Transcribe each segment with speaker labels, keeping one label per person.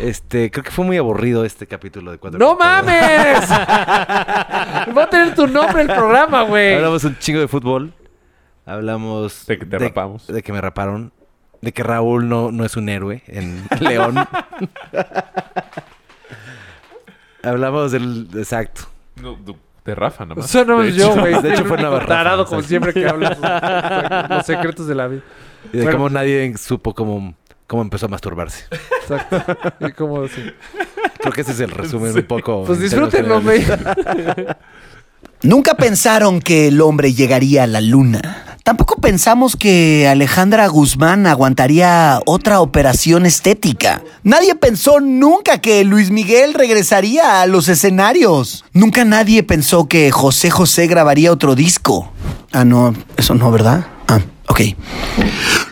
Speaker 1: Este, creo que fue muy aburrido este capítulo de cuatro.
Speaker 2: ¡No
Speaker 1: Costados.
Speaker 2: mames! Va a tener tu nombre el programa, güey.
Speaker 1: Hablamos un chingo de fútbol. Hablamos.
Speaker 3: De que te rapamos.
Speaker 1: De que me raparon. De que Raúl no, no es un héroe en León. Hablamos del. Exacto.
Speaker 3: No, du- de Rafa nomás.
Speaker 2: Eso no
Speaker 3: De
Speaker 2: es
Speaker 3: hecho.
Speaker 2: yo, güey.
Speaker 1: de hecho fue
Speaker 2: El
Speaker 1: una
Speaker 2: único
Speaker 1: barrafa,
Speaker 2: tarado, como
Speaker 1: exacto.
Speaker 2: siempre que hablas los secretos de la vida.
Speaker 1: Y de
Speaker 2: Bueno.
Speaker 1: cómo nadie supo cómo, cómo empezó a masturbarse.
Speaker 2: Exacto. Y como así.
Speaker 1: Creo que ese es el resumen un poco.
Speaker 2: Pues
Speaker 1: en
Speaker 2: disfrútenlo,
Speaker 1: términos
Speaker 2: güey.
Speaker 1: generales.
Speaker 4: Nunca pensaron que el hombre llegaría a la luna. Tampoco pensamos que Alejandra Guzmán aguantaría otra operación estética. Nadie pensó nunca que Luis Miguel regresaría a los escenarios. Nunca nadie pensó que José José grabaría otro disco. Ah, no, eso no, ¿verdad? Ah, ok.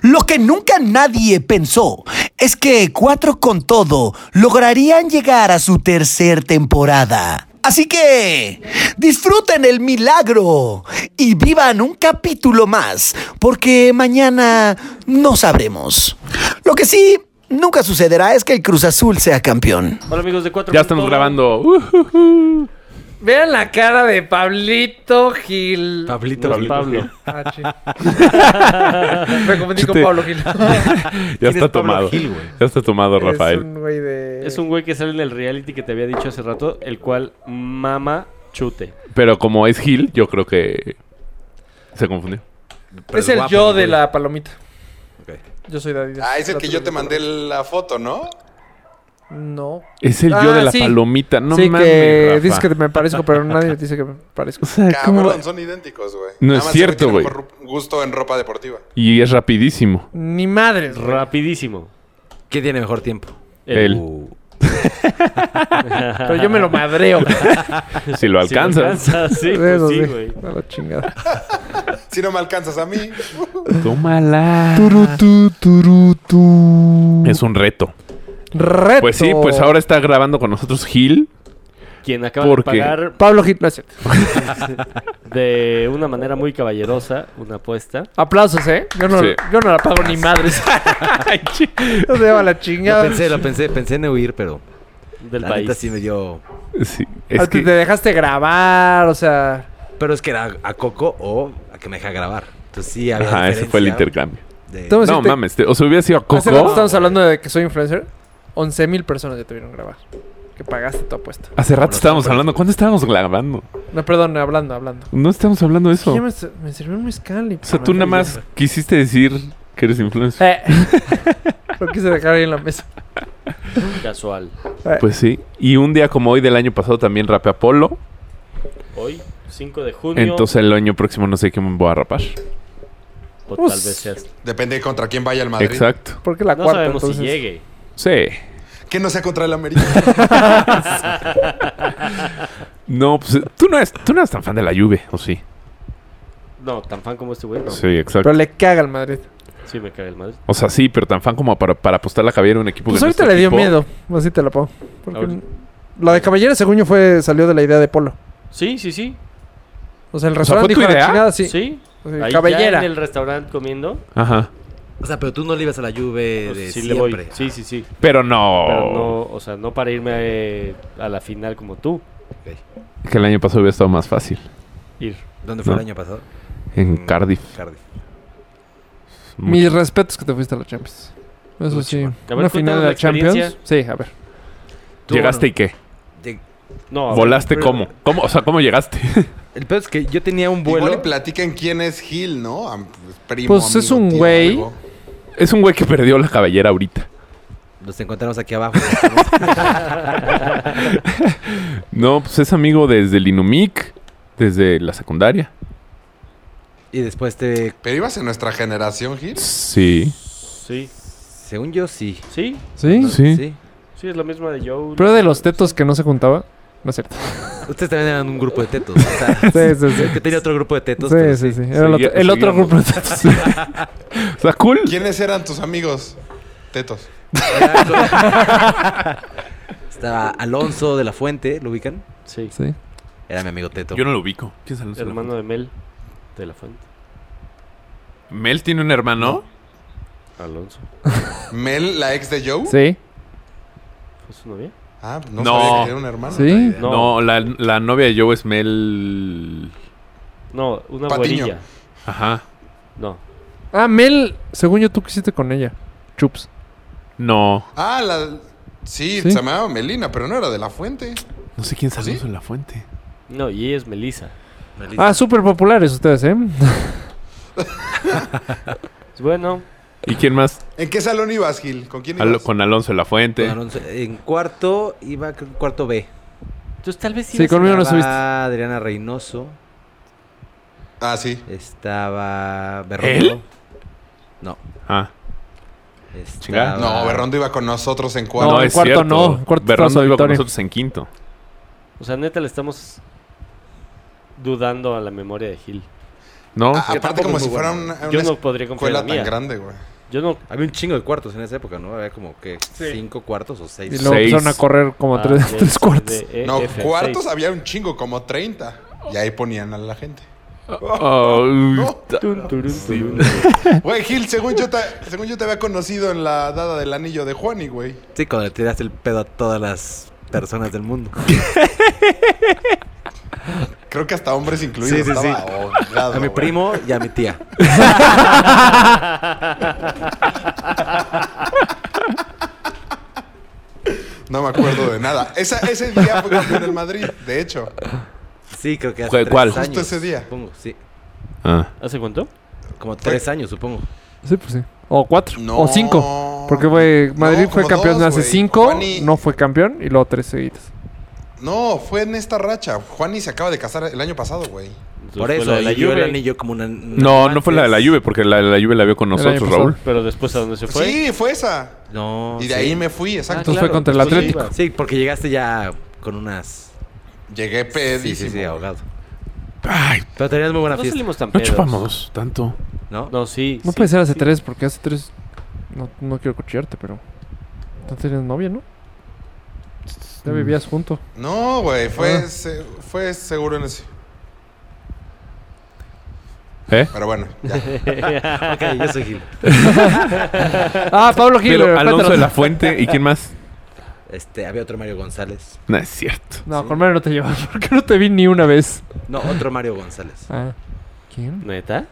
Speaker 4: Lo que nunca nadie pensó es que Cuatro con Todo lograrían llegar a su tercer temporada. Así que disfruten el milagro y vivan un capítulo más, porque mañana no sabremos. Lo que sí nunca sucederá es que el Cruz Azul sea campeón.
Speaker 5: Hola amigos de cuatro.
Speaker 3: Ya
Speaker 5: con
Speaker 3: estamos
Speaker 5: Todo.
Speaker 3: grabando. Uh,
Speaker 2: Vean la cara de Pablito Gil.
Speaker 1: Pablito.
Speaker 5: Pablo.
Speaker 2: Ah, ching. Me confundí con
Speaker 3: Chute.
Speaker 2: Pablo Gil.
Speaker 3: Ya
Speaker 1: ¿Quién es Pablo
Speaker 3: está tomado.
Speaker 1: Gil, güey?
Speaker 3: ya está tomado, Rafael.
Speaker 2: Es un güey de...
Speaker 5: Es un güey que sale en el reality que te había dicho hace rato, el cual mama chute.
Speaker 3: Pero como es Gil, yo creo que se confundió.
Speaker 1: Pero
Speaker 2: es el
Speaker 1: guapo,
Speaker 2: yo
Speaker 1: güey.
Speaker 2: de la palomita.
Speaker 1: Ok.
Speaker 2: Yo soy David.
Speaker 6: Ah, es el que yo te mandé la foto, ¿no?
Speaker 2: No.
Speaker 3: Es el
Speaker 2: Ah,
Speaker 3: yo de la
Speaker 2: sí.
Speaker 3: palomita. No
Speaker 2: sí,
Speaker 3: mames,
Speaker 2: que
Speaker 3: Rafa.
Speaker 2: dices que me parezco, pero nadie me dice que me parezco.
Speaker 3: O sea, ¿cómo va?
Speaker 6: Cabrón, son idénticos, güey.
Speaker 3: No
Speaker 6: Nada
Speaker 3: es
Speaker 6: más se ve que
Speaker 3: cierto,
Speaker 6: tiene
Speaker 3: güey.
Speaker 6: mejor ru- gusto en ropa deportiva.
Speaker 3: Y es rapidísimo.
Speaker 2: Ni madres, güey.
Speaker 5: Rapidísimo.
Speaker 1: ¿Quién tiene mejor tiempo?
Speaker 3: Él.
Speaker 1: Uh,
Speaker 2: Pero yo me lo madreo.
Speaker 3: pues Si lo
Speaker 5: Si lo
Speaker 3: alcanzas.
Speaker 5: alcanzas, sí, pues
Speaker 2: Eso
Speaker 5: sí,
Speaker 2: sí.
Speaker 5: güey.
Speaker 2: A la chingada.
Speaker 6: Si no me alcanzas a mí,
Speaker 3: Tómala. Es un reto.
Speaker 2: Reto.
Speaker 3: Pues sí, pues ahora está grabando con nosotros Gil.
Speaker 5: Quien acaba
Speaker 3: ¿Por
Speaker 5: de
Speaker 3: qué?
Speaker 5: pagar
Speaker 2: Pablo Gil, no es cierto.
Speaker 5: de una manera muy caballerosa una apuesta.
Speaker 2: Aplausos, ¿eh? Yo no,
Speaker 3: Sí.
Speaker 2: yo no la pago ni madres.
Speaker 3: Ay, chi-
Speaker 2: No se lleva la
Speaker 1: lo
Speaker 2: chingada.
Speaker 1: pensé, lo pensé, pensé en huir, pero
Speaker 5: Del
Speaker 1: la
Speaker 5: país.
Speaker 1: neta sí me dio.
Speaker 3: sí, es
Speaker 2: Ah, te-
Speaker 3: que-
Speaker 2: Te dejaste grabar, o sea...
Speaker 1: Pero es que era a Coco o a que me deja grabar. Entonces sí había.
Speaker 3: Ajá, ese fue el
Speaker 1: diferencia
Speaker 3: intercambio.
Speaker 1: de-
Speaker 2: Entonces,
Speaker 3: No
Speaker 2: sí te-
Speaker 3: mames, te- o sea, hubiera sido a
Speaker 2: Hace rato
Speaker 3: Coco.
Speaker 2: estamos hablando de que soy influencer. 11 mil personas ya te vieron grabar. Que pagaste tu apuesta.
Speaker 3: Hace rato estábamos hablando. ¿Cuándo estábamos grabando?
Speaker 2: No, perdón, hablando, hablando.
Speaker 3: No estábamos hablando de eso.
Speaker 2: Ya me, me sirvió un mezcal y...
Speaker 3: O sea, tú nada más quisiste decir que eres influencer.
Speaker 2: Eh. Lo quise dejar ahí en la mesa.
Speaker 5: Casual.
Speaker 3: Pues sí. Y un día como hoy del año pasado también rapé a Polo.
Speaker 5: Hoy, 5 de junio.
Speaker 3: Entonces el año próximo no sé quién voy a rapar.
Speaker 5: o tal
Speaker 2: Pues,
Speaker 5: vez seas.
Speaker 6: depende de contra quién vaya el Madrid.
Speaker 3: Exacto.
Speaker 2: Porque la
Speaker 5: No
Speaker 2: cuarta,
Speaker 5: sabemos si
Speaker 2: entonces-
Speaker 5: llegue.
Speaker 3: Sí.
Speaker 6: Que no sea contra el América.
Speaker 3: No, pues tú no eres, tú no eres tan fan de la lluvia, ¿o sí?
Speaker 5: No, tan fan como este güey, no.
Speaker 3: Sí, exacto.
Speaker 2: Pero le caga al Madrid.
Speaker 5: Sí, me cae el madre.
Speaker 3: O sea, sí, pero tan fan como para, para apostar la cabellera a un equipo
Speaker 2: Pues
Speaker 3: que no
Speaker 2: ahorita
Speaker 3: es tu
Speaker 2: le dio
Speaker 3: este equipo.
Speaker 2: miedo. Así te lo pongo. Porque
Speaker 5: Ahorita.
Speaker 2: la de Caballero, según yo, fue, salió de la idea de Polo.
Speaker 5: Sí, sí, sí.
Speaker 2: O sea, el
Speaker 3: sea,
Speaker 2: restaurante
Speaker 3: ¿fue tu
Speaker 2: dijo la
Speaker 3: idea?
Speaker 2: chingada,
Speaker 5: Sí.
Speaker 2: sí. O sea,
Speaker 5: Ahí ya
Speaker 2: cabellera.
Speaker 5: en el restaurante comiendo.
Speaker 3: Ajá.
Speaker 1: O sea, pero tú no le ibas a la Juve
Speaker 5: pues,
Speaker 1: de
Speaker 5: sí le
Speaker 1: siempre.
Speaker 5: voy. Sí, sí, sí.
Speaker 3: Pero no.
Speaker 5: Pero
Speaker 2: Oh.
Speaker 5: no, o sea, no para irme eh, a la final como tú.
Speaker 3: Que el año pasado hubiera estado más fácil.
Speaker 5: Ir.
Speaker 1: ¿Dónde fue
Speaker 3: No.
Speaker 1: el año pasado?
Speaker 5: Mm.
Speaker 3: En Cardiff.
Speaker 1: Cardiff.
Speaker 2: Mis respetos que te fuiste a la Champions. Eso
Speaker 1: Mucho.
Speaker 2: sí.
Speaker 5: ver,
Speaker 2: Una final
Speaker 5: cuéntanos
Speaker 2: de
Speaker 5: la
Speaker 2: la Champions.
Speaker 5: experiencia.
Speaker 2: Sí, a ver.
Speaker 1: Tú,
Speaker 3: ¿Llegaste y qué?
Speaker 1: bueno, lleg-
Speaker 5: No, a ver,
Speaker 3: ¿Volaste
Speaker 5: pero-
Speaker 3: cómo? ¿Cómo? O sea, ¿cómo llegaste?
Speaker 1: El peor es que yo tenía un
Speaker 6: Igual y
Speaker 1: vuelo.
Speaker 6: platiquen quién es Gil, ¿no? Am- Primo,
Speaker 2: Pues es
Speaker 6: amigo,
Speaker 2: un
Speaker 6: tío,
Speaker 2: güey.
Speaker 6: amigo.
Speaker 3: es un güey que perdió la cabellera ahorita.
Speaker 1: Los encontramos aquí abajo.
Speaker 3: No, pues es amigo desde el Inumic, desde la secundaria.
Speaker 1: y después te.
Speaker 6: Pero ibas en nuestra generación, Gil.
Speaker 3: Sí.
Speaker 5: Sí.
Speaker 1: Según yo, sí.
Speaker 5: Sí,
Speaker 2: ¿Sí?
Speaker 3: Sí.
Speaker 5: sí, es la misma de Joe.
Speaker 2: Pero de los tetos que no se juntaba. No es cierto.
Speaker 1: Ustedes también eran un grupo de tetos. O sea,
Speaker 2: Sí, sí, sí.
Speaker 1: yo tenía otro grupo de tetos.
Speaker 2: Sí,
Speaker 1: pero
Speaker 2: sí,
Speaker 1: sí.
Speaker 2: sí. Era el
Speaker 3: Segui-
Speaker 2: otro, el otro
Speaker 3: seguimos.
Speaker 2: grupo de tetos.
Speaker 3: O sea, cool.
Speaker 6: ¿Quiénes eran tus amigos? Tetos.
Speaker 1: Era con- Estaba Alonso de la Fuente, ¿lo ubican?
Speaker 5: Sí,
Speaker 2: Sí.
Speaker 1: Era mi amigo Teto.
Speaker 3: Yo no lo ubico. ¿Quién es Alonso de la
Speaker 5: hermano de Mel de la Fuente.
Speaker 3: Fuente? ¿Mel tiene un hermano?
Speaker 5: Alonso.
Speaker 6: Mel, la ex de Joe.
Speaker 2: Sí.
Speaker 5: su novia?
Speaker 6: Ah, no,
Speaker 3: No.
Speaker 6: sabía que era un hermano.
Speaker 2: ¿Sí?
Speaker 3: No,
Speaker 5: No.
Speaker 3: la, la novia de Joe es Mel.
Speaker 5: No, una
Speaker 6: Patiño.
Speaker 5: güerilla.
Speaker 3: Ajá.
Speaker 5: No.
Speaker 2: Ah, Mel, según yo, tú quisiste con ella. Chups.
Speaker 3: No.
Speaker 6: Ah, la... Sí,
Speaker 2: ¿Sí?
Speaker 6: se llamaba Melina, pero no era de la fuente.
Speaker 3: No sé quién salió
Speaker 6: ¿Ah, ¿Sí?
Speaker 3: en la fuente.
Speaker 5: No, y ella es Melissa.
Speaker 2: Ah, súper populares ustedes, ¿eh?
Speaker 5: Pues Bueno,
Speaker 3: ¿Y quién más?
Speaker 6: ¿En qué salón ibas, Gil? ¿Con quién ibas?
Speaker 3: Al- con Alonso en la fuente.
Speaker 1: Con Alonso. En cuarto iba creo, en cuarto B.
Speaker 5: entonces tal vez
Speaker 2: Sí,
Speaker 5: ibas-
Speaker 2: conmigo no
Speaker 1: Estaba
Speaker 2: subiste.
Speaker 1: Adriana Reynoso.
Speaker 6: Ah, sí.
Speaker 1: Estaba
Speaker 3: ¿Él?
Speaker 1: Berrondo. No.
Speaker 3: Ah. Chingada.
Speaker 1: Estaba...
Speaker 6: No, Berrondo iba con nosotros en cuarto.
Speaker 2: No, en cuarto no, en cuarto
Speaker 3: Berrondo
Speaker 2: estabas
Speaker 3: iba con
Speaker 2: auditorio.
Speaker 3: nosotros en quinto.
Speaker 5: O sea, neta, le estamos dudando a la memoria de Gil.
Speaker 3: No.
Speaker 6: Ah,
Speaker 1: que tampoco
Speaker 6: aparte como
Speaker 1: es
Speaker 6: si
Speaker 1: muy
Speaker 6: fuera
Speaker 1: bueno.
Speaker 6: una,
Speaker 5: Yo
Speaker 6: Ah, una
Speaker 5: no podría confiar en la
Speaker 6: escuela
Speaker 5: mía.
Speaker 6: tan grande, güey.
Speaker 5: Yo no.
Speaker 1: Había un chingo de cuartos en esa época, ¿no? Había como que cinco cuartos o
Speaker 2: Y
Speaker 1: seis.
Speaker 2: luego
Speaker 3: Seis.
Speaker 2: empezaron a correr como
Speaker 5: A,
Speaker 2: tres,
Speaker 5: B,
Speaker 2: tres
Speaker 5: C,
Speaker 2: cuartos.
Speaker 5: D, E,
Speaker 6: No,
Speaker 5: F,
Speaker 6: cuartos
Speaker 5: seis.
Speaker 6: había un chingo, como 30. Y ahí ponían a la gente.
Speaker 3: Oh,
Speaker 5: Tun, turun, turun.
Speaker 6: Güey, Gil, según yo, te, según yo te había conocido en la dada del anillo de Juani, güey.
Speaker 1: Sí, cuando le tiraste el pedo a todas las personas del mundo.
Speaker 6: Creo que hasta hombres
Speaker 1: Sí,
Speaker 6: incluidos.
Speaker 1: sí, sí.
Speaker 6: estaba ahogado,
Speaker 1: A mi
Speaker 6: güey.
Speaker 1: primo y a mi tía.
Speaker 6: No me acuerdo de nada. Esa- ese día fue campeón del Madrid, de hecho.
Speaker 1: Sí, creo que hace
Speaker 3: ¿Cuál-
Speaker 1: tres
Speaker 3: cuál?
Speaker 1: años.
Speaker 6: Justo ese día.
Speaker 1: Supongo, sí.
Speaker 3: Ah.
Speaker 5: ¿Hace cuánto?
Speaker 1: Como tres años, supongo.
Speaker 2: Sí, pues sí. O cuatro.
Speaker 6: No.
Speaker 2: O cinco. Porque fue, Madrid
Speaker 6: No,
Speaker 2: fue
Speaker 6: como
Speaker 2: campeón
Speaker 6: dos,
Speaker 2: hace
Speaker 6: güey.
Speaker 2: cinco,
Speaker 6: Juani-
Speaker 2: no fue campeón y luego tres seguidas.
Speaker 6: No, fue en esta racha. Juani se acaba de casar el año pasado, güey.
Speaker 5: Entonces,
Speaker 1: Por
Speaker 5: fue
Speaker 1: eso,
Speaker 5: la de la
Speaker 1: y yo el
Speaker 5: Juve.
Speaker 1: anillo como una...
Speaker 3: No, no fue la de la Juve, porque la de la Juve la vio con
Speaker 2: El año
Speaker 3: nosotros,
Speaker 2: pasado.
Speaker 3: Raúl.
Speaker 5: Pero después a dónde se fue. Oh, Ah,
Speaker 6: Sí, fue esa.
Speaker 1: No.
Speaker 6: Y de
Speaker 1: sí.
Speaker 6: ahí me fui, exacto.
Speaker 2: Entonces fue contra el
Speaker 5: después
Speaker 2: Atlético.
Speaker 5: iba.
Speaker 1: Sí, porque llegaste ya con unas...
Speaker 6: Llegué
Speaker 1: Sí, sí,
Speaker 6: pedísimo.
Speaker 1: sí, ahogado.
Speaker 3: Ay,
Speaker 1: Pero tenías muy buena
Speaker 5: No
Speaker 1: fiesta,
Speaker 5: salimos tan
Speaker 3: no
Speaker 5: pedos.
Speaker 3: chupamos tanto.
Speaker 1: ¿no?
Speaker 5: No, sí.
Speaker 2: No
Speaker 5: sí,
Speaker 2: puede ser hace
Speaker 5: sí.
Speaker 2: tres, porque hace tres. No, no quiero cuchillarte, pero. No tenías novia, ¿no? Ya
Speaker 3: Mm.
Speaker 2: vivías junto.
Speaker 6: No, güey, fue,
Speaker 2: Ah.
Speaker 6: se- fue seguro en ese.
Speaker 3: ¿Eh?
Speaker 6: Pero bueno, ya.
Speaker 1: Ok, yo soy Gil.
Speaker 2: Ah, Pablo Gil.
Speaker 3: Pero Alonso de
Speaker 2: cuéntanos.
Speaker 3: la Fuente, ¿y quién más?
Speaker 1: Este, había otro Mario González.
Speaker 3: No es cierto.
Speaker 2: No, con Mario no te llevas, porque no te vi ni una vez.
Speaker 1: No, otro Mario González.
Speaker 2: Ah. ¿Quién?
Speaker 5: ¿Neta?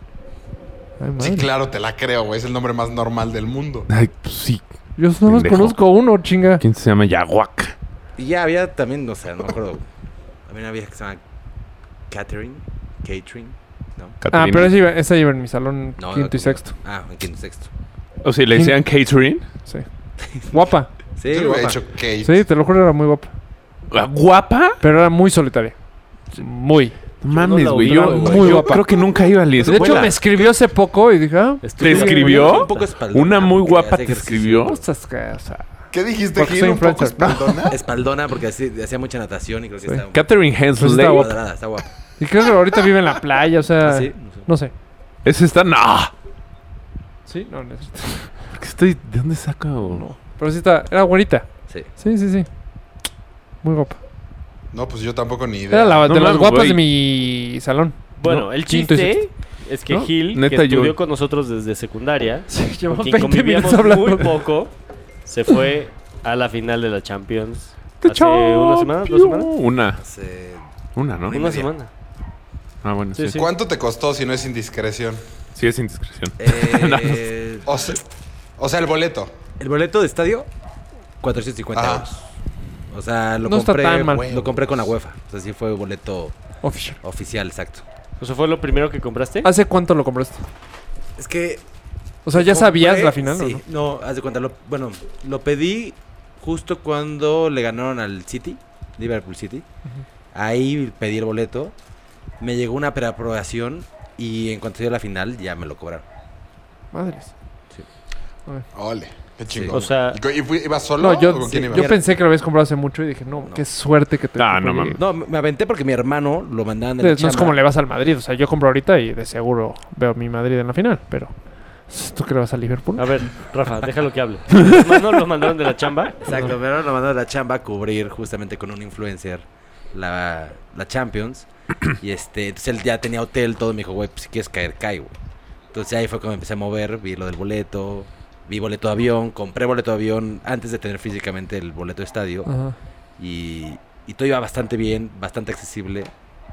Speaker 2: Ay, madre.
Speaker 6: Sí, claro, te la creo, güey. Es el nombre más normal del mundo.
Speaker 3: Ay, pues sí.
Speaker 2: Yo solo más
Speaker 3: Pendejo.
Speaker 2: conozco uno, chinga.
Speaker 3: ¿Quién se llama Yaguac?
Speaker 1: Y ya había también, no sé, no me acuerdo. Había una vieja que se llama Catherine. Catherine.
Speaker 2: Ah,
Speaker 3: Caterina.
Speaker 2: pero esa iba, esa iba en mi salón
Speaker 1: No,
Speaker 2: quinto y
Speaker 1: no,
Speaker 2: sexto.
Speaker 1: Ah, en quinto sexto.
Speaker 3: O sea, le decían Catherine.
Speaker 2: Sí. Guapa.
Speaker 1: Sí,
Speaker 6: Yo le
Speaker 1: guapa.
Speaker 6: hubiera hecho Kate.
Speaker 2: Sí, te lo juro, era muy guapa.
Speaker 3: Ah, ¿Guapa?
Speaker 2: Pero era muy solitaria. Muy.
Speaker 3: No Mames,
Speaker 1: la
Speaker 3: güey.
Speaker 1: ubico,
Speaker 3: Yo,
Speaker 1: güey.
Speaker 3: yo
Speaker 2: Muy guapa.
Speaker 3: creo que nunca iba a la
Speaker 2: De
Speaker 3: escuela.
Speaker 2: hecho, me escribió hace poco y dije, ah,
Speaker 3: ¿Te
Speaker 5: Estuve-
Speaker 3: escribió?
Speaker 1: Un poco espaldona,
Speaker 3: Una muy
Speaker 1: porque
Speaker 3: guapa
Speaker 1: hacía
Speaker 3: te
Speaker 1: ejercicio.
Speaker 3: escribió.
Speaker 2: no estás ca- o sea,
Speaker 6: ¿Qué dijiste,
Speaker 2: Porque
Speaker 6: Gil?
Speaker 2: soy
Speaker 6: ¿Un poco
Speaker 2: influencer, ¿no?
Speaker 6: espaldona?
Speaker 1: Espaldona porque así- hacía mucha natación y creo que
Speaker 2: Sí.
Speaker 1: estaba
Speaker 3: Catherine
Speaker 2: Pues está
Speaker 3: Hensley.
Speaker 2: guapa.
Speaker 1: cuadrada, está guapa. ¿Ah,
Speaker 2: Y creo que ahorita vive en la playa, o
Speaker 3: ¿Ah,
Speaker 2: sea.
Speaker 1: ¿Sí? No sé.
Speaker 2: No sé.
Speaker 3: ¿Es esta? No.
Speaker 2: Sí, no, no es-
Speaker 3: ¿Qué Estoy, ¿De dónde saca? o-
Speaker 2: Pero sí está. Era güerita.
Speaker 1: Sí.
Speaker 3: Ah.
Speaker 2: Sí, sí, sí. Muy guapa.
Speaker 6: No, pues yo tampoco ni idea.
Speaker 2: Era la,
Speaker 3: No
Speaker 2: de las
Speaker 3: mames,
Speaker 2: guapas
Speaker 3: güey.
Speaker 2: de mi salón.
Speaker 5: Bueno,
Speaker 2: No,
Speaker 5: el
Speaker 2: quinto y
Speaker 5: chiste es que
Speaker 2: No,
Speaker 5: Gil,
Speaker 3: neta,
Speaker 5: que
Speaker 3: yo-
Speaker 5: estudió con nosotros desde secundaria,
Speaker 2: Sí,
Speaker 5: con
Speaker 2: llevamos
Speaker 5: quien
Speaker 2: 20
Speaker 5: convivíamos
Speaker 2: minutos hablando.
Speaker 5: muy poco, se fue a la final de la Champions hace una semana, Ah, dos semanas,
Speaker 3: Una,
Speaker 1: Hace-
Speaker 3: una, ¿no?
Speaker 5: una semana.
Speaker 3: Ah, bueno, sí.
Speaker 5: Sí, sí.
Speaker 6: ¿Cuánto te costó si no es indiscreción?
Speaker 3: Sí, es indiscreción.
Speaker 1: eh,
Speaker 6: O sea, o sea, el boleto.
Speaker 1: El boleto de estadio, 450
Speaker 6: Ajá.
Speaker 1: euros. O sea, lo,
Speaker 2: No está
Speaker 1: compré,
Speaker 2: tan mal.
Speaker 1: lo compré con la UEFA. O sea, sí fue boleto
Speaker 2: Official.
Speaker 1: oficial, exacto.
Speaker 5: O sea, fue lo primero que compraste.
Speaker 2: ¿Hace cuánto lo compraste?
Speaker 1: Es que
Speaker 2: O sea, ¿ya
Speaker 1: Compré-
Speaker 2: sabías la final?
Speaker 1: Sí,
Speaker 2: o
Speaker 1: no,
Speaker 2: no?
Speaker 1: haz de cuenta. Lo, bueno, lo pedí justo cuando le ganaron al City, Liverpool City. Ahí pedí el boleto. Me llegó una preaprobación y en cuanto dio la final ya me lo cobraron.
Speaker 2: Madres.
Speaker 6: Ole, qué chingón.
Speaker 5: O sea,
Speaker 6: ¿Y cu- y fui- ¿Ibas
Speaker 2: No,
Speaker 6: solo
Speaker 2: yo,
Speaker 6: o con quién
Speaker 2: sí,
Speaker 6: ibas?
Speaker 2: yo pensé que lo habías comprado hace mucho y dije, no,
Speaker 1: No.
Speaker 2: qué suerte que te
Speaker 3: Ah,
Speaker 2: tocó
Speaker 3: no
Speaker 2: y-
Speaker 3: mames.
Speaker 1: No, me me aventé porque mi hermano lo mandaban de la
Speaker 2: No es
Speaker 1: chamba.
Speaker 2: como le vas al Madrid. O sea, yo compro ahorita y de seguro veo a mi Madrid en la final, pero. ¿Tú que le vas al Liverpool?
Speaker 5: a ver, Rafa, déjalo que hable. Los manos los mandaron de la chamba.
Speaker 1: Exacto, mi hermano lo mandaron de la chamba a cubrir justamente con un influencer la, la Champions. y este, entonces él ya tenía hotel, todo. Me dijo, güey, pues si quieres caer, cae, güey. Entonces ahí fue cuando me empecé a mover, vi lo del boleto, vi boleto de avión, compré boleto de avión antes de tener físicamente el boleto de estadio.
Speaker 2: Ajá.
Speaker 1: Y, y todo iba bastante bien, bastante accesible.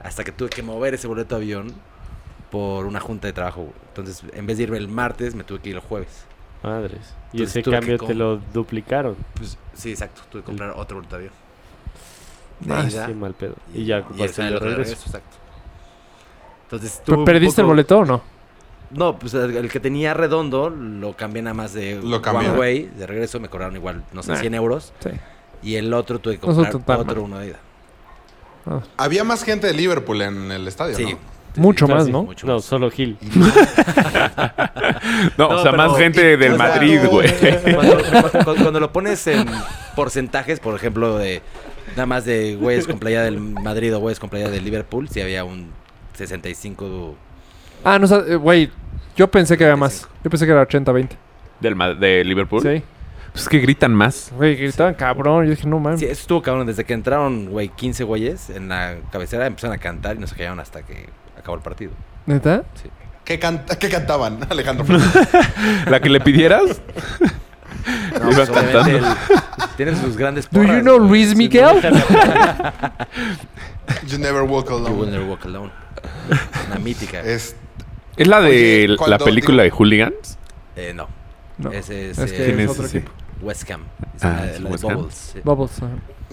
Speaker 1: Hasta que tuve que mover ese boleto de avión por una junta de trabajo. güey. Entonces, en vez de irme el martes, me tuve que ir el jueves.
Speaker 5: Madres. Y
Speaker 1: Entonces
Speaker 5: ese
Speaker 1: tuve que
Speaker 5: cambio te
Speaker 1: com-
Speaker 5: lo duplicaron.
Speaker 1: Pues, sí, exacto. Tuve que comprar otro boleto de avión. De
Speaker 2: Nice.
Speaker 1: ida
Speaker 5: Qué mal pedo. Y ya ocupaste
Speaker 1: el
Speaker 5: el de
Speaker 1: otro de
Speaker 5: regreso.
Speaker 1: regreso, exacto. Entonces,
Speaker 2: ¿Pero
Speaker 1: tuve un
Speaker 2: ¿Perdiste el
Speaker 1: poco-
Speaker 2: boleto o no?
Speaker 1: No, pues el el que tenía redondo lo cambié nada más de
Speaker 6: Lo cambiaron.
Speaker 1: one way, de regreso me cobraron igual, no sé,
Speaker 2: Ah.
Speaker 3: Nah.
Speaker 1: 100 euros.
Speaker 2: Sí.
Speaker 1: Y el otro tuve que
Speaker 2: No son
Speaker 1: comprar
Speaker 2: tan mal.
Speaker 1: otro uno de ida.
Speaker 6: Había más gente de Liverpool en el estadio,
Speaker 1: Sí.
Speaker 6: ¿no?
Speaker 2: Mucho
Speaker 1: Sí,
Speaker 2: más,
Speaker 1: sí,
Speaker 2: ¿no?
Speaker 1: mucho
Speaker 5: No,
Speaker 1: más.
Speaker 5: solo Gil.
Speaker 3: No, o
Speaker 1: No,
Speaker 3: sea,
Speaker 1: pero-
Speaker 3: más gente del
Speaker 6: o sea,
Speaker 3: Madrid,
Speaker 6: no,
Speaker 3: güey.
Speaker 1: eh. Cuando, cu- cuando lo pones en porcentajes, por ejemplo, de nada más de güeyes con playa del Madrid o güeyes con playa del Liverpool, sí había un 65.
Speaker 2: Ah, no, o sea, eh, güey, yo pensé que había más.
Speaker 1: 95.
Speaker 2: Yo pensé que era 80-20.
Speaker 3: Del Ma- de Liverpool.
Speaker 2: Sí.
Speaker 3: Pues es que gritan más.
Speaker 2: Güey, gritaban cabrón. Yo dije, no mames.
Speaker 1: Sí, eso estuvo cabrón. Desde que entraron, güey, 15 güeyes en la cabecera, empezaron a cantar y no se callaron hasta que acabó el partido.
Speaker 2: ¿Neta?
Speaker 6: ¿Qué, canta- qué cantaban, Alejandro?
Speaker 3: La que le pidieras.
Speaker 1: No,
Speaker 3: Iba
Speaker 1: pues, obviamente, el- tienen sus grandes
Speaker 2: ¿Do you
Speaker 1: porras,
Speaker 2: know
Speaker 1: güey.
Speaker 2: Luis
Speaker 1: Sí,
Speaker 2: Miguel?
Speaker 6: You never walk
Speaker 1: You will
Speaker 6: alone. Este,
Speaker 1: never walk alone. Una mítica.
Speaker 6: Es,
Speaker 3: Es la de
Speaker 6: Oye,
Speaker 3: la
Speaker 6: cuando-
Speaker 3: película de Hooligans.
Speaker 1: Eh, no.
Speaker 2: No.
Speaker 1: Ese es,
Speaker 2: Es que
Speaker 1: eh,
Speaker 3: ¿Quién
Speaker 2: es
Speaker 3: es
Speaker 2: otro
Speaker 3: ese?
Speaker 2: equipo.
Speaker 1: West Ham. Es
Speaker 3: Ah,
Speaker 1: una de-
Speaker 3: es
Speaker 1: la de
Speaker 3: West Ham.
Speaker 1: Bubbles. sí.
Speaker 2: Bubbles. ajá.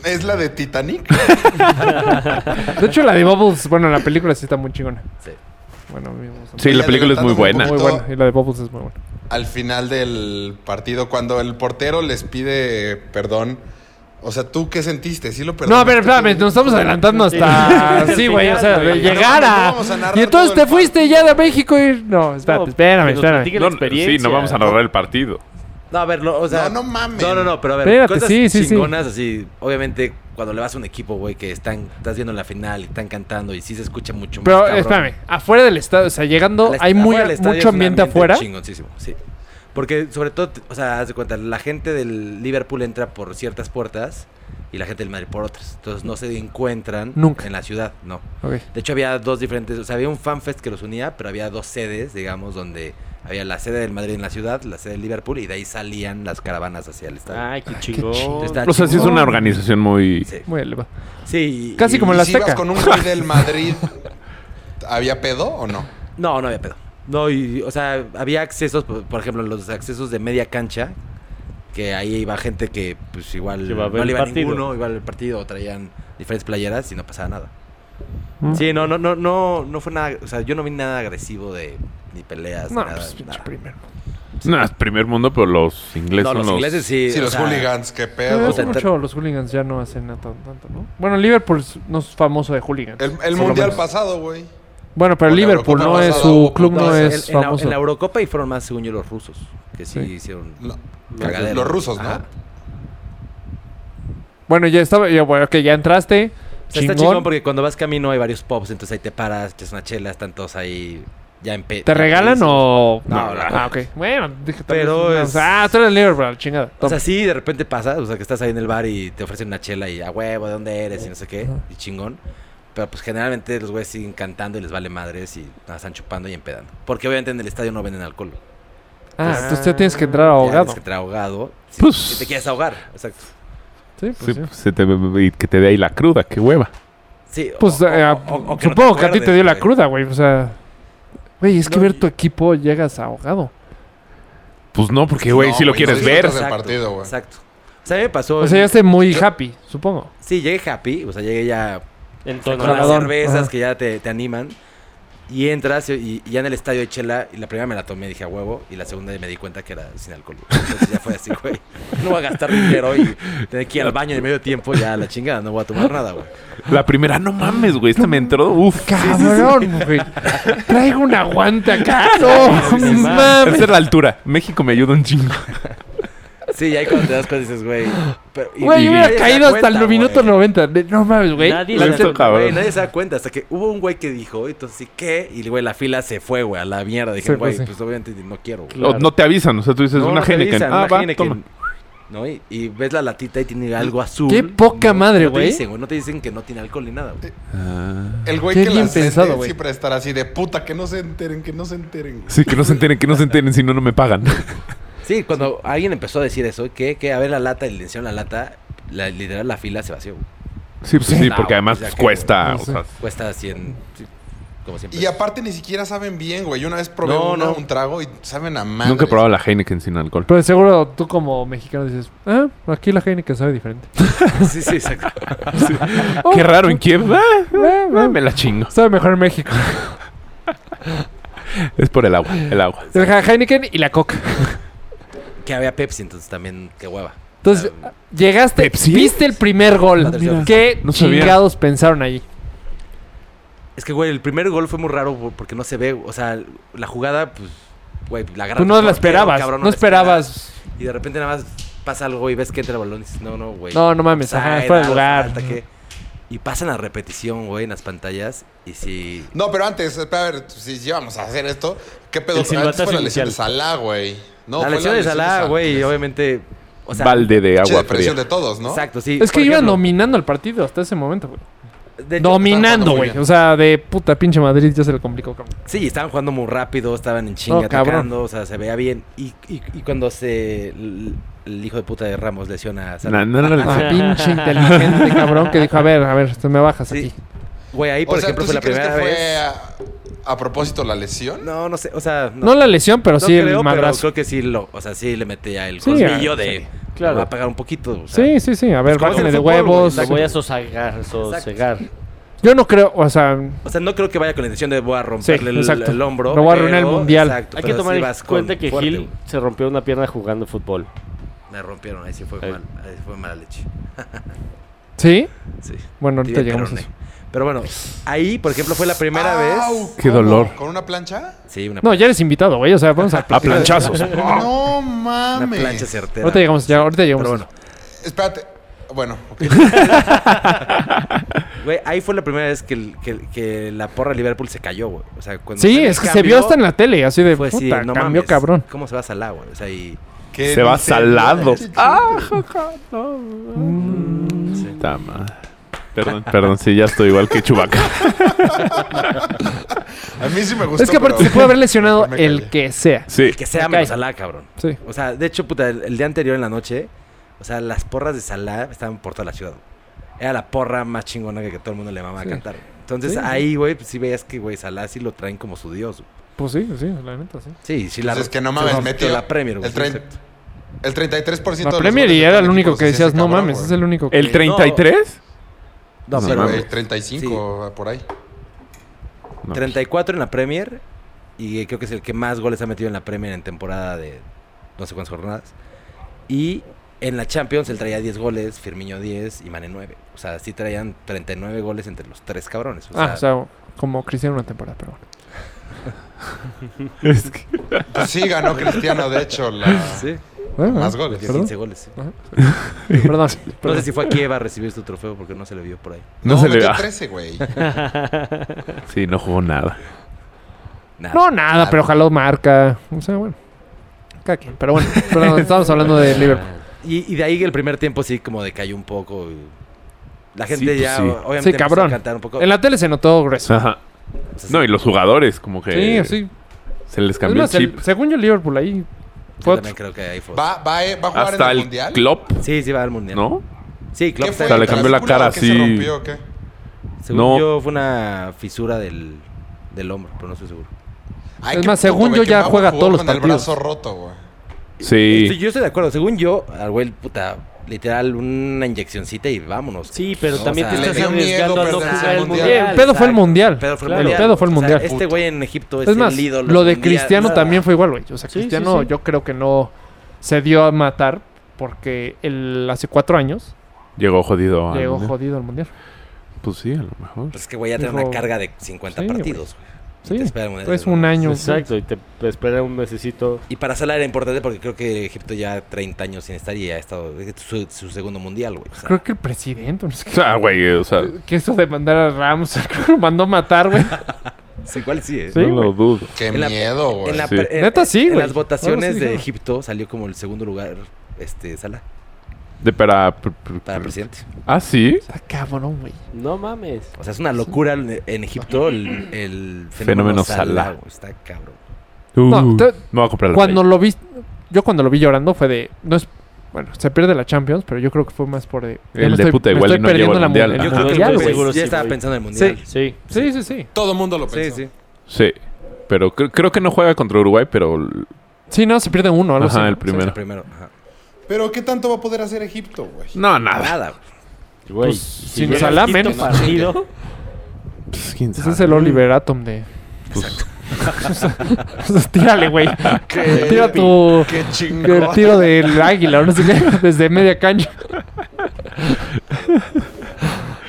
Speaker 6: ¿Es la de Titanic?
Speaker 2: De hecho, la de Bubbles, bueno, la película sí está muy chingona.
Speaker 1: Sí.
Speaker 2: Bueno, a mí me gusta
Speaker 3: Sí,
Speaker 6: Oye,
Speaker 3: la película es muy
Speaker 6: adelantándome
Speaker 3: buena.
Speaker 6: un
Speaker 2: Muy
Speaker 6: Esto-
Speaker 2: buena. Y la de Bubbles es muy buena.
Speaker 6: Al final del partido, cuando el portero les pide perdón. O sea, ¿tú qué sentiste? ¿Sí lo
Speaker 2: No, a
Speaker 6: perdonaste?
Speaker 2: ver, espérame, nos estamos adelantando
Speaker 5: Sí.
Speaker 2: hasta.
Speaker 5: Al
Speaker 2: Sí, güey, o
Speaker 5: final,
Speaker 2: sea, de
Speaker 5: güey.
Speaker 2: llegar
Speaker 6: No, no
Speaker 2: a.
Speaker 6: vamos a narrar
Speaker 2: Y entonces
Speaker 6: todo
Speaker 2: te
Speaker 6: el
Speaker 2: fuiste ya de México y. No, espérate,
Speaker 5: No,
Speaker 2: espérame,
Speaker 5: que nos
Speaker 2: espérame.
Speaker 5: platique
Speaker 3: No,
Speaker 5: la
Speaker 3: sí,
Speaker 5: experiencia.
Speaker 3: no vamos a narrar el partido.
Speaker 1: No, a ver, lo- o sea.
Speaker 6: No, no mames.
Speaker 1: No, no, no, pero a ver.
Speaker 2: Espérate,
Speaker 1: cosas
Speaker 2: sí, sí, sí.
Speaker 1: chingonas, así. Obviamente, cuando le vas a un equipo, güey, que están, estás viendo la final y están cantando y sí se escucha mucho más.
Speaker 2: Pero
Speaker 1: cabrón.
Speaker 2: espérame, afuera del estadio, o sea, llegando,
Speaker 1: Al est-
Speaker 2: hay muy,
Speaker 1: afuera del estadio es
Speaker 2: mucho
Speaker 1: un
Speaker 2: ambiente afuera.
Speaker 1: Chingoncísimo, sí. Porque sobre todo, t- o sea, haz de cuenta, la gente del Liverpool entra por ciertas puertas y la gente del Madrid por otras. Entonces no se encuentran
Speaker 2: Nunca.
Speaker 1: en la ciudad, no.
Speaker 2: Ok.
Speaker 1: De hecho, había dos diferentes, o sea, había un fanfest que los unía, pero había dos sedes, digamos, donde había la sede del Madrid en la ciudad, la sede del Liverpool, y de ahí salían las caravanas hacia el
Speaker 2: Ah.
Speaker 1: estadio.
Speaker 5: Ay, qué chingón.
Speaker 1: Entonces, estaba
Speaker 3: O sea, sí es
Speaker 1: Ah, chingón.
Speaker 3: una organización muy.
Speaker 1: Sí.
Speaker 2: Muy elevado.
Speaker 1: Sí, y-
Speaker 2: Casi como
Speaker 6: ¿Y
Speaker 2: la
Speaker 6: si ibas
Speaker 2: Azteca.
Speaker 6: con un güey del Madrid, ¿había pedo o no?
Speaker 1: No, no había pedo. No, y, o sea, había accesos, por, por ejemplo, los accesos de media cancha, que ahí iba gente que, pues igual,
Speaker 5: Que iba a ver
Speaker 1: no le
Speaker 5: el
Speaker 1: iba a
Speaker 5: partido.
Speaker 1: ninguno, iba al partido, o traían diferentes playeras y no pasaba nada.
Speaker 2: Mm.
Speaker 1: Sí, no, no, no, no, no fue nada, o sea, yo no vi nada agresivo de ni peleas,
Speaker 2: No,
Speaker 1: nada.
Speaker 2: pues pinche
Speaker 1: nada.
Speaker 2: primero.
Speaker 3: No, es primer mundo, pero los ingleses
Speaker 1: No,
Speaker 3: son
Speaker 1: los ingleses sí.
Speaker 6: Sí,
Speaker 1: o
Speaker 6: los
Speaker 1: sea,
Speaker 6: hooligans, qué
Speaker 2: Pero
Speaker 6: pedo.
Speaker 1: sea,
Speaker 2: hace
Speaker 6: güey.
Speaker 1: te-
Speaker 2: mucho los hooligans ya no hacen nada tan- tanto, ¿no? Bueno, Liverpool es- no es famoso de hooligans.
Speaker 6: El, el
Speaker 2: por lo
Speaker 6: mundial
Speaker 2: menos.
Speaker 6: pasado, güey.
Speaker 2: Bueno, pero
Speaker 6: Por la
Speaker 2: Liverpool no
Speaker 6: Eurocopa
Speaker 2: es
Speaker 6: pasada
Speaker 2: su
Speaker 6: hubo
Speaker 2: club, no
Speaker 6: putazos.
Speaker 2: es
Speaker 1: en, en la, en
Speaker 2: famoso.
Speaker 1: la Eurocopa y fueron más, según yo, los rusos, que sí,
Speaker 2: Sí.
Speaker 1: hicieron
Speaker 6: No,
Speaker 1: cagadero.
Speaker 6: los rusos, ¿no?
Speaker 1: Ajá.
Speaker 2: Bueno, ya estaba, ya, bueno, ok, ya entraste.
Speaker 1: O sea, está
Speaker 2: chingón.
Speaker 1: chingón porque cuando vas camino hay varios pubs, entonces ahí te paras, echas una chela, están todos ahí ya en pe-
Speaker 2: ¿Te regalan o...?
Speaker 1: Ah, No, no.
Speaker 2: Ah, ok. Bueno, dije... tal
Speaker 1: Pero
Speaker 2: vez una-
Speaker 1: es-
Speaker 2: Ah, tú eres Liverpool, chingada.
Speaker 1: O
Speaker 2: Toma.
Speaker 1: sea, sí, de repente pasa, o sea, que estás ahí en el bar y te ofrecen una chela y a huevo, ¿de dónde eres? Y no sé qué,
Speaker 2: Ajá.
Speaker 1: y chingón. Pero pues generalmente los güeyes siguen cantando y les vale madres y nada, están chupando y empedando. Porque obviamente en el estadio no venden alcohol.
Speaker 2: ah, entonces ya tienes que entrar
Speaker 1: Tienes
Speaker 2: ahogado.
Speaker 1: que entrar ahogado. Si,
Speaker 3: Pues-
Speaker 1: si te quieres ahogar, exacto.
Speaker 2: Sí,
Speaker 3: Sí,
Speaker 2: pues sí.
Speaker 3: pues, se te- y que te dé ahí la cruda, qué hueva.
Speaker 1: Sí, o-
Speaker 2: Pues
Speaker 1: o-
Speaker 2: eh,
Speaker 1: o- o- o que no te
Speaker 2: supongo que a ti te
Speaker 1: acuerdes,
Speaker 2: dio la
Speaker 1: güey.
Speaker 2: cruda, güey. O sea... Güey, es que
Speaker 1: No,
Speaker 2: ver
Speaker 1: y-
Speaker 2: tu equipo llegas ahogado.
Speaker 3: Pues no, porque güey,
Speaker 6: No,
Speaker 3: si lo
Speaker 6: güey,
Speaker 3: quieres
Speaker 6: no
Speaker 3: ver.
Speaker 6: disfrutas. del partido, güey.
Speaker 1: Exacto. O sea, a mí me pasó.
Speaker 2: O sea, ya
Speaker 1: en-
Speaker 2: esté muy happy, supongo.
Speaker 1: Sí, llegué happy, o sea, llegué ya con las
Speaker 5: Entonces,
Speaker 2: Entonadón.
Speaker 1: cervezas
Speaker 2: Ajá.
Speaker 1: que ya te, te animan. Y entras y, y ya en el estadio de chela. Y la primera me la tomé, dije a huevo. Y la segunda me di cuenta que era sin alcohol. güey. Entonces ya fue así, güey. No voy a gastar dinero y tener que ir al baño en el medio tiempo. Ya a la chingada, no voy a tomar nada, güey.
Speaker 3: La primera, no mames, güey, esta me entró. Uf.
Speaker 2: ¡Cabrón, güey! Traigo un aguante acá. ¡No,
Speaker 5: sí, sí.
Speaker 2: mames!
Speaker 3: Tercera altura. México me ayuda un chingo.
Speaker 1: Sí, y ahí cuando te das cuenta dices, güey. pero- y-
Speaker 2: Güey,
Speaker 1: y
Speaker 2: yo hubiera
Speaker 1: nadie se da
Speaker 2: caído hasta el
Speaker 1: cuenta,
Speaker 2: minuto
Speaker 1: güey.
Speaker 2: 90. De- No mames, güey.
Speaker 5: Nadie
Speaker 3: Lo
Speaker 5: se
Speaker 3: he
Speaker 5: da
Speaker 3: visto,
Speaker 5: cuenta.
Speaker 3: cabrón.
Speaker 1: Güey, nadie se da cuenta. Hasta que hubo un güey que dijo, entonces sí, ¿qué? Y güey, la fila se fue, güey, a la mierda. Dije,
Speaker 2: Sí,
Speaker 1: güey,
Speaker 2: pues,
Speaker 1: pues,
Speaker 2: sí.
Speaker 1: obviamente no quiero, güey.
Speaker 5: Claro.
Speaker 3: O no te avisan, o sea, tú dices
Speaker 1: No,
Speaker 3: una
Speaker 1: no te
Speaker 3: Heineken.
Speaker 1: avisan,
Speaker 3: ah,
Speaker 1: una
Speaker 3: va,
Speaker 1: Heineken.
Speaker 3: toma.
Speaker 1: ¿No? Y, y ves la latita y tiene algo azul.
Speaker 2: Qué poca
Speaker 1: No-
Speaker 2: madre,
Speaker 1: no te
Speaker 2: güey.
Speaker 1: dicen, No te dicen que no tiene alcohol ni nada, güey. Ah.
Speaker 6: El güey
Speaker 2: Qué
Speaker 6: que
Speaker 2: bien
Speaker 6: las vende
Speaker 2: pensado, güey.
Speaker 6: siempre estará así de puta, que no se enteren, que no se enteren. güey".
Speaker 3: Sí, que no se enteren, que no se enteren, si no, no me pagan.
Speaker 1: Sí, cuando alguien empezó a decir eso, que, que a ver la lata y le hicieron la lata, la, literal la fila se vació. güey.
Speaker 3: Sí, pues, sí,
Speaker 1: No,
Speaker 3: porque además
Speaker 1: pues, ya
Speaker 3: pues,
Speaker 1: que-
Speaker 3: cuesta.
Speaker 2: no
Speaker 3: o
Speaker 2: sé.
Speaker 3: sea,
Speaker 1: Cuesta 100, sí, como siempre.
Speaker 6: Y aparte ni siquiera saben bien, güey. Yo una vez probé
Speaker 1: No,
Speaker 6: una-
Speaker 1: no.
Speaker 6: un trago y saben a madre.
Speaker 3: nunca he probado la Heineken sin alcohol.
Speaker 2: Pero de seguro tú como mexicano dices, ah, aquí la Heineken sabe diferente.
Speaker 1: Sí, sí, exacto.
Speaker 3: Qué raro, ¿en Kiev? Ah,
Speaker 2: Eh,
Speaker 3: ah,
Speaker 2: eh,
Speaker 3: me la chingo.
Speaker 2: sabe mejor en México.
Speaker 3: Es por el agua, el agua.
Speaker 2: El Heineken y la Coca.
Speaker 1: que había Pepsi, entonces también, qué hueva.
Speaker 2: Entonces,
Speaker 1: Ah,
Speaker 2: llegaste,
Speaker 3: ¿Pepsi?
Speaker 2: viste el primer gol.
Speaker 1: Madre mía.
Speaker 2: ¿Qué
Speaker 3: No sabía.
Speaker 2: chingados pensaron ahí?
Speaker 1: Es que, güey, el primer gol fue muy raro por- porque no se ve. O sea, la jugada, pues, güey, la agarra.
Speaker 2: Tú Pues no la esperabas. no
Speaker 1: la
Speaker 2: esperabas.
Speaker 1: esperas. Y de repente nada más pasa algo y ves que entra el balón y dices, no, no, güey.
Speaker 2: No, no mames. Ajá,
Speaker 1: Offside,
Speaker 2: fuera de
Speaker 1: algo,
Speaker 2: lugar.
Speaker 1: falta, ¿qué? Y pasan la repetición, güey, en las pantallas. Y si.
Speaker 6: No, pero antes, espera, a ver, si llevamos a hacer esto, ¿qué pedo?
Speaker 5: El
Speaker 6: Antes fue
Speaker 5: silbatazo
Speaker 6: la lesión
Speaker 5: inicial.
Speaker 6: de Salah, güey. No,
Speaker 1: la
Speaker 6: fue
Speaker 1: lesión de
Speaker 6: lesión
Speaker 1: Salah, güey, obviamente. O sea,
Speaker 3: Balde de
Speaker 6: Pinche
Speaker 3: agua fría.
Speaker 6: depresión de todos, ¿no?
Speaker 1: Exacto, sí.
Speaker 2: Es que
Speaker 1: Por
Speaker 2: iban
Speaker 1: ejemplo,
Speaker 2: dominando el partido hasta ese momento, güey.
Speaker 1: de hecho,
Speaker 6: jugando
Speaker 2: Dominando,
Speaker 6: muy
Speaker 2: güey.
Speaker 6: bien.
Speaker 2: O sea, de puta pinche Madrid ya se le complicó. cabrón.
Speaker 1: Sí, estaban jugando muy rápido, estaban en chinga
Speaker 2: No, cabrón.
Speaker 1: atacando, o sea, se veía bien. Y, y, y cuando se. El, el hijo de puta de Ramos lesiona a Salah.
Speaker 3: No, no, no, no.
Speaker 2: Ah, pinche inteligente, cabrón, que dijo, a ver, a ver, te me bajas
Speaker 1: Sí.
Speaker 2: aquí.
Speaker 1: Güey, ahí, por
Speaker 6: o sea,
Speaker 1: ejemplo,
Speaker 6: ¿tú
Speaker 1: fue
Speaker 6: sí
Speaker 1: la
Speaker 6: crees que
Speaker 1: primera
Speaker 6: fue
Speaker 1: vez.
Speaker 6: a, a propósito la lesión?
Speaker 1: No, no sé, o sea.
Speaker 2: No, la lesión, pero sí
Speaker 1: creo,
Speaker 2: el
Speaker 1: pero
Speaker 2: madrazo.
Speaker 1: creo que sí, lo, o sea, sí le metía el
Speaker 2: Sí,
Speaker 1: colmillo
Speaker 2: ah,
Speaker 1: de.
Speaker 5: claro.
Speaker 1: Me va a pagar un poquito. o sea,
Speaker 2: Sí, sí, sí. A ver,
Speaker 1: Pues, Es como
Speaker 2: bájenle
Speaker 1: en
Speaker 2: de
Speaker 1: el fútbol, güey,
Speaker 2: huevos.
Speaker 5: Lo voy a sosegar, sosegar.
Speaker 2: Yo no creo, o sea,
Speaker 1: O sea, no creo que vaya con la intención de voy a romperle el- el,
Speaker 2: exacto.
Speaker 1: hombro.
Speaker 2: Lo voy a arruinar el mundial.
Speaker 1: Exacto,
Speaker 5: Hay que
Speaker 1: pero
Speaker 5: tomar
Speaker 1: sí
Speaker 5: en
Speaker 1: vas con
Speaker 5: cuenta que
Speaker 1: fuerte,
Speaker 5: Gil
Speaker 1: güey.
Speaker 5: se rompió una pierna jugando fútbol.
Speaker 1: Me rompieron, ahí sí fue,
Speaker 5: Ahí.
Speaker 1: mal, ahí sí fue mala leche.
Speaker 2: ¿sí?
Speaker 1: Sí.
Speaker 2: Bueno, ahorita
Speaker 1: Tibia
Speaker 2: llegamos a
Speaker 1: peroné.
Speaker 2: eso.
Speaker 1: Pero bueno, ahí, por ejemplo, fue la primera
Speaker 6: Au,
Speaker 1: vez.
Speaker 3: Qué
Speaker 6: ¿cómo?
Speaker 3: dolor.
Speaker 6: ¿Con una plancha?
Speaker 1: Sí, una,
Speaker 2: No, ya eres invitado, güey. O sea, vamos a
Speaker 3: A planchazos. Ah.
Speaker 6: No
Speaker 1: una
Speaker 6: mames.
Speaker 1: plancha certera.
Speaker 2: Ahorita llegamos, ya, ahorita llegamos.
Speaker 1: Pero bueno,
Speaker 6: Espérate. Bueno, ok.
Speaker 1: güey, ahí fue la primera vez que, el- que- que la porra de Liverpool se cayó, güey. O sea, cuando
Speaker 2: sí,
Speaker 1: fue el
Speaker 2: es que se
Speaker 1: cambio,
Speaker 2: vio hasta en la tele, así de
Speaker 1: fue así,
Speaker 2: puta,
Speaker 1: no
Speaker 2: cambió
Speaker 1: mames,
Speaker 2: cabrón.
Speaker 1: ¿Cómo se va a salar, güey? O sea, y
Speaker 6: ¿Qué
Speaker 3: Se va
Speaker 6: dice?
Speaker 3: salado. Ah,
Speaker 1: sí.
Speaker 3: Puta madre. Perdón, perdón, sí, ya estoy igual que Chubaca.
Speaker 6: A mí sí me gustó.
Speaker 2: Es que aparte
Speaker 6: pero-
Speaker 2: se puede haber lesionado
Speaker 6: Me
Speaker 2: el
Speaker 6: callé.
Speaker 2: que sea.
Speaker 3: Sí.
Speaker 1: que sea
Speaker 2: Ok.
Speaker 1: menos Salah, cabrón.
Speaker 2: Sí.
Speaker 1: O sea, de hecho, puta, el, el día anterior en la noche, o sea, las porras de Salah estaban por toda la ciudad. güey. Era la porra más chingona que, que todo el mundo le mamaba
Speaker 2: Sí.
Speaker 1: a cantar. Entonces
Speaker 2: Sí, sí.
Speaker 1: ahí, güey, pues, sí veías que, güey, Salah sí lo traen como su dios. güey.
Speaker 2: Pues sí, sí, la neta, sí.
Speaker 1: Sí, sí la
Speaker 6: Pues es que no mames,
Speaker 1: se
Speaker 6: metió
Speaker 1: la Premier, güey.
Speaker 6: el, trein-
Speaker 1: Exacto.
Speaker 6: el 33%
Speaker 2: La
Speaker 6: de los
Speaker 2: Premier
Speaker 6: goles
Speaker 2: y
Speaker 6: de
Speaker 2: era
Speaker 6: todo
Speaker 2: el único
Speaker 6: equipo
Speaker 2: que
Speaker 6: los hacía
Speaker 2: decías,
Speaker 6: ese
Speaker 2: no
Speaker 6: cabrón,
Speaker 2: mames, es
Speaker 6: güey.
Speaker 2: el único que...
Speaker 3: ¿El 33?
Speaker 1: No,
Speaker 3: Sí,
Speaker 1: pero
Speaker 3: mames.
Speaker 1: güey,
Speaker 6: El 35 por ahí.
Speaker 3: No. pues.
Speaker 1: 34 en la Premier y creo que es el que más goles ha metido en la Premier en temporada de no sé cuántas jornadas. Y en la Champions él traía 10 goles, Firmino 10 y Mane 9. O sea, sí traían 39 goles entre los tres cabrones. O sea,
Speaker 2: Ah, o sea, como Cristiano una temporada, pero bueno.
Speaker 3: Es que-
Speaker 6: Pues sí, ganó Cristiano, de hecho, la-
Speaker 1: sí,
Speaker 2: Bueno,
Speaker 6: más
Speaker 2: eh,
Speaker 6: goles.
Speaker 1: dio
Speaker 2: Ah, ¿Perdón?
Speaker 1: 15 goles. sí.
Speaker 2: Ajá. Perdón.
Speaker 1: No
Speaker 2: perdón.
Speaker 1: sé si fue a Kiev a recibir su trofeo porque no se le vio por ahí.
Speaker 3: No, se le
Speaker 6: metió
Speaker 3: va.
Speaker 6: 13, güey.
Speaker 2: Pues,
Speaker 3: Sí, no jugó nada.
Speaker 1: Nada.
Speaker 2: No, nada, pero ojalá marca. O sea, bueno. Cada quien, Pero bueno, perdón, estábamos hablando de Liverpool.
Speaker 1: Y, y de ahí el primer tiempo sí como decayó un poco. y La gente
Speaker 3: pues,
Speaker 1: ya
Speaker 3: sí.
Speaker 1: obviamente
Speaker 2: Sí,
Speaker 1: empezó a
Speaker 2: cabrón.
Speaker 1: cantar un poco.
Speaker 2: En la tele se notó grueso.
Speaker 3: Ajá.
Speaker 1: O sea,
Speaker 3: No, y los jugadores, como que
Speaker 2: Sí, sí.
Speaker 3: se les
Speaker 2: Es
Speaker 3: cambió el
Speaker 2: más, el-
Speaker 3: chip.
Speaker 2: según yo, Liverpool ahí...
Speaker 1: Yo
Speaker 2: Fue
Speaker 1: también creo que ahí fue.
Speaker 6: ¿Va, va, eh, va a jugar en
Speaker 3: Hasta
Speaker 6: el,
Speaker 3: el
Speaker 6: Mundial?
Speaker 3: Klopp,
Speaker 1: Sí, sí va al mundial.
Speaker 3: ¿no?
Speaker 1: Sí, Klopp
Speaker 6: ¿Qué fue?
Speaker 1: está-
Speaker 3: Hasta le cambió la
Speaker 6: ¿Clavícula
Speaker 3: cara,
Speaker 6: o qué se
Speaker 3: sí.
Speaker 6: rompió o qué?
Speaker 1: Según
Speaker 3: No.
Speaker 1: yo fue una fisura del, del hombro, pero no estoy seguro.
Speaker 6: Ay,
Speaker 2: Es
Speaker 6: qué
Speaker 2: más, según yo
Speaker 6: güey, que
Speaker 2: ya
Speaker 6: Mbappé
Speaker 2: juega
Speaker 6: jugó
Speaker 2: todos los
Speaker 6: con
Speaker 2: partidos.
Speaker 6: el brazo roto, güey.
Speaker 1: Estoy-
Speaker 3: Sí.
Speaker 1: yo estoy de acuerdo. Según yo, al güey, puta, literal, una inyeccioncita y vámonos.
Speaker 5: Sí, pero
Speaker 1: No,
Speaker 5: también
Speaker 1: o sea,
Speaker 5: te
Speaker 1: le
Speaker 5: estás
Speaker 6: dio miedo
Speaker 5: arriesgando a no
Speaker 6: perderse
Speaker 5: jugar
Speaker 6: el
Speaker 5: el
Speaker 6: Mundial.
Speaker 5: mundial.
Speaker 2: El pedo fue el
Speaker 1: Exacto.
Speaker 2: mundial.
Speaker 1: El pedo fue el
Speaker 5: Claro.
Speaker 1: mundial.
Speaker 2: El pedo fue
Speaker 1: O
Speaker 2: el
Speaker 1: sea,
Speaker 2: mundial.
Speaker 1: este güey en Egipto es,
Speaker 2: Es más,
Speaker 1: el ídolo.
Speaker 2: lo de
Speaker 1: mundial.
Speaker 2: Cristiano
Speaker 1: Nada.
Speaker 2: también fue igual, güey. O sea,
Speaker 5: Sí, sí,
Speaker 2: Cristiano
Speaker 5: sí.
Speaker 2: yo creo que no se dio a matar porque el, hace cuatro años
Speaker 3: Llegó jodido. al
Speaker 2: llegó
Speaker 3: Mundial.
Speaker 2: jodido al Mundial.
Speaker 3: Pues sí, a lo mejor.
Speaker 1: Pues que güey ya trae
Speaker 2: Dijo-
Speaker 1: una carga de 50
Speaker 2: Sí,
Speaker 1: partidos. güey. Y
Speaker 2: Sí,
Speaker 1: te espera el mundial.
Speaker 2: es un año.
Speaker 5: Exacto, y te te espera un mesecito.
Speaker 1: Y para Salah era importante porque creo que Egipto ya 30 años sin estar y ha estado. es su, su segundo mundial, güey. O sea,
Speaker 2: Creo que el presidente, no sé
Speaker 3: O
Speaker 2: qué.
Speaker 3: sea, güey, o sea,
Speaker 2: Que eso de mandar a Rams, lo mandó matar, güey.
Speaker 1: sí, igual sí, eh.
Speaker 2: Sí,
Speaker 3: no lo
Speaker 2: güey.
Speaker 3: dudo.
Speaker 6: Qué
Speaker 1: En la-
Speaker 6: miedo, güey.
Speaker 1: En la
Speaker 3: Sí.
Speaker 1: pre- en-
Speaker 2: Neta, sí,
Speaker 1: En
Speaker 2: güey.
Speaker 1: las votaciones
Speaker 2: Algo así
Speaker 1: de
Speaker 2: dijeron.
Speaker 1: Egipto salió como el segundo lugar este Salah
Speaker 3: De para. pr- pr-
Speaker 1: para
Speaker 2: Mm.
Speaker 3: pr-
Speaker 1: presidente.
Speaker 3: Ah, sí.
Speaker 2: Está cabrón, güey.
Speaker 5: No mames.
Speaker 1: O sea, es una locura en- en Egipto el, el fenómeno,
Speaker 3: Fenómeno Salah.
Speaker 1: güey. Está cabrón.
Speaker 3: Uh,
Speaker 2: No, te-
Speaker 3: me voy a comprar la
Speaker 2: Cuando
Speaker 3: play.
Speaker 2: lo viste, yo cuando lo vi llorando fue de. No es, bueno, se pierde la Champions, pero yo creo que fue más por de. ya
Speaker 3: El
Speaker 2: me
Speaker 3: de puta,
Speaker 2: me
Speaker 3: igual y no llevo el
Speaker 2: la mu-
Speaker 3: Mundial.
Speaker 2: el
Speaker 3: Yo
Speaker 1: Yo creo que
Speaker 2: mundial,
Speaker 5: estoy
Speaker 1: pues,
Speaker 2: güey.
Speaker 5: seguro sí
Speaker 1: ya estaba
Speaker 5: voy.
Speaker 1: pensando en el mundial.
Speaker 5: Sí.
Speaker 2: Sí, sí, sí.
Speaker 6: Todo el mundo lo
Speaker 1: sí,
Speaker 6: pensó.
Speaker 1: sí.
Speaker 3: Sí, pero cre- creo que no juega contra Uruguay, pero l-
Speaker 2: Sí, no, se pierde uno, algo
Speaker 3: Ajá,
Speaker 2: así.
Speaker 3: el
Speaker 1: O
Speaker 2: ¿no?
Speaker 1: sea,
Speaker 3: Primero.
Speaker 1: el primero. ajá.
Speaker 6: Pero ¿qué tanto va a poder hacer Egipto, güey?
Speaker 3: no nada.
Speaker 2: Ah,
Speaker 1: Nada. güey.
Speaker 5: Güey,
Speaker 2: Pues,
Speaker 5: si
Speaker 2: sin
Speaker 5: llega
Speaker 2: Salah,
Speaker 5: quinto
Speaker 2: menos.
Speaker 5: partido,
Speaker 3: Pues, quién
Speaker 2: Ese es
Speaker 3: sabe.
Speaker 2: el Oliver Atom de.
Speaker 3: Pues,
Speaker 2: Tírale, güey.
Speaker 6: Qué-
Speaker 2: Tira tu.
Speaker 6: Qué
Speaker 2: El
Speaker 6: chingón.
Speaker 2: tiro del águila, no sé qué, desde media cancha.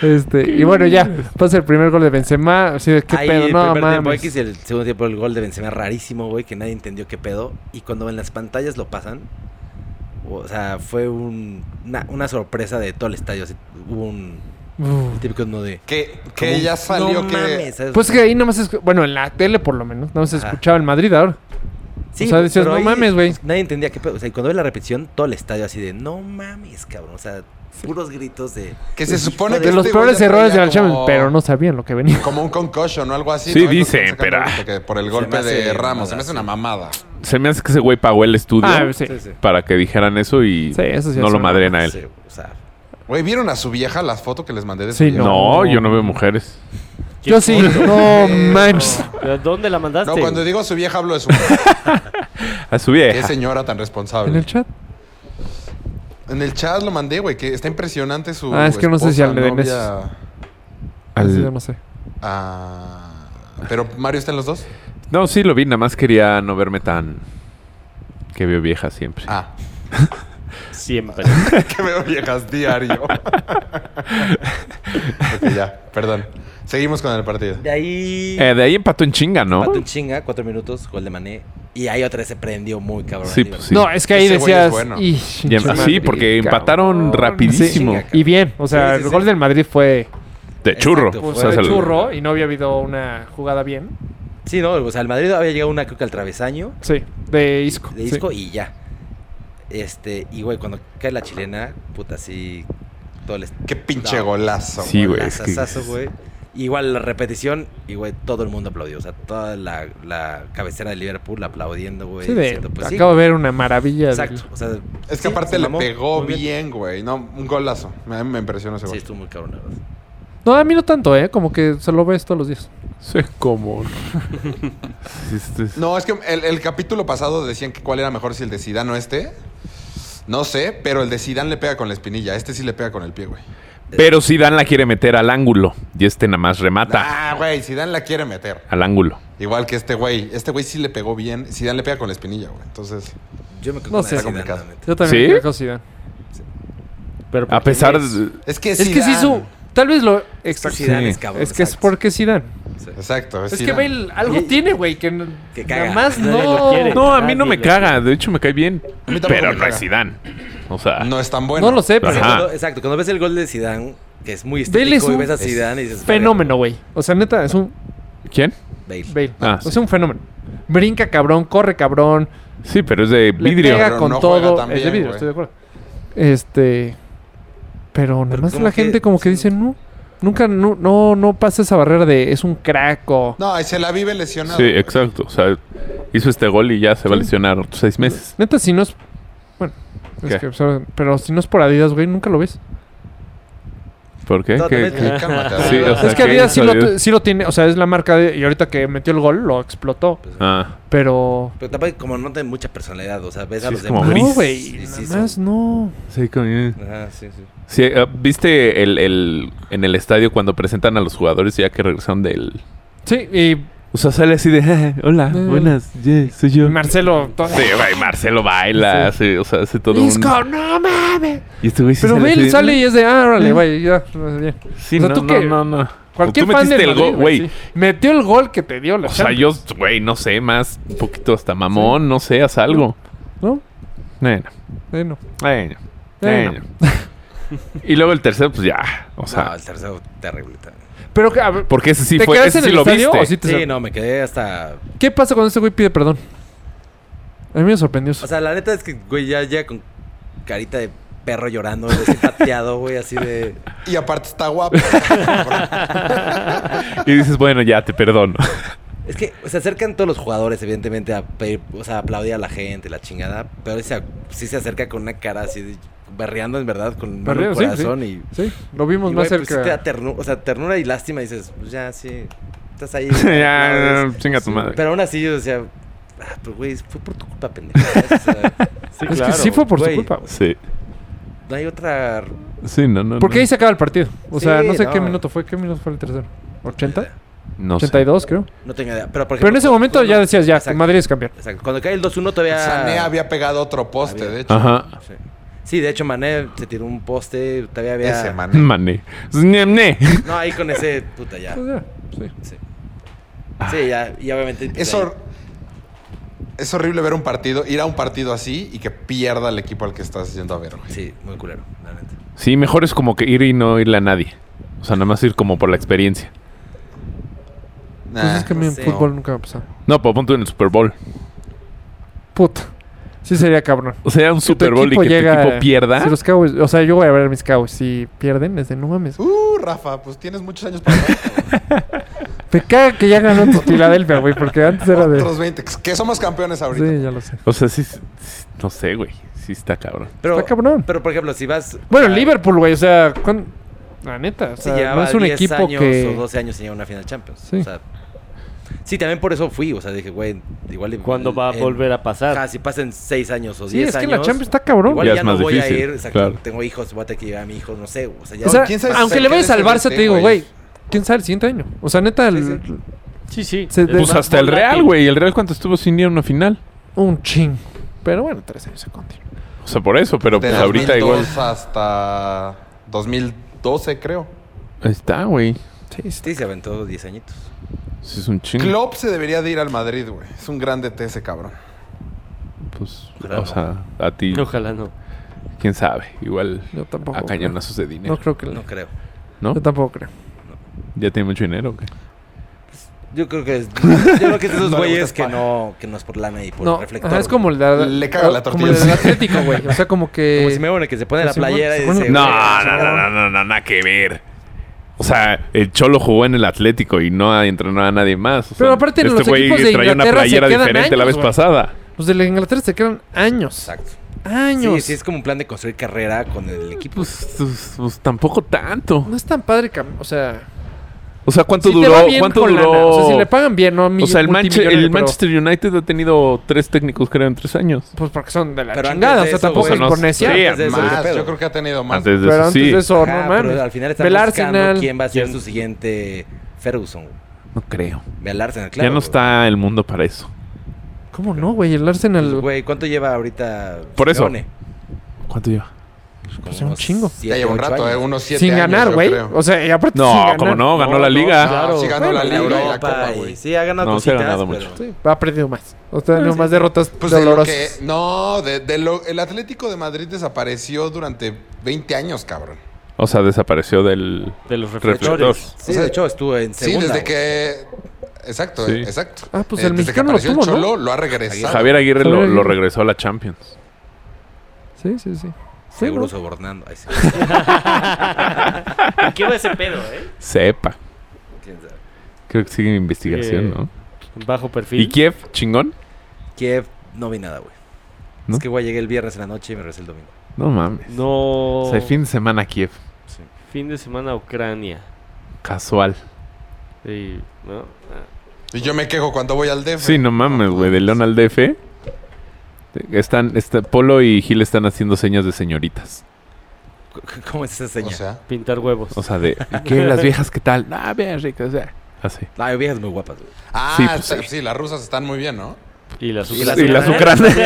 Speaker 2: Este, y bueno, ya, pasa el primer gol de Benzema, así de qué
Speaker 1: Ahí
Speaker 2: pedo,
Speaker 1: el
Speaker 2: no
Speaker 1: primer tiempo
Speaker 2: mames.
Speaker 1: X y el segundo tiempo el gol de Benzema rarísimo, güey, que nadie entendió qué pedo. Y cuando en las pantallas lo pasan, o sea, fue un- una, una sorpresa de todo el estadio. así, hubo un
Speaker 2: Uf.
Speaker 1: el típico uno de...
Speaker 6: Que,
Speaker 1: como
Speaker 6: que
Speaker 1: un-
Speaker 6: ya salió
Speaker 1: "No
Speaker 6: que...
Speaker 1: mames", ¿sabes?
Speaker 2: Pues que ahí nomás, escu- bueno, en la tele por lo menos, nomás se
Speaker 1: Ajá.
Speaker 2: escuchaba en Madrid ahora. o sea, decías,
Speaker 1: pero
Speaker 2: "No
Speaker 1: ahí
Speaker 2: mames, güey".
Speaker 1: Nadie entendía qué pedo. O sea, y cuando ves la repetición, todo el estadio así de, no mames, cabrón. O sea, puros gritos Pues, de...
Speaker 6: Que se supone que...
Speaker 2: De los
Speaker 6: este güey
Speaker 2: peores
Speaker 6: ya
Speaker 2: errores de
Speaker 6: traía
Speaker 2: la Champions,
Speaker 6: como-
Speaker 2: pero no sabían lo que venía.
Speaker 6: Como un concussion o algo así.
Speaker 3: Sí,
Speaker 6: ¿no? Es lo que
Speaker 3: dicen,
Speaker 6: están sacando
Speaker 3: pero-
Speaker 6: ahorita, que por el
Speaker 1: Se
Speaker 6: golpe
Speaker 1: me hace
Speaker 6: de Ramos. Se me
Speaker 1: mamada,
Speaker 6: hace una
Speaker 1: sí.
Speaker 6: mamada.
Speaker 3: se me hace que ese güey pagó el estudio
Speaker 2: Ah, sí.
Speaker 1: Sí, sí.
Speaker 3: para que dijeran eso y
Speaker 2: Sí, eso sí
Speaker 3: no
Speaker 2: es
Speaker 3: lo
Speaker 2: una-
Speaker 3: madren a él.
Speaker 1: Sí, o sea,
Speaker 6: Güey, ¿vieron a su vieja las fotos que les mandé de su
Speaker 2: Sí,
Speaker 6: vieja?
Speaker 3: No,
Speaker 2: No.
Speaker 3: yo no veo mujeres.
Speaker 5: ¿qué
Speaker 2: Yo sí,
Speaker 5: foto?
Speaker 2: no manches.
Speaker 5: ¿Pero ¿Dónde la mandaste?
Speaker 6: No, cuando digo su vieja hablo de su
Speaker 3: A su
Speaker 6: Qué
Speaker 3: vieja.
Speaker 6: señora tan
Speaker 2: ¿En
Speaker 6: responsable.
Speaker 2: el chat?
Speaker 6: En el chat lo mandé, güey, que está impresionante su
Speaker 2: Ah, es que no sé si
Speaker 6: esposa,
Speaker 2: al de
Speaker 6: novia.
Speaker 2: Venecia.
Speaker 3: Al-
Speaker 2: Sí, no sé.
Speaker 6: Ah, pero Mario está en los dos.
Speaker 3: No, sí lo vi, nada más quería no verme tan que veo vieja siempre.
Speaker 6: Ah,
Speaker 5: Siempre.
Speaker 6: que veo viejas diario. ok, ya, perdón. Seguimos con el partido.
Speaker 1: de ahí...
Speaker 3: Eh, de ahí empató en chinga, ¿no?
Speaker 1: Pato en chinga, cuatro minutos, gol de Mané. Y ahí otra vez se prendió muy cabrón.
Speaker 3: Sí,
Speaker 1: el
Speaker 3: pues
Speaker 1: Liverpool.
Speaker 3: sí.
Speaker 2: No, es que ahí
Speaker 6: Ese güey es
Speaker 2: decías.
Speaker 6: bueno.
Speaker 2: "Ih,
Speaker 3: Y em-
Speaker 2: pinche
Speaker 3: sí,
Speaker 2: Madrid,
Speaker 3: porque
Speaker 2: cabrón".
Speaker 3: empataron rapidísimo.
Speaker 1: Sí.
Speaker 2: Y bien, o sea,
Speaker 1: Sí, sí,
Speaker 2: el gol
Speaker 1: sí.
Speaker 2: del Madrid fue
Speaker 3: De churro.
Speaker 1: Exacto,
Speaker 2: Pues
Speaker 1: O sea,
Speaker 2: fue
Speaker 3: se
Speaker 2: de
Speaker 3: lo-
Speaker 2: churro y no había habido una jugada bien.
Speaker 1: Sí, no, o sea, el Madrid había llegado una creo que al travesaño
Speaker 2: Sí, de Isco.
Speaker 1: de
Speaker 2: sí.
Speaker 1: disco y ya. Este, y güey, cuando cae la chilena, puta, sí. Todo el est-
Speaker 6: Qué pinche
Speaker 1: No.
Speaker 6: golazo.
Speaker 3: Sí. güey, es que-
Speaker 1: Golazazazo, güey. Igual la repetición, y güey, todo el mundo aplaudió. O sea, toda la, la cabecera de Liverpool aplaudiendo, güey.
Speaker 2: Sí, de-
Speaker 1: diciendo, pues, sí,
Speaker 2: acabo de ver una maravilla. del-
Speaker 1: Exacto. O sea,
Speaker 6: Es que
Speaker 1: sí,
Speaker 6: aparte
Speaker 1: se
Speaker 6: le
Speaker 1: mamó,
Speaker 6: pegó
Speaker 1: muy
Speaker 6: bien, güey. No, un golazo. A mí me impresionó ese
Speaker 1: Sí,
Speaker 6: gol.
Speaker 1: estuvo muy cabrón, la verdad.
Speaker 2: No, a mí no tanto, ¿eh? Como que se lo ves todos los días.
Speaker 3: Sí, cómo. Sí, este es-
Speaker 6: No, es que el, el capítulo pasado decían que cuál era mejor si el de Zidane o este. No sé, pero el de Zidane le pega con la espinilla. Este sí le pega con el pie, güey.
Speaker 3: Pero si Dan la quiere meter al ángulo y este nada más remata
Speaker 6: Ah, güey, Zidane la quiere meter.
Speaker 3: al ángulo.
Speaker 6: Igual que este güey. Este güey sí le pegó bien. Zidane le pega con la espinilla, güey. Entonces,
Speaker 1: Yo me quedo
Speaker 2: No
Speaker 1: con la
Speaker 2: sé.
Speaker 1: de
Speaker 2: Está
Speaker 1: Zidane,
Speaker 6: complicado.
Speaker 1: la neta.
Speaker 2: Yo también
Speaker 3: ¿Sí?
Speaker 2: creo que Zidane.
Speaker 5: Pero
Speaker 3: A
Speaker 5: ¿por qué
Speaker 3: pesar
Speaker 5: ves?
Speaker 3: de...
Speaker 6: es que
Speaker 2: Es que sí su... Tal vez lo...
Speaker 1: Es que
Speaker 2: Exacto.
Speaker 1: Zidane
Speaker 3: Sí.
Speaker 1: es cabrón.
Speaker 2: Es que es
Speaker 1: exacto.
Speaker 2: porque Zidane.
Speaker 1: Sí.
Speaker 6: Exacto.
Speaker 2: Es que
Speaker 6: Pues Zidane.
Speaker 2: Bale algo
Speaker 1: Y-
Speaker 2: tiene, güey, que, n-
Speaker 1: que
Speaker 2: nada
Speaker 1: caga.
Speaker 2: más
Speaker 5: Nadie lo
Speaker 2: no...
Speaker 5: quiere.
Speaker 3: No, a mí no me
Speaker 5: Nadie lo
Speaker 3: caga. De hecho, me cae bien.
Speaker 6: A mí tampoco
Speaker 3: Pero
Speaker 6: me
Speaker 3: no es
Speaker 6: caga.
Speaker 3: Zidane. O sea...
Speaker 6: No es tan bueno.
Speaker 2: No lo sé, pero...
Speaker 1: Sí,
Speaker 3: Ajá.
Speaker 1: cuando- exacto, cuando ves el gol de Zidane, que es muy
Speaker 2: Bale
Speaker 1: estético,
Speaker 2: es un
Speaker 1: y ves a Zidane y dices...
Speaker 2: Fenómeno, güey. O sea, neta, es un...
Speaker 3: ¿Quién?
Speaker 1: Bale. Pues,
Speaker 2: Bale.
Speaker 3: Ah,
Speaker 2: Es
Speaker 3: sí.
Speaker 2: un fenómeno. Brinca cabrón, corre cabrón,
Speaker 3: Sí, pero es de
Speaker 2: le
Speaker 3: vidrio.
Speaker 2: pega
Speaker 6: Pero
Speaker 2: con
Speaker 6: no juega
Speaker 2: todo.
Speaker 6: tan
Speaker 2: es de
Speaker 6: bien,
Speaker 2: vidrio,
Speaker 6: güey.
Speaker 2: estoy de acuerdo. Este. Pero nada
Speaker 1: Pero
Speaker 2: más
Speaker 1: como
Speaker 2: la
Speaker 1: que-
Speaker 2: gente como que dice, no. Nunca, no, no, no pasa esa barrera de es un crack o.
Speaker 6: No, y se la vive lesionado.
Speaker 3: Sí,
Speaker 6: güey.
Speaker 3: exacto. O sea, hizo este gol y ya se va a lesionar otros seis meses.
Speaker 2: Neta, si no es. Bueno, es
Speaker 3: ¿Qué?
Speaker 2: que, o sea, pero si no es por Adidas, güey, nunca lo ves.
Speaker 3: ¿Por qué?
Speaker 1: No,
Speaker 3: ¿Qué-
Speaker 1: también-
Speaker 3: qué?
Speaker 6: Cálmate,
Speaker 3: Sí,
Speaker 6: Adidas.
Speaker 3: o sea,
Speaker 2: es que
Speaker 3: ¿qué
Speaker 2: Adidas
Speaker 3: hizo
Speaker 2: sí lo,
Speaker 3: Adidas?
Speaker 2: sí lo tiene, o sea, es la marca de. Y ahorita que metió el gol, lo explotó.
Speaker 3: Ah,
Speaker 2: Pero.
Speaker 1: Pero tampoco como no tiene mucha personalidad, o sea, ves a
Speaker 3: Sí,
Speaker 1: los
Speaker 3: es como
Speaker 1: demás.
Speaker 3: gris.
Speaker 2: No, güey.
Speaker 1: Sí,
Speaker 2: nada
Speaker 1: sí,
Speaker 2: más
Speaker 1: son-
Speaker 2: no.
Speaker 3: sí, con-
Speaker 1: Ajá, sí, sí.
Speaker 3: Sí, eh, ¿viste el, el- en el estadio cuando presentan a los jugadores ya que regresaron del...
Speaker 2: Sí, y
Speaker 3: O sea, sale así de... "Eh, hola,
Speaker 2: No.
Speaker 3: buenas, yeah, soy yo.
Speaker 2: Marcelo. todo-
Speaker 3: sí, güey, Marcelo baila, sí, o sea, hace todo un...
Speaker 2: Isco, no mames.
Speaker 3: Y este güey sí
Speaker 2: Pero
Speaker 3: sale así
Speaker 2: Bale
Speaker 3: de,
Speaker 2: sale y es de, ah, órale,
Speaker 3: Eh.
Speaker 2: güey, ya, bien.
Speaker 3: Sí,
Speaker 2: o sea,
Speaker 3: no,
Speaker 2: ¿tú
Speaker 3: no,
Speaker 2: qué?
Speaker 3: no, no.
Speaker 2: Cualquier
Speaker 3: Tú
Speaker 2: fan
Speaker 3: metiste
Speaker 2: del
Speaker 3: el gol,
Speaker 2: Madrid, güey.
Speaker 3: güey.
Speaker 2: sí. Metió el gol que te dio la
Speaker 3: O sea,
Speaker 2: Champions,
Speaker 3: yo, güey, no sé, más un poquito hasta mamón, no sé, haz algo.
Speaker 2: ¿no?
Speaker 3: Bueno,
Speaker 2: Eh, no.
Speaker 3: bueno,
Speaker 2: Eh, no.
Speaker 3: bueno. y luego el tercero, pues ya, o
Speaker 1: no,
Speaker 3: sea...
Speaker 1: el tercero terrible también.
Speaker 2: Pero, que, a ver,
Speaker 3: Porque ese sí
Speaker 2: ¿te
Speaker 3: fue,
Speaker 2: quedas
Speaker 3: ese
Speaker 2: en
Speaker 3: sí
Speaker 2: el
Speaker 3: lo
Speaker 2: estadio
Speaker 3: viste.
Speaker 2: o sí te
Speaker 1: Sí,
Speaker 2: sal-
Speaker 1: no, me quedé hasta...
Speaker 2: ¿Qué pasa cuando este güey pide perdón? A mí me sorprendió eso.
Speaker 1: O sea, la neta es que, güey, ya llega con carita de perro llorando, güey, así pateado, güey, así de...
Speaker 6: Y aparte está guapo.
Speaker 3: Y dices, bueno, ya, te perdono.
Speaker 1: Es que se acercan todos los jugadores, evidentemente, a pedir, o sea, a aplaudir a la gente, la chingada. Pero sí se, sí se acerca con una cara así, de- berreando en verdad, con mano en
Speaker 2: Berreo,
Speaker 1: el
Speaker 2: sí, sí.
Speaker 1: corazón. Y,
Speaker 2: Sí, lo vimos
Speaker 1: y,
Speaker 2: más
Speaker 1: güey, pues, sí
Speaker 2: cerca.
Speaker 1: te da ternura, o sea, ternura y lástima. Y dices, pues ya, sí, estás ahí.
Speaker 3: ya,
Speaker 1: aplaudes.
Speaker 3: chinga tu madre.
Speaker 1: Pero aún así, o sea, ah, pues güey, fue por tu culpa, pendejo. ¿sabes? O sea,
Speaker 5: Sí,
Speaker 2: es
Speaker 5: claro.
Speaker 2: que sí fue por
Speaker 1: güey.
Speaker 2: su culpa. güey.
Speaker 3: Sí.
Speaker 1: no hay otra.
Speaker 3: Sí, no, no.
Speaker 2: Porque
Speaker 3: no.
Speaker 2: ahí se acaba el partido. O sea,
Speaker 1: Sí,
Speaker 2: no sé qué
Speaker 1: no.
Speaker 2: minuto fue. ¿Qué minuto fue el tercero? ¿80?
Speaker 3: No sé.
Speaker 2: 82, creo.
Speaker 1: No tengo idea. Pero, por
Speaker 2: Pero en
Speaker 1: ejemplo,
Speaker 2: ese momento
Speaker 1: cuando-
Speaker 2: ya decías, ya,
Speaker 1: Exacto.
Speaker 2: Madrid es campeón.
Speaker 1: Exacto. Cuando cae el 2-1 todavía...
Speaker 6: Sané había pegado otro poste,
Speaker 1: Había.
Speaker 6: de hecho.
Speaker 3: Ajá.
Speaker 1: Sí. Sí, de hecho Mané se tiró un poste, todavía había...
Speaker 6: Ese, man.
Speaker 3: Mané. Pues, Ñamné.
Speaker 1: No, ahí con ese puta ya.
Speaker 2: Pues ya, sí.
Speaker 1: Sí, Sí, ya, y obviamente... pues,
Speaker 6: Es,
Speaker 1: ahí-
Speaker 6: hor- es horrible ver un partido, ir a un partido así y que pierda el equipo al que estás yendo a ver, güey.
Speaker 1: Sí, muy culero, la neta.
Speaker 3: Sí, mejor es como que ir y no irle a nadie. O sea, nada más ir como por la experiencia.
Speaker 2: Pues
Speaker 6: Nah.
Speaker 2: es que a mí en
Speaker 1: sí.
Speaker 2: fútbol nunca va a pasar.
Speaker 3: No, pues punto en el Super Bowl.
Speaker 2: Puta. Sí sería cabrón.
Speaker 3: O sea, un
Speaker 2: Tu
Speaker 3: Super Bowl y que tu equipo pierda.
Speaker 2: Si los Cowboys, o sea, yo voy a ver a mis Cowboys. Si pierden, es de no mames.
Speaker 6: Uh, Rafa, pues tienes muchos años para
Speaker 2: Me caga que ya ganó tu Filadelfia, güey, porque antes era de...
Speaker 6: otros 20. Que somos campeones ahorita.
Speaker 2: Sí, ya lo sé.
Speaker 3: O sea, sí, sí, no sé, güey. Sí está cabrón.
Speaker 1: Pero,
Speaker 2: Está cabrón.
Speaker 1: pero por ejemplo, si vas...
Speaker 2: Bueno,
Speaker 1: a-
Speaker 2: Liverpool, güey, o sea, ¿cuán- la neta, o
Speaker 1: si
Speaker 2: sea, no
Speaker 1: llevaba
Speaker 2: es un
Speaker 1: 10
Speaker 2: equipo
Speaker 1: años
Speaker 2: que...
Speaker 1: o 12 años sin llegar a una final Champions.
Speaker 2: Sí.
Speaker 1: O sea, sí, también por eso fui. O sea, dije, güey, igual... y-
Speaker 5: ¿Cuándo va a
Speaker 1: en-
Speaker 5: volver a
Speaker 1: Ajá,
Speaker 5: pasar?
Speaker 1: si pasan 6 años o 10
Speaker 2: Sí,
Speaker 1: años...
Speaker 2: es que la Champions está cabrón.
Speaker 1: Igual
Speaker 3: Ya
Speaker 1: ya,
Speaker 3: es
Speaker 1: no
Speaker 3: más
Speaker 1: voy a
Speaker 3: difícil,
Speaker 1: ir, exacto,
Speaker 3: claro.
Speaker 1: tengo hijos, voy a tener que llevar a mi hijo, no sé, o sea, ya
Speaker 2: O sea,
Speaker 6: ¿Quién sabe si
Speaker 2: aunque
Speaker 6: se
Speaker 2: le vayas
Speaker 6: quede
Speaker 2: al
Speaker 6: ese
Speaker 2: Barça, te
Speaker 6: DT,
Speaker 2: digo,
Speaker 6: güey?
Speaker 2: güey, quién sabe el siguiente año. O sea, neta, el-
Speaker 5: Sí, sí.
Speaker 2: Se-
Speaker 5: Es
Speaker 2: Pues
Speaker 3: Pues
Speaker 5: más
Speaker 3: hasta el Real,
Speaker 5: volátil.
Speaker 3: güey. ¿El Real cuánto estuvo sin ir a una final?
Speaker 2: un ching. Pero bueno, tres años se continúa.
Speaker 3: O sea, por eso, pero
Speaker 6: De
Speaker 3: pues ahorita
Speaker 6: 2002
Speaker 3: igual.
Speaker 6: hasta 2012, creo.
Speaker 3: Ahí está, güey.
Speaker 2: Sí, sí.
Speaker 1: Sí, se aventó 10 añitos.
Speaker 3: Sí, es un chingo.
Speaker 6: Klopp se debería de ir al Madrid, güey. Es un gran DT ese cabrón.
Speaker 3: Pues,
Speaker 1: Claro.
Speaker 3: o sea, a ti,
Speaker 5: Ojalá no.
Speaker 3: quién sabe. Igual
Speaker 2: Yo tampoco.
Speaker 3: a cañonazos de dinero.
Speaker 2: No creo que...
Speaker 1: No creo.
Speaker 3: ¿No?
Speaker 2: Yo tampoco creo.
Speaker 3: ¿Ya tiene mucho dinero o qué?
Speaker 1: Yo creo que es, yo creo que es de esos
Speaker 6: No le
Speaker 1: güeyes
Speaker 6: gustas
Speaker 1: que
Speaker 6: pa-
Speaker 1: no, que no es por lana y por
Speaker 2: No,
Speaker 1: reflector.
Speaker 2: ajá, es como el de,
Speaker 6: Le caga la
Speaker 2: como
Speaker 6: tortilla.
Speaker 2: el del Atlético, güey. O sea, como que...
Speaker 1: Como si me que se pone
Speaker 2: Como
Speaker 1: la
Speaker 2: si me-
Speaker 1: playera y
Speaker 2: se pone-
Speaker 1: dice...
Speaker 3: No,
Speaker 1: Eh, güey,
Speaker 3: no,
Speaker 1: chingada.
Speaker 3: no, no, no, no, nada que ver. O sea, el Cholo jugó en el Atlético y no entrenó a nadie más. O sea,
Speaker 2: Pero aparte en
Speaker 3: este
Speaker 2: los
Speaker 3: güey
Speaker 2: equipos de
Speaker 3: traía una
Speaker 2: Inglaterra se
Speaker 3: playera
Speaker 2: quedan
Speaker 3: diferente la
Speaker 2: años,
Speaker 3: vez
Speaker 2: güey.
Speaker 3: pasada.
Speaker 2: Los de la Inglaterra se quedan años.
Speaker 1: Exacto.
Speaker 2: Años.
Speaker 1: Sí, sí, es como un plan de construir carrera con el equipo.
Speaker 3: Pues, pues, pues, tampoco tanto.
Speaker 2: No es tan padre, cam- o sea...
Speaker 3: O sea, ¿cuánto
Speaker 2: si te va
Speaker 3: duró?
Speaker 2: bien
Speaker 3: ¿Cuánto
Speaker 2: con lana,
Speaker 3: duró?
Speaker 2: O sea, si le pagan bien, ¿no? Mi-
Speaker 3: O sea, el, Manche-
Speaker 2: multimillonario,
Speaker 3: el
Speaker 2: pero-
Speaker 3: Manchester United ha tenido tres técnicos, creo, en tres años.
Speaker 2: Pues porque son de la
Speaker 1: Pero antes
Speaker 2: chingada.
Speaker 1: de
Speaker 2: O sea,
Speaker 1: eso,
Speaker 3: Pues,
Speaker 2: tampoco
Speaker 1: güey.
Speaker 2: es por neciar.
Speaker 3: Sí,
Speaker 1: antes de eso, ¿qué
Speaker 6: Más,
Speaker 1: pedo?
Speaker 6: yo creo que ha tenido más.
Speaker 3: Antes de
Speaker 2: Pero
Speaker 3: eso,
Speaker 2: antes
Speaker 3: sí.
Speaker 2: de eso,
Speaker 1: Ajá,
Speaker 2: no
Speaker 1: pero
Speaker 2: mames.
Speaker 1: al final están
Speaker 2: Del
Speaker 1: buscando
Speaker 2: Arsenal.
Speaker 1: quién va a ser
Speaker 5: ¿Quién?
Speaker 1: su siguiente Ferguson.
Speaker 3: No creo.
Speaker 1: Ve al Arsenal, claro.
Speaker 3: ya no
Speaker 1: güey.
Speaker 3: está el mundo para eso.
Speaker 2: ¿Cómo no, güey? El
Speaker 1: Pues,
Speaker 2: Arsenal...
Speaker 1: Güey, ¿cuánto lleva ahorita
Speaker 3: Por eso.
Speaker 1: Simeone?
Speaker 3: ¿Cuánto lleva?
Speaker 1: Como
Speaker 2: Pues, un
Speaker 1: unos
Speaker 2: chingo.
Speaker 1: siete,
Speaker 6: Ya lleva un
Speaker 1: ocho
Speaker 6: rato,
Speaker 1: años.
Speaker 6: ¿eh? Unos 7
Speaker 2: sin ganar, güey. O sea, y aparte sin
Speaker 3: No,
Speaker 2: ganar.
Speaker 3: como no, ganó la liga.
Speaker 6: claro. Sí ganó
Speaker 2: Bueno,
Speaker 6: la
Speaker 1: La
Speaker 6: Liga y la
Speaker 1: Europa
Speaker 6: Copa,
Speaker 1: y-
Speaker 6: güey.
Speaker 1: Sí, ha ganado
Speaker 3: No, sí ha
Speaker 1: cositas,
Speaker 3: ganado
Speaker 1: pero-
Speaker 3: mucho.
Speaker 2: Sí, ha perdido más. O sea, no, más derrotas
Speaker 6: Pues de lo que,
Speaker 2: dolorosas.
Speaker 6: no, de, de lo, el Atlético de Madrid desapareció durante 20 años, cabrón.
Speaker 3: O sea, desapareció del...
Speaker 5: De los
Speaker 3: Reflector.
Speaker 5: reflectores.
Speaker 1: Sí,
Speaker 6: O sea,
Speaker 1: de hecho estuvo en
Speaker 6: Sí,
Speaker 1: segunda.
Speaker 6: desde
Speaker 1: güey.
Speaker 6: que... Exacto,
Speaker 3: Sí.
Speaker 6: eh, exacto.
Speaker 2: Ah, pues
Speaker 6: Eh,
Speaker 2: el
Speaker 6: desde que
Speaker 2: mexicano lo
Speaker 6: apareció el
Speaker 2: tuvo, ¿no?
Speaker 6: Cholo, lo ha regresado.
Speaker 3: Javier Aguirre
Speaker 2: Javier
Speaker 3: lo,
Speaker 2: Aguirre.
Speaker 3: lo regresó a la Champions.
Speaker 2: Sí, sí, sí. Sí,
Speaker 1: Seguro
Speaker 2: ¿no?
Speaker 1: sobornando. Ay, sí.
Speaker 5: ¿Qué va ese pedo, eh?
Speaker 3: Sepa.
Speaker 1: ¿Quién sabe?
Speaker 3: Creo que sigue en investigación,
Speaker 5: Eh,
Speaker 3: ¿no?
Speaker 5: Bajo perfil.
Speaker 3: ¿Y Kiev? ¿Chingón?
Speaker 1: Kiev, no vi nada, güey.
Speaker 3: ¿No?
Speaker 1: Es que, güey, llegué el viernes en la noche y me regresé el domingo.
Speaker 3: No mames.
Speaker 2: Oh.
Speaker 5: No.
Speaker 3: O sea, fin de semana Kiev.
Speaker 1: Sí.
Speaker 5: fin de semana a Ucrania.
Speaker 3: Casual.
Speaker 5: Sí, ¿no? Ah.
Speaker 6: Y yo me quejo cuando voy al DF.
Speaker 3: Sí, no mames, güey. De León al DF. Están, está- Polo y Gil están haciendo señas de señoritas.
Speaker 1: C- ¿Cómo es esa
Speaker 6: O
Speaker 1: señal?
Speaker 6: sea,
Speaker 5: Pintar huevos.
Speaker 3: O sea, de... ¿Qué? ¿Las viejas qué tal? Ah, bien ricas. eh. Así.
Speaker 1: No, hay viejas muy guapas, güey.
Speaker 6: ah,
Speaker 3: Sí, pues,
Speaker 6: está-
Speaker 3: sí.
Speaker 6: sí, las rusas están muy bien, ¿no?
Speaker 5: y las
Speaker 1: Y las-
Speaker 3: Y las ucranianas.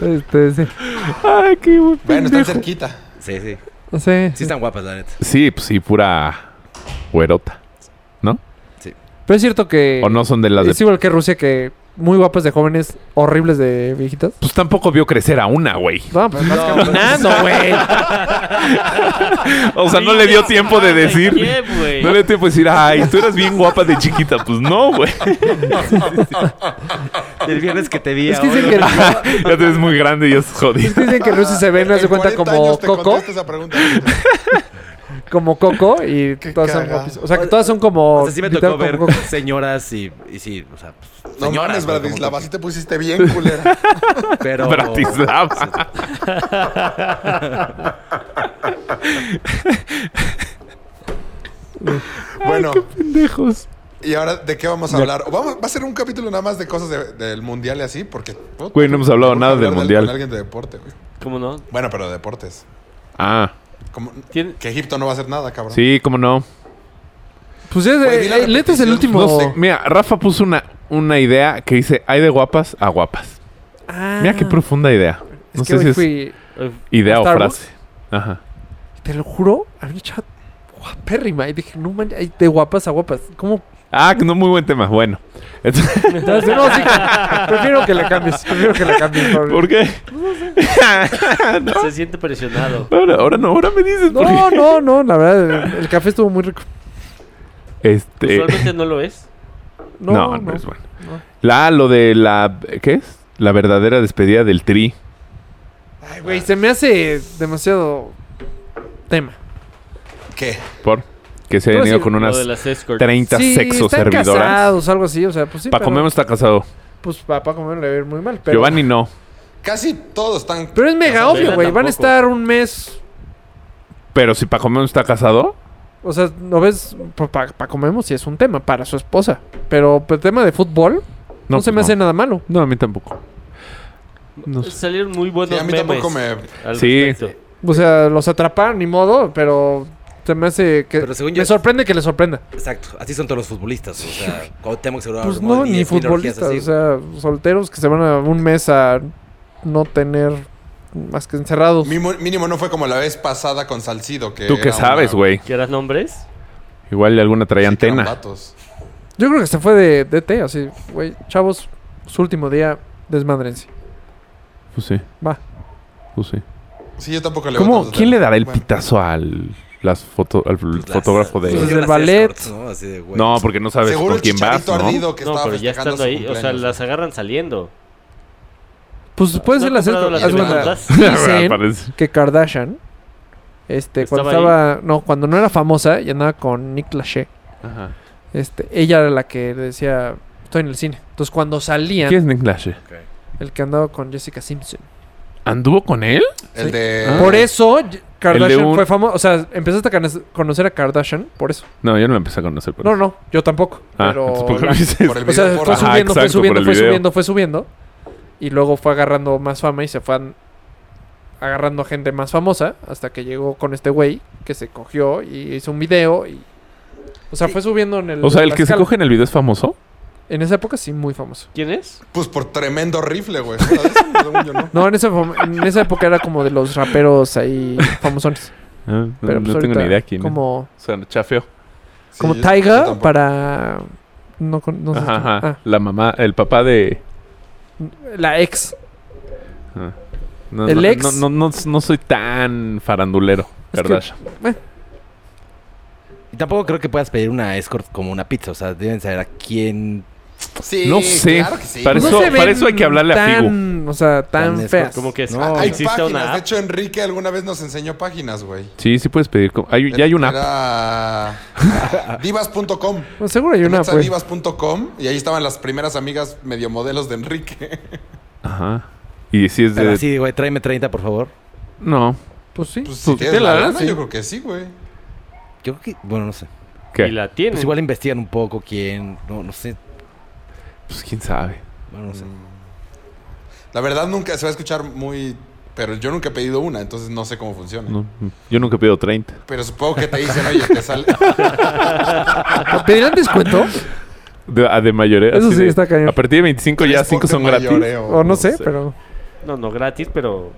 Speaker 2: Este, sí.
Speaker 3: Ay, qué buen
Speaker 6: Bueno, están
Speaker 3: pendejo.
Speaker 6: cerquita.
Speaker 1: Sí, sí.
Speaker 2: No sé.
Speaker 1: Sí están guapas, la neta.
Speaker 3: Sí, pues sí, pura güerota.
Speaker 2: Pero es cierto que...
Speaker 3: O no son de las de...
Speaker 2: Es igual que Rusia, que muy guapas de jóvenes, horribles de viejitas.
Speaker 3: Pues tampoco vio crecer a una, güey.
Speaker 2: No, pues vas
Speaker 1: No,
Speaker 2: caminando, güey.
Speaker 3: O sea, no le dio tiempo de decir.
Speaker 5: Kiev, güey.
Speaker 3: No le dio tiempo de decir, ay, tú eras bien guapa de chiquita. Pues no, güey.
Speaker 1: El viernes que te vi.
Speaker 2: Es que dicen
Speaker 1: ahora-
Speaker 2: que,
Speaker 3: ya te ves muy grande y es jodido.
Speaker 2: dicen que Rusia se ve, no
Speaker 6: En
Speaker 2: se cuenta como
Speaker 6: 40 años te
Speaker 2: Coco.
Speaker 6: contesto esa pregunta.
Speaker 2: como Coco y
Speaker 7: Qué
Speaker 2: todas son
Speaker 7: cagado.
Speaker 2: guapísimas. O sea, que todas son como.
Speaker 1: O sea, sí me
Speaker 2: literal
Speaker 1: tocó ver
Speaker 2: como Coco.
Speaker 1: señoras y, y sí, o sea, pues,
Speaker 6: No
Speaker 1: señoras.
Speaker 6: mames,
Speaker 1: güey, como
Speaker 6: Bratislava,
Speaker 1: que-
Speaker 6: sí te pusiste bien, culera.
Speaker 1: Pero,
Speaker 3: Bratislava.
Speaker 6: bueno,
Speaker 3: Pendejos.
Speaker 6: y ahora, ¿de qué vamos a hablar? Vamos, va a ser un capítulo nada más de cosas de- del mundial y así, porque... puta,
Speaker 3: Güey, no hemos hablado
Speaker 6: tengo que
Speaker 3: nada
Speaker 6: hablar
Speaker 3: del
Speaker 6: de-
Speaker 3: mundial.
Speaker 6: con alguien de deporte, güey.
Speaker 5: ¿Cómo no?
Speaker 6: Bueno, pero de deportes.
Speaker 3: Ah,
Speaker 6: Como-
Speaker 5: Tiene-
Speaker 6: Que Egipto no va a hacer nada, cabrón.
Speaker 3: sí, cómo no.
Speaker 2: Pues es
Speaker 6: Güey,
Speaker 2: de.
Speaker 6: vi la
Speaker 2: eh, Leto es el
Speaker 6: repetición,
Speaker 2: último.
Speaker 6: no
Speaker 3: No sé, mira, Rafa puso una, una idea que dice, hay de guapas a guapas.
Speaker 2: Ah,
Speaker 3: Mira qué profunda idea.
Speaker 2: es
Speaker 3: No
Speaker 2: que hoy
Speaker 3: sé si es
Speaker 2: fui-
Speaker 5: Ay,
Speaker 3: idea
Speaker 2: a
Speaker 3: o
Speaker 2: Starbucks.
Speaker 3: frase. Ajá.
Speaker 2: Te lo juro, había una chava guapérrima. Y dije, no manches, ay, de guapas a guapas. ¿Cómo?
Speaker 3: Ah, que no, muy buen tema. Bueno. Entonces,
Speaker 2: Entonces, no, sí, prefiero que la cambies. Prefiero que la cambies. por-
Speaker 3: ¿Por qué?
Speaker 5: Se siente presionado.
Speaker 3: Ahora, ahora no, ahora me dices. por
Speaker 2: No,
Speaker 3: qué.
Speaker 2: no, no, la verdad, el café estuvo muy rico.
Speaker 3: Este.
Speaker 5: Usualmente no lo es.
Speaker 2: No,
Speaker 3: no,
Speaker 2: no,
Speaker 3: no es bueno.
Speaker 2: no.
Speaker 3: La, lo de la. ¿Qué es? La verdadera despedida del tri.
Speaker 2: Ay, güey, se me hace demasiado tema.
Speaker 6: ¿Qué?
Speaker 3: Por. Que se
Speaker 2: Te
Speaker 3: hayan
Speaker 2: voy a
Speaker 3: ido
Speaker 2: decir
Speaker 3: con
Speaker 5: Lo
Speaker 3: unas
Speaker 5: de las escorts.
Speaker 3: 30 sexo
Speaker 2: están
Speaker 3: servidoras.
Speaker 2: casados, algo así, o sea, pues sí.
Speaker 3: Paco
Speaker 2: pero,
Speaker 3: Memo está casado.
Speaker 2: Pues para Paco Memo le va a ir muy mal. Pero,
Speaker 3: Giovanni no.
Speaker 6: Casi todos están...
Speaker 2: Pero es mega
Speaker 5: Casado.
Speaker 2: obvio, güey. Van a
Speaker 5: Tampoco.
Speaker 2: estar un mes.
Speaker 3: Pero si Paco Memo está casado,
Speaker 2: O sea, ¿no ves? pues, Para Paco Memo sí es un tema, para su esposa. Pero el tema de fútbol no, se me
Speaker 3: pues
Speaker 2: hace nada malo.
Speaker 3: No, a mí tampoco. No sé.
Speaker 5: Salieron muy buenos
Speaker 6: Sí, a mí
Speaker 5: memes.
Speaker 6: tampoco me...
Speaker 5: al
Speaker 3: Sí.
Speaker 5: respecto.
Speaker 2: O sea, los atraparon, ni modo, pero se me hace que...
Speaker 1: Pero según
Speaker 2: me
Speaker 1: yo-
Speaker 2: sorprende que le sorprenda.
Speaker 1: Exacto, así son todos los futbolistas. O sea, Cuauhtémoc Segura
Speaker 2: Pues
Speaker 1: Ramón,
Speaker 2: no, ni
Speaker 1: 10.000 orgías
Speaker 2: futbolistas,
Speaker 1: así,
Speaker 2: o sea, solteros que se van a un mes a no tener más que encerrados.
Speaker 6: Mimo- mínimo no fue como la vez pasada con Salcido, que...
Speaker 3: ¿Tú qué
Speaker 6: era una-
Speaker 3: sabes, güey?
Speaker 5: ¿Quieras nombres?
Speaker 3: Igual alguna traía
Speaker 6: Sí, que eran
Speaker 3: antena.
Speaker 6: vatos.
Speaker 2: Yo creo que se fue de DT, así, güey, chavos, su último día, desmadrense.
Speaker 3: Pues sí,
Speaker 2: Va.
Speaker 3: pues sí.
Speaker 6: Sí, yo tampoco le voy
Speaker 3: ¿Cómo,
Speaker 6: tanto
Speaker 3: ¿Quién le dará el
Speaker 6: Bueno.
Speaker 3: pitazo al, las foto, al
Speaker 1: pues, las-
Speaker 3: fotógrafo
Speaker 1: pues,
Speaker 2: Pues
Speaker 3: de...?
Speaker 1: las
Speaker 2: del ballet.
Speaker 1: escorts, ¿no? Así de, güey.
Speaker 3: No, porque no sabes
Speaker 6: Seguro
Speaker 3: con
Speaker 6: el
Speaker 3: quién vas,
Speaker 6: chicharito
Speaker 3: ¿no?
Speaker 6: ardido que
Speaker 5: No,
Speaker 6: estaba
Speaker 5: pero ya
Speaker 6: festejando
Speaker 5: estando
Speaker 6: su
Speaker 5: ahí, o sea,
Speaker 6: cumpleaños.
Speaker 5: las agarran saliendo.
Speaker 2: Pues puede ser
Speaker 5: ¿No
Speaker 2: las
Speaker 5: compraron
Speaker 2: haz cuenta,
Speaker 5: demandas?
Speaker 2: Dicen
Speaker 3: Parece-
Speaker 2: que Kardashian, este, cuando
Speaker 5: Estaba
Speaker 2: estaba, no, cuando no era famosa y andaba con Nick Lachey,
Speaker 3: Ajá.
Speaker 2: este, ella era la que decía, estoy en el cine. Entonces cuando salían,
Speaker 3: ¿Quién es Nick Lashe?
Speaker 2: el que andaba con Jessica Simpson.
Speaker 3: ¿Anduvo con él?
Speaker 6: El de...
Speaker 2: Por eso Ye-
Speaker 3: Ah. El de
Speaker 2: Kardashian
Speaker 3: un-
Speaker 2: fue famoso. O sea, empezaste a cano- conocer a Kardashian por eso.
Speaker 3: No, yo no lo empecé a conocer. por
Speaker 2: No,
Speaker 3: eso.
Speaker 2: no, yo tampoco.
Speaker 3: Ah,
Speaker 2: pero
Speaker 3: entonces, ¿por qué
Speaker 2: la-
Speaker 3: me dices?
Speaker 6: Por el
Speaker 2: o sea,
Speaker 6: video
Speaker 2: fue
Speaker 6: porno.
Speaker 3: su- Ah,
Speaker 2: subiendo, fue
Speaker 3: exacto, por
Speaker 2: subiendo,
Speaker 3: el
Speaker 2: fue
Speaker 3: video.
Speaker 2: subiendo, fue subiendo. Y luego fue agarrando más fama y se fue an- agarrando gente más famosa hasta que llegó con este güey que se cogió y hizo un video y... O sea, fue subiendo en el...
Speaker 3: O sea, el
Speaker 2: la
Speaker 3: que se
Speaker 2: escala.
Speaker 3: coge en el video es famoso.
Speaker 2: En esa época sí, muy famoso.
Speaker 5: ¿Quién es?
Speaker 6: Pues por tremendo rifle, güey. Fuera de eso, según yo, ¿no?
Speaker 2: No, en esa, fam- en esa época era como de los raperos ahí famosones.
Speaker 3: Ah, no
Speaker 2: Pero pues
Speaker 3: no tengo
Speaker 2: ahorita
Speaker 3: ni idea quién es.
Speaker 2: Como...
Speaker 3: O sea, chafeo.
Speaker 6: Sí,
Speaker 2: Como
Speaker 6: yo- yo
Speaker 2: Taiga
Speaker 6: tampoco.
Speaker 2: para. No, con- no sé.
Speaker 3: Ajá, ajá.
Speaker 2: Ah,
Speaker 3: La mamá, el papá de...
Speaker 2: la ex.
Speaker 3: No,
Speaker 2: El
Speaker 3: no,
Speaker 2: ex.
Speaker 3: No, no, no, no soy tan farandulero,
Speaker 2: Es que-
Speaker 3: Kardashian.
Speaker 1: Y tampoco creo que puedas pedir una escort como una pizza. O sea, deben saber a quién.
Speaker 6: Sí,
Speaker 3: No sé.
Speaker 6: claro que sí.
Speaker 3: Para
Speaker 6: güey.
Speaker 3: eso- para eso hay que hablarle a
Speaker 2: tan, O sea, tan,
Speaker 1: Tan
Speaker 2: feas.
Speaker 5: Como que es-
Speaker 1: No.
Speaker 6: Hay
Speaker 5: existe
Speaker 6: páginas.
Speaker 5: una
Speaker 6: De
Speaker 5: app.
Speaker 6: hecho, Enrique alguna vez nos enseñó páginas, güey.
Speaker 3: Sí, sí puedes pedir. como- hay- ya hay una app.
Speaker 6: Era divas.com.
Speaker 2: Bueno, seguro hay
Speaker 6: Te
Speaker 2: una,
Speaker 6: metes a
Speaker 2: pues.
Speaker 6: divas.com y ahí estaban las primeras amigas medio modelos de Enrique.
Speaker 3: Ajá. Y si es
Speaker 1: Pero
Speaker 3: de...
Speaker 1: así, güey, tráeme 30, por favor.
Speaker 3: No.
Speaker 2: Pues sí.
Speaker 6: Pues si tienes
Speaker 3: tiene
Speaker 6: la
Speaker 3: la
Speaker 6: lana,
Speaker 3: lana, sí.
Speaker 6: yo creo que sí, güey.
Speaker 1: Yo creo que. Bueno, no sé.
Speaker 3: ¿Qué?
Speaker 5: Y la tienen.
Speaker 2: Mm.
Speaker 1: Pues igual investigan un poco quién. No, no sé.
Speaker 3: Pues quién sabe.
Speaker 1: Bueno, no sé.
Speaker 2: Mm.
Speaker 6: La verdad nunca se va a escuchar muy... Pero yo nunca he pedido una, entonces no sé cómo funciona.
Speaker 3: No, yo nunca he pedido 30.
Speaker 6: Pero supongo que te dicen, oye, te sale...
Speaker 2: ¿Pedirán descuento?
Speaker 3: De, ah, de mayoría.
Speaker 2: Eso
Speaker 3: así
Speaker 2: sí
Speaker 3: de-
Speaker 2: está cañón.
Speaker 3: A partir de 25 ya 5 son gratis.
Speaker 6: Mayoreo.
Speaker 2: o no sé,
Speaker 3: sé.
Speaker 2: pero.
Speaker 5: No, no gratis, pero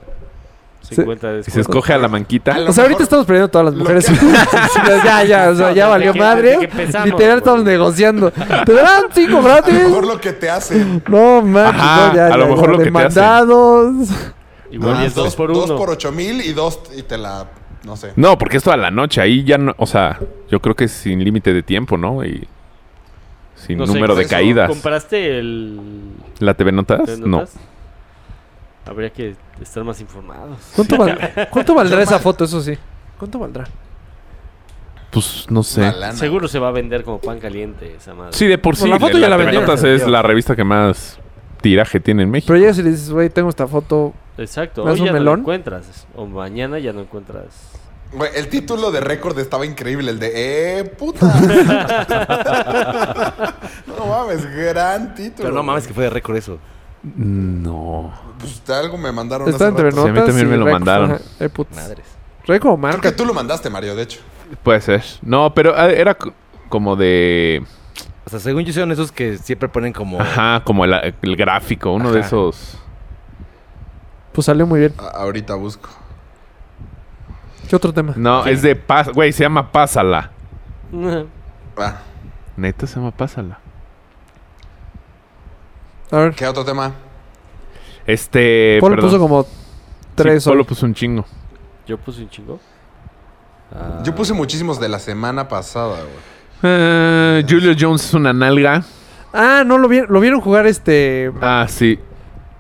Speaker 2: Sí.
Speaker 5: 50 de
Speaker 3: Y se
Speaker 5: descuento.
Speaker 3: escoge a la manquita.
Speaker 6: A lo
Speaker 2: O sea, ahorita
Speaker 6: mejor-
Speaker 2: estamos perdiendo todas las
Speaker 6: lo
Speaker 2: mujeres.
Speaker 6: que-
Speaker 2: ya, ya, o sea, ya
Speaker 5: No, desde
Speaker 2: valió
Speaker 5: que-
Speaker 2: madre.
Speaker 5: desde que empezamos,
Speaker 2: Literal,
Speaker 5: güey.
Speaker 2: estamos negociando. ¿Te darán cinco
Speaker 6: A lo
Speaker 2: gratis?
Speaker 6: mejor lo que te hacen.
Speaker 2: No, manches.
Speaker 3: Ajá,
Speaker 2: no, ya,
Speaker 3: a
Speaker 2: ya,
Speaker 3: lo
Speaker 2: ya,
Speaker 3: mejor lo que te hacen.
Speaker 2: demandados.
Speaker 5: Igual
Speaker 6: Ah,
Speaker 5: y es 2 por 1.
Speaker 6: Dos por ocho mil y dos... Y te la... No sé.
Speaker 3: No, porque es toda la noche. Ahí ya no. O sea, yo creo que es sin límite de tiempo, ¿no? Y. Sin
Speaker 5: No sé,
Speaker 3: número
Speaker 5: ¿qué
Speaker 3: de
Speaker 6: es eso?
Speaker 3: caídas.
Speaker 5: ¿Compraste el...
Speaker 3: ¿La TV Notas?
Speaker 5: ¿te
Speaker 3: No.
Speaker 5: notas? Habría que estar más informados.
Speaker 2: ¿Cuánto, val- cuánto valdrá
Speaker 6: Yo
Speaker 2: esa
Speaker 6: mal-
Speaker 2: foto? Eso sí. ¿Cuánto valdrá?
Speaker 3: Pues no sé.
Speaker 6: Una lana.
Speaker 5: Seguro se va a vender como pan caliente esa madre.
Speaker 3: Sí, de por
Speaker 2: Pues
Speaker 3: sí.
Speaker 2: la foto ya la vendieron.
Speaker 3: Pelotas es la revista que más tiraje tiene en México.
Speaker 2: Pero llegas y le dices, güey, tengo esta foto.
Speaker 5: Exacto.
Speaker 2: ¿Me das
Speaker 5: Hoy
Speaker 2: un
Speaker 5: ya no
Speaker 2: melón?
Speaker 5: lo encuentras. O mañana ya no encuentras.
Speaker 6: Güey, el título de récord estaba increíble, el de ¡Eh, puta! no mames, gran título.
Speaker 1: Pero no mames que fue de récord eso.
Speaker 3: No.
Speaker 6: Pues, algo me mandaron
Speaker 2: Está
Speaker 6: hace
Speaker 2: entre
Speaker 6: rato.
Speaker 3: Sí, a mí
Speaker 2: notas
Speaker 3: también
Speaker 2: y
Speaker 3: me lo
Speaker 2: Reco,
Speaker 3: mandaron.
Speaker 2: ajá. Eh, putz.
Speaker 1: Madres.
Speaker 2: Reco o
Speaker 6: Creo que
Speaker 2: marca.
Speaker 6: tú lo mandaste, Mario, de hecho.
Speaker 3: Puede ser. No, pero ah, era c- como de.
Speaker 1: O sea, según yo son esos que siempre ponen como...
Speaker 3: Ajá, como el, el gráfico, uno de
Speaker 1: Oh. Ajá.
Speaker 3: esos.
Speaker 2: Pues salió muy bien.
Speaker 6: A- ahorita busco.
Speaker 2: ¿Qué otro tema?
Speaker 3: No, es de Paz. Güey, se llama Pásala.
Speaker 6: Ah,
Speaker 3: Neta se llama Pásala.
Speaker 2: A ver,
Speaker 6: ¿Qué otro tema?
Speaker 3: Este.
Speaker 2: Paul
Speaker 3: perdón.
Speaker 2: puso como tres
Speaker 3: Sí, Polo
Speaker 2: hoy.
Speaker 3: puso un chingo.
Speaker 5: Yo puse un chingo. Ah,
Speaker 6: Yo puse muchísimos de la semana pasada, güey.
Speaker 3: Eh, Julio Jones es una nalga.
Speaker 2: Ah, no, lo vieron, lo vieron jugar este...
Speaker 3: Ah, sí.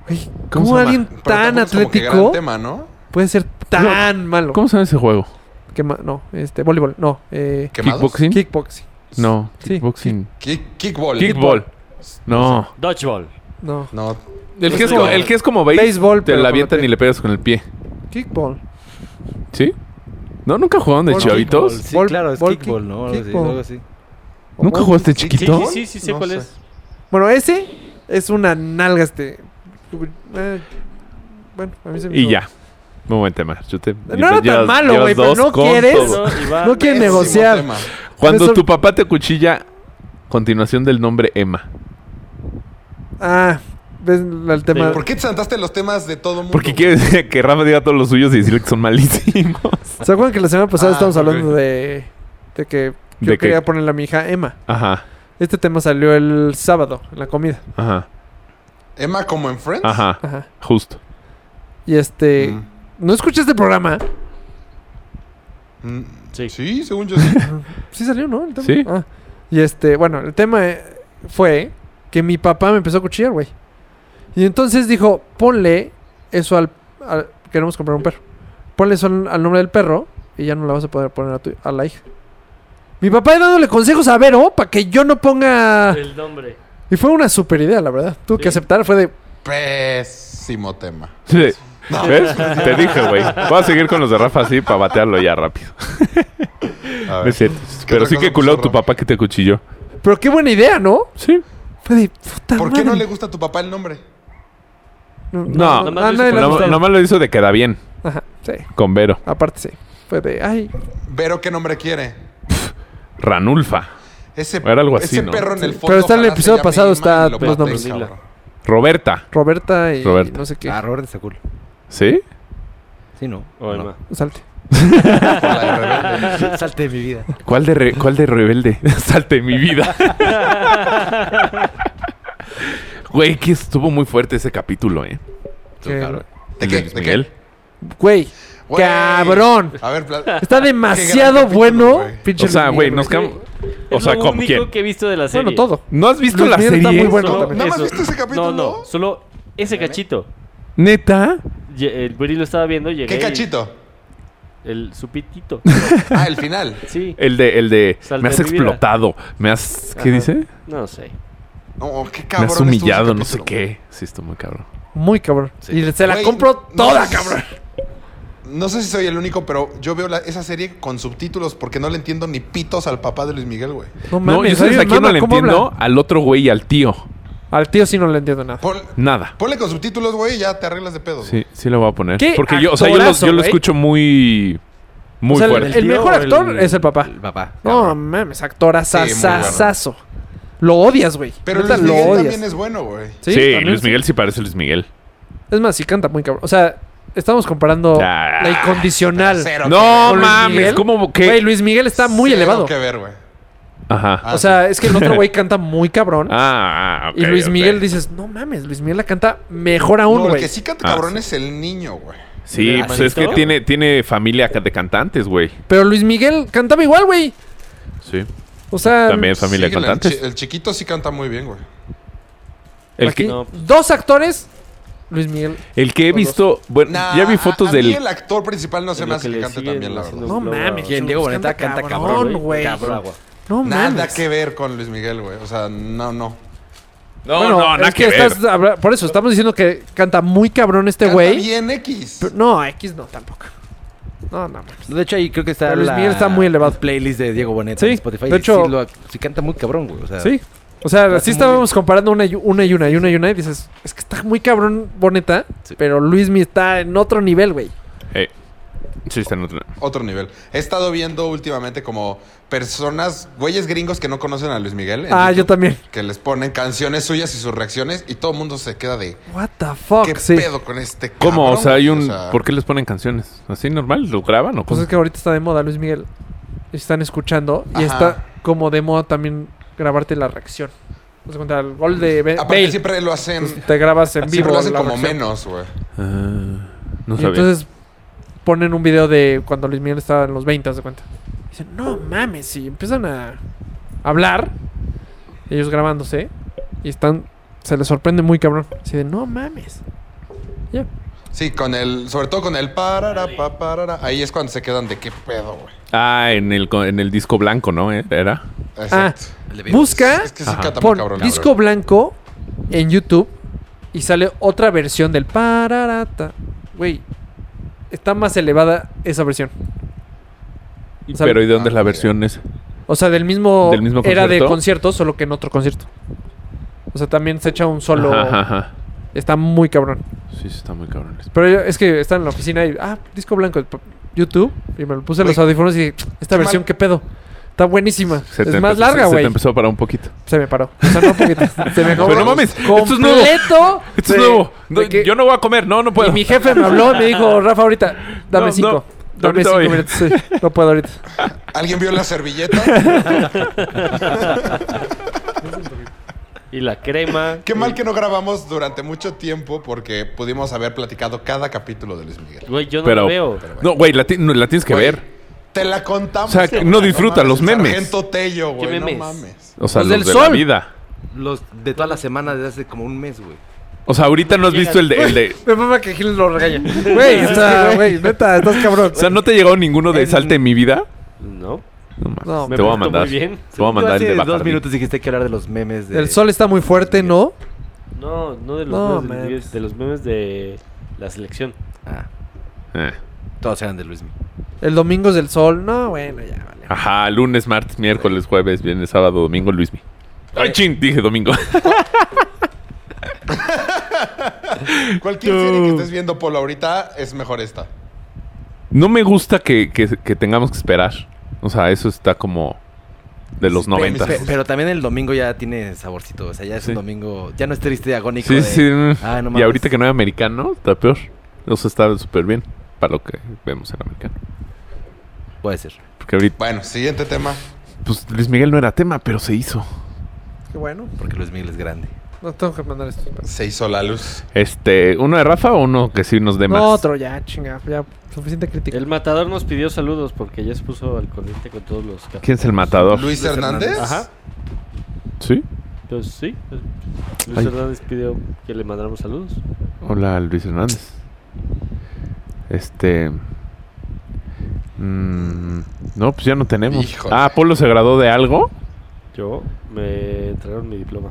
Speaker 2: Güey, ¿Cómo,
Speaker 3: ¿cómo se llama?
Speaker 2: alguien
Speaker 6: Pero
Speaker 2: tan
Speaker 6: tampoco es como que
Speaker 2: atlético
Speaker 6: gran tema, ¿no?
Speaker 2: puede ser tan malo?
Speaker 3: ¿Cómo se llama ese juego?
Speaker 2: Que ma- no, este, voleibol, no. Eh,
Speaker 6: ¿Quemados?
Speaker 3: ¿Kickboxing?
Speaker 2: kickboxing,
Speaker 3: No,
Speaker 2: Sí.
Speaker 3: kickboxing.
Speaker 6: Kick- kickball.
Speaker 3: Kickball. No.
Speaker 5: Dodgeball.
Speaker 2: no.
Speaker 6: No.
Speaker 3: El que es,
Speaker 2: Sí.
Speaker 3: como- el que es como base,
Speaker 2: Béisbol,
Speaker 3: te
Speaker 2: pero
Speaker 3: la
Speaker 2: con
Speaker 3: avientan
Speaker 2: la
Speaker 3: y
Speaker 2: pie.
Speaker 3: le pegas con el pie.
Speaker 2: Kickball.
Speaker 3: ¿Sí? ¿No? ¿Nunca jugaron de
Speaker 2: Ball
Speaker 3: chavitos?
Speaker 1: Sí,
Speaker 2: Ball-
Speaker 1: claro, es
Speaker 2: ball
Speaker 1: kickball,
Speaker 2: kick-
Speaker 1: ¿no? Algo así,
Speaker 2: kickball.
Speaker 1: algo así.
Speaker 2: O
Speaker 3: ¿Nunca
Speaker 2: ball-
Speaker 3: jugaste
Speaker 5: Sí,
Speaker 3: chiquito?
Speaker 5: sí, sí, sí, sé
Speaker 6: No
Speaker 5: cuál
Speaker 6: sé.
Speaker 5: es.
Speaker 2: Bueno, ese es una nalga este... Eh, bueno, a mí se me
Speaker 3: Y
Speaker 2: hizo-
Speaker 3: ya. Muy buen tema. Yo te-
Speaker 2: No era tan
Speaker 3: llevas-
Speaker 2: malo,
Speaker 3: llevas
Speaker 2: güey, pero
Speaker 3: dos
Speaker 2: no
Speaker 3: con
Speaker 2: quieres.
Speaker 3: todo.
Speaker 5: No, Iván,
Speaker 2: No quiere
Speaker 6: Pésimo
Speaker 2: negociar.
Speaker 6: tema.
Speaker 3: Cuando
Speaker 2: Eso-
Speaker 3: tu papá te cuchilla, continuación del nombre Emma.
Speaker 2: Ah, ves el tema...
Speaker 6: ¿Por qué te saltaste los temas de todo mundo?
Speaker 3: Porque
Speaker 6: güey?
Speaker 3: quiere decir que Rafa diga todos los suyos y decirle que son malísimos.
Speaker 2: ¿Se acuerdan que la semana pasada
Speaker 6: Ah,
Speaker 2: estábamos
Speaker 6: ok.
Speaker 2: hablando de, de que yo
Speaker 3: De que-
Speaker 2: quería ponerle a mi hija Emma?
Speaker 3: Ajá,
Speaker 2: Este tema salió el sábado en la comida.
Speaker 3: ajá,
Speaker 6: Emma como en Friends.
Speaker 3: ajá.
Speaker 2: Ajá.
Speaker 3: Justo.
Speaker 2: Y este.
Speaker 6: Mm.
Speaker 2: ¿No escuchaste el programa?
Speaker 6: Mm,
Speaker 5: Sí.
Speaker 6: Sí, según yo sí.
Speaker 2: Pues Sí salió, ¿no? El tema.
Speaker 3: Sí.
Speaker 2: Ah. Y este, bueno, el tema eh, fue que mi papá me empezó a cuchillar, güey. Y entonces dijo, ponle eso al, al- Queremos comprar un perro. Ponle eso al, al nombre del perro y ya no la vas a poder poner a, tu- a la hija. Mi papá dándole consejos a Vero para que yo no ponga...
Speaker 5: El nombre.
Speaker 2: Y fue una super idea, la verdad. Tuve que
Speaker 5: Sí.
Speaker 2: aceptar, fue de.
Speaker 6: Pésimo tema.
Speaker 3: Sí. ¿Ves? Te dije, güey. Voy a seguir con los de Rafa así para batearlo ya rápido.
Speaker 6: A
Speaker 3: No es cierto. Pero
Speaker 6: otra
Speaker 3: sí
Speaker 6: cosa
Speaker 3: que culó
Speaker 6: puso
Speaker 3: tu
Speaker 6: Rafa?
Speaker 3: papá que te cuchilló.
Speaker 2: Pero qué buena idea, ¿no?
Speaker 3: Sí.
Speaker 2: Fue de puta
Speaker 6: ¿Por qué no le
Speaker 2: madre.
Speaker 6: gusta a tu papá el nombre?
Speaker 2: No, ah, no,
Speaker 3: No,
Speaker 5: nomás
Speaker 2: a
Speaker 5: lo
Speaker 2: nadie le ha
Speaker 5: hizo por-
Speaker 3: Nomás
Speaker 2: gustado.
Speaker 3: nomás lo hizo de queda bien
Speaker 2: Ajá, sí.
Speaker 3: con Vero.
Speaker 2: Aparte, sí. Fue de. Ay,
Speaker 6: Vero, ¿qué nombre quiere?
Speaker 3: Ranulfa.
Speaker 6: Ese,
Speaker 3: Era algo así,
Speaker 6: ese
Speaker 3: ¿no?
Speaker 6: perro en el
Speaker 2: Sí,
Speaker 6: fondo.
Speaker 2: pero está en el
Speaker 6: ojalá se
Speaker 2: episodio
Speaker 6: llame
Speaker 2: pasado,
Speaker 6: Emma
Speaker 2: está
Speaker 6: y lo
Speaker 2: los
Speaker 6: maten,
Speaker 2: nombres.
Speaker 6: cabrón.
Speaker 3: Roberta.
Speaker 2: Roberta y
Speaker 3: Roberta.
Speaker 2: no sé qué.
Speaker 1: Ah, Robert está cool.
Speaker 3: ¿Sí?
Speaker 1: Sí, no.
Speaker 5: O
Speaker 1: No. Ah,
Speaker 5: Emma.
Speaker 2: Salte.
Speaker 6: Con la de rebelde.
Speaker 1: Salte de mi vida.
Speaker 3: ¿Cuál de, re- cuál de rebelde? Salte mi vida. Güey, que estuvo muy fuerte ese capítulo, ¿eh?
Speaker 2: Que-
Speaker 6: ¿De
Speaker 3: ¿El
Speaker 6: qué?
Speaker 3: Luis
Speaker 6: ¿De
Speaker 3: Miguel?
Speaker 6: qué?
Speaker 2: Güey,
Speaker 6: Güey.
Speaker 2: cabrón.
Speaker 6: A ver, pla-
Speaker 2: Está
Speaker 6: Qué
Speaker 2: demasiado
Speaker 6: gran capítulo,
Speaker 2: bueno.
Speaker 6: güey.
Speaker 2: pinche
Speaker 3: O sea,
Speaker 2: Luis
Speaker 3: güey,
Speaker 2: Miguel,
Speaker 3: nos quedamos... O sea,
Speaker 5: es lo
Speaker 3: ¿con
Speaker 5: único
Speaker 3: quién?
Speaker 5: que he visto de la serie.
Speaker 2: Bueno, todo.
Speaker 3: ¿No has visto
Speaker 2: Luis
Speaker 3: la
Speaker 2: Miguel
Speaker 3: serie?
Speaker 2: está muy bueno
Speaker 5: Solo
Speaker 2: también.
Speaker 6: ¿Nada más
Speaker 5: eso.
Speaker 6: viste ese capítulo?
Speaker 5: No, no. Solo ese cachito.
Speaker 3: ¿Neta?
Speaker 5: Ye- El Buri lo estaba viendo. Llegué
Speaker 6: ¿Qué
Speaker 5: y-
Speaker 6: cachito?
Speaker 5: El supitito.
Speaker 6: Ah, el final.
Speaker 5: Sí.
Speaker 3: El de... El de
Speaker 5: Salte
Speaker 3: me has
Speaker 5: mi vida.
Speaker 3: explotado. Me has... Eh, ¿Qué
Speaker 5: Ajá.
Speaker 3: dice?
Speaker 5: No sé.
Speaker 6: No, qué
Speaker 3: Me
Speaker 6: cabrón.
Speaker 3: has
Speaker 6: estuvo ese
Speaker 3: humillado, no sé
Speaker 6: capítulo,
Speaker 3: qué. Sí, estuvo muy cabrón.
Speaker 2: Muy cabrón. Y se la
Speaker 6: Güey,
Speaker 2: compro
Speaker 6: no
Speaker 2: toda,
Speaker 6: sé-
Speaker 2: cabrón.
Speaker 6: No sé si soy el único, pero yo veo la- esa serie con subtítulos porque no le entiendo ni pitos al papá de Luis Miguel, güey.
Speaker 2: No
Speaker 3: No, yo
Speaker 2: mames,
Speaker 3: sabes
Speaker 2: oye,
Speaker 3: a quién no
Speaker 2: mamá,
Speaker 3: le
Speaker 2: ¿cómo
Speaker 3: entiendo.
Speaker 2: hablan?
Speaker 3: Al otro güey y al tío.
Speaker 2: Al tío sí no le entiendo nada.
Speaker 6: Pon-
Speaker 3: Nada.
Speaker 6: ponle con subtítulos, güey, y ya te arreglas de pedo. güey.
Speaker 3: Sí, sí lo voy a poner.
Speaker 2: ¿Qué
Speaker 3: Porque yo, o sea, yo lo,
Speaker 2: actorazo,
Speaker 3: yo lo
Speaker 2: güey?
Speaker 3: escucho muy... Muy
Speaker 2: O sea, el-
Speaker 3: fuerte.
Speaker 2: el- mejor actor es el papá.
Speaker 1: El papá.
Speaker 2: No mames, actor asasasazo. Lo odias, güey.
Speaker 6: Pero
Speaker 2: Neta,
Speaker 6: Luis
Speaker 2: lo
Speaker 6: Miguel
Speaker 2: odias.
Speaker 6: también es bueno, güey.
Speaker 3: Sí,
Speaker 2: también
Speaker 3: Luis
Speaker 2: sí.
Speaker 3: Miguel sí parece Luis Miguel.
Speaker 2: Es más, sí canta muy cabrón. O sea, estamos comparando
Speaker 3: Ya.
Speaker 2: la incondicional.
Speaker 6: Cero que
Speaker 3: No
Speaker 6: ver,
Speaker 2: Luis
Speaker 3: mames,
Speaker 2: Miguel?
Speaker 3: ¿cómo que?
Speaker 2: Güey, Luis Miguel está muy
Speaker 6: cero
Speaker 2: elevado.
Speaker 6: que ver, güey.
Speaker 3: Ajá.
Speaker 6: Ah,
Speaker 2: o sea, es que el otro güey canta muy cabrón.
Speaker 3: Ah, ah, ok,
Speaker 2: y Luis
Speaker 3: ok.
Speaker 2: Miguel dices, no mames, Luis Miguel la canta mejor
Speaker 6: sí.
Speaker 2: aún,
Speaker 6: No, el
Speaker 2: güey.
Speaker 6: que sí canta
Speaker 3: Ah,
Speaker 6: cabrón
Speaker 3: sí.
Speaker 6: es el niño, güey.
Speaker 3: Sí, pues es que
Speaker 5: ¿Hermanito?
Speaker 3: tiene, tiene familia de cantantes, güey.
Speaker 2: Pero Luis Miguel cantaba igual, güey.
Speaker 3: Sí.
Speaker 2: O sea,
Speaker 3: También es familia
Speaker 6: Sí,
Speaker 3: de
Speaker 6: el-
Speaker 3: cantantes.
Speaker 6: El, chi- el chiquito sí canta muy bien, güey.
Speaker 3: El
Speaker 2: aquí
Speaker 3: que-
Speaker 5: No.
Speaker 2: dos actores Luis Miguel.
Speaker 3: El que he
Speaker 2: Los
Speaker 3: visto, bueno,
Speaker 6: Nah,
Speaker 3: ya vi
Speaker 6: a-
Speaker 3: fotos
Speaker 6: a
Speaker 3: del...
Speaker 6: mí el actor principal no se me
Speaker 5: lo
Speaker 6: hace
Speaker 5: que
Speaker 6: que
Speaker 5: le
Speaker 6: cante
Speaker 5: siguen
Speaker 6: también, la
Speaker 5: haciendo
Speaker 6: verdad.
Speaker 2: No
Speaker 5: flow a-
Speaker 2: mames.
Speaker 1: ¿Quién?
Speaker 2: Chus,
Speaker 1: Diego Boneta
Speaker 2: canta
Speaker 1: canta
Speaker 2: cabrón,
Speaker 1: cabrón,
Speaker 2: güey.
Speaker 1: Cabrón.
Speaker 2: No
Speaker 6: Nada
Speaker 2: mames. ¿Este
Speaker 6: que ver con Luis Miguel, güey. O sea, no, no.
Speaker 3: No,
Speaker 2: Bueno,
Speaker 3: no, nada
Speaker 2: es que,
Speaker 3: que, ver.
Speaker 2: estás habla- Por eso estamos diciendo que canta muy cabrón este
Speaker 6: Canta
Speaker 2: güey.
Speaker 6: bien X.
Speaker 2: pero- No, X no tampoco. No, no. mames.
Speaker 1: Pues, De hecho, ahí creo que está
Speaker 2: Pero Luis
Speaker 1: la
Speaker 2: Miguel está muy elevado.
Speaker 1: playlist de Diego Boneta
Speaker 2: Sí,
Speaker 1: en Spotify.
Speaker 2: de
Speaker 1: y
Speaker 2: hecho-
Speaker 1: sí, lo- sí canta muy cabrón, güey. O sea,
Speaker 2: Sí. O sea,
Speaker 1: Hace
Speaker 2: así estábamos comparando una y una y una y una y una y dices, es que está muy cabrón Boneta,
Speaker 1: Sí.
Speaker 2: pero Luis Mi está en otro nivel, güey.
Speaker 3: Eh, sí, está en otro...
Speaker 6: Otro nivel. He estado viendo últimamente como personas, güeyes gringos que no conocen a Luis Miguel. en
Speaker 2: Ah,
Speaker 6: YouTube,
Speaker 2: yo también.
Speaker 6: Que les ponen canciones suyas y sus reacciones y todo el mundo se queda de...
Speaker 2: What the fuck,
Speaker 6: ¿Qué
Speaker 2: sí.
Speaker 6: pedo con este
Speaker 3: ¿Cómo?
Speaker 6: cabrón,
Speaker 3: o sea, hay
Speaker 6: güey?
Speaker 3: un...
Speaker 6: sea,
Speaker 3: ¿Por qué les ponen canciones? ¿Así normal? ¿Lo graban o
Speaker 2: Pues
Speaker 3: cómo?
Speaker 2: es que ahorita está de moda Luis Miguel. Están escuchando y
Speaker 6: Ajá.
Speaker 2: está como de moda también grabarte la reacción. O sea, contra el gol de Ba-
Speaker 6: Aparte
Speaker 2: Bale.
Speaker 6: siempre lo hacen...
Speaker 2: Pues te grabas en vivo.
Speaker 6: siempre lo hacen
Speaker 2: la
Speaker 6: como
Speaker 2: reacción.
Speaker 6: menos, güey.
Speaker 3: Ah, no
Speaker 2: Y
Speaker 3: sabía.
Speaker 2: entonces ponen un video de cuando Luis Miguel estaba en los 20, haz de cuenta. Y Dicen, no mames, y empiezan a hablar, ellos grabándose, y están, se les sorprende muy cabrón. Así de, no mames. Ya.
Speaker 6: Sí, con el... Sobre todo con el... Parara, pa, parara. Ahí es cuando se quedan de qué pedo, güey.
Speaker 3: Ah, en el, co- en el disco blanco, ¿no? Eh, Era.
Speaker 2: Ah,
Speaker 6: Exacto.
Speaker 1: el de Beatles.
Speaker 2: Busca,
Speaker 6: Es que sí
Speaker 3: Ajá.
Speaker 6: canta muy
Speaker 2: pon
Speaker 6: cabrón.
Speaker 2: disco
Speaker 6: cabrón.
Speaker 2: blanco en YouTube y sale otra versión del pararata. Güey, está más elevada esa versión. O sea,
Speaker 3: Pero ¿y de dónde es
Speaker 6: Ah,
Speaker 3: la
Speaker 6: mira.
Speaker 3: versión esa?
Speaker 2: O sea, del mismo,
Speaker 3: ¿Del mismo
Speaker 2: era de
Speaker 3: concierto?
Speaker 2: concierto, solo que en otro concierto. O sea, también se echa un solo.
Speaker 3: Ajá, ajá, ajá.
Speaker 2: Está muy cabrón.
Speaker 3: Sí, sí, está muy cabrón.
Speaker 2: Pero yo- es que está en la oficina y. Ah, disco blanco. p- YouTube. Y me lo puse en los
Speaker 6: Güey,
Speaker 2: audífonos y dije, esta
Speaker 6: qué
Speaker 2: versión,
Speaker 6: mal.
Speaker 2: qué pedo. Está buenísima.
Speaker 3: Se
Speaker 2: es
Speaker 3: te
Speaker 2: más
Speaker 3: empezó-
Speaker 2: larga,
Speaker 3: se- Se
Speaker 2: güey.
Speaker 3: te
Speaker 2: Se,
Speaker 3: empezó a parar un poquito.
Speaker 2: me paró. O sea, no un poquito. Se me acabó.
Speaker 3: Pero no mames, esto es nuevo.
Speaker 2: completo.
Speaker 3: Esto
Speaker 2: de-
Speaker 3: es nuevo.
Speaker 2: de
Speaker 3: No,
Speaker 2: que-
Speaker 3: Yo no voy a comer. No, no puedo.
Speaker 2: Y mi jefe me habló y me dijo, Rafa, ahorita, dame
Speaker 3: No,
Speaker 2: cinco.
Speaker 3: no.
Speaker 2: Dame
Speaker 3: Ahorita
Speaker 2: cinco
Speaker 3: voy.
Speaker 2: minutos. Sí, no puedo ahorita.
Speaker 6: ¿Alguien vio la servilleta?
Speaker 5: Y la crema.
Speaker 6: Qué mal que no grabamos durante mucho tiempo porque pudimos haber platicado cada capítulo de Luis Miguel.
Speaker 5: Güey, yo no
Speaker 3: Pero-
Speaker 5: lo veo.
Speaker 3: No, güey, la, ti- no, la tienes que
Speaker 6: Güey,
Speaker 3: ver.
Speaker 6: Te la contamos.
Speaker 3: O sea, que
Speaker 6: cabrón.
Speaker 3: no disfruta
Speaker 6: mames,
Speaker 3: los
Speaker 6: el
Speaker 3: memes.
Speaker 6: Sargento Tello, güey.
Speaker 5: ¿Qué memes?
Speaker 6: No mames.
Speaker 3: O sea,
Speaker 2: Los
Speaker 3: los,
Speaker 2: del
Speaker 3: de
Speaker 2: sol.
Speaker 3: la vida.
Speaker 1: Los de toda la semana desde hace como un mes, güey.
Speaker 3: O sea, ahorita no has visto el de, el de-
Speaker 2: Me mama que Gil lo regaña. Güey, está, güey, neta, estás cabrón.
Speaker 3: O sea, ¿no te llegó ninguno de
Speaker 1: En-
Speaker 3: Salte en mi vida?
Speaker 5: No.
Speaker 3: No, mames.
Speaker 2: No,
Speaker 5: me
Speaker 3: te voy a
Speaker 5: porto
Speaker 3: mandar.
Speaker 5: muy bien.
Speaker 3: Te voy a mandar el de
Speaker 1: hace
Speaker 3: Bacardi.
Speaker 1: dos minutos dijiste que hablar de los memes de...
Speaker 2: El sol está muy fuerte, ¿no?
Speaker 5: No, no de los,
Speaker 2: No,
Speaker 5: memes, de,
Speaker 2: mames.
Speaker 5: de los memes de la selección.
Speaker 1: Ah,
Speaker 3: Eh.
Speaker 1: todos eran de Luis Miguel.
Speaker 2: El domingo es el sol. No, bueno, ya, vale.
Speaker 3: Ajá, lunes, martes, miércoles, jueves, viernes, sábado, domingo, Luismi. Ay, chin, dije domingo.
Speaker 6: Cualquier serie que estés viendo, Polo, ahorita es mejor esta.
Speaker 3: No me gusta que, que- que tengamos que esperar. O sea, eso está como de los
Speaker 6: Sí,
Speaker 3: noventas.
Speaker 1: Pe- Pero también el domingo ya tiene saborcito. O sea, ya es
Speaker 3: Sí.
Speaker 1: un domingo... Ya no es triste y agónico
Speaker 3: Sí,
Speaker 1: de-
Speaker 3: sí. mm.
Speaker 1: Ah, no
Speaker 3: y
Speaker 1: mames.
Speaker 3: ahorita que no hay americano, está peor. O sea, está súper bien para lo que vemos en americano.
Speaker 1: Puede ser.
Speaker 3: Porque ahorita,
Speaker 6: Bueno, siguiente tema.
Speaker 3: pues Luis Miguel no era tema, pero se hizo.
Speaker 2: Qué bueno.
Speaker 1: Porque Luis Miguel es grande.
Speaker 2: No tengo que mandar esto.
Speaker 6: Se hizo la luz.
Speaker 3: Este, ¿uno de Rafa o uno que sí nos dé más?
Speaker 2: No, otro ya, chinga. Ya, suficiente crítica.
Speaker 5: El matador nos pidió saludos porque ya se puso al corriente con todos los cap-
Speaker 3: ¿Quién es el matador?
Speaker 6: Luis Hernández.
Speaker 5: Ajá.
Speaker 3: ¿Sí?
Speaker 5: Entonces, sí. pues, Luis
Speaker 3: Ay.
Speaker 5: Hernández pidió que le mandáramos saludos.
Speaker 3: Hola, Luis Hernández. Este. mm, no, pues ya no tenemos.
Speaker 6: Híjole.
Speaker 3: Ah, Polo se graduó de algo.
Speaker 5: Yo me entregaron mi diploma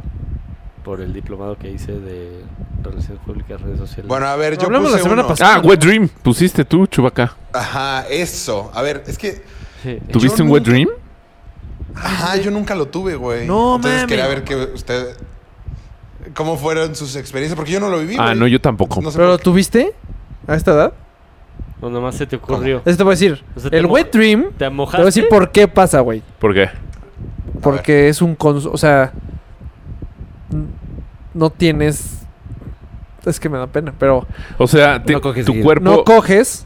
Speaker 5: por el diplomado que hice de Relaciones Públicas, Redes Sociales.
Speaker 6: Bueno, a ver, yo
Speaker 2: Hablamos
Speaker 6: puse
Speaker 2: la semana
Speaker 6: uno. Ah.
Speaker 2: pasada.
Speaker 3: Ah, Wet Dream. Pusiste tú, Chubaca.
Speaker 6: Ajá, eso. A ver, es que...
Speaker 5: Sí.
Speaker 3: ¿Tuviste
Speaker 6: Yo
Speaker 3: un Wet
Speaker 6: nunca-
Speaker 3: Dream?
Speaker 6: Ajá, yo nunca lo tuve, güey.
Speaker 2: No
Speaker 6: Entonces
Speaker 2: mames.
Speaker 6: quería ver que usted... ¿Cómo fueron sus experiencias? Porque yo no lo viví,
Speaker 3: Ah,
Speaker 6: güey.
Speaker 3: no, yo tampoco.
Speaker 6: No sé
Speaker 2: ¿Pero
Speaker 6: por
Speaker 2: lo
Speaker 6: qué.
Speaker 2: tuviste? ¿A esta edad?
Speaker 5: No, nomás se te ocurrió.
Speaker 2: Eso te voy a decir.
Speaker 5: O sea, te
Speaker 2: el
Speaker 5: mo-
Speaker 2: wet dream. Te
Speaker 5: ¿Te
Speaker 2: voy
Speaker 5: mojaste?
Speaker 2: a decir por qué pasa, güey.
Speaker 3: ¿Por qué?
Speaker 2: Porque es un cons- O sea. n- No tienes. Es que me da pena, pero.
Speaker 3: O sea, te-
Speaker 1: No coges
Speaker 3: tu
Speaker 1: seguido.
Speaker 3: cuerpo.
Speaker 2: No coges.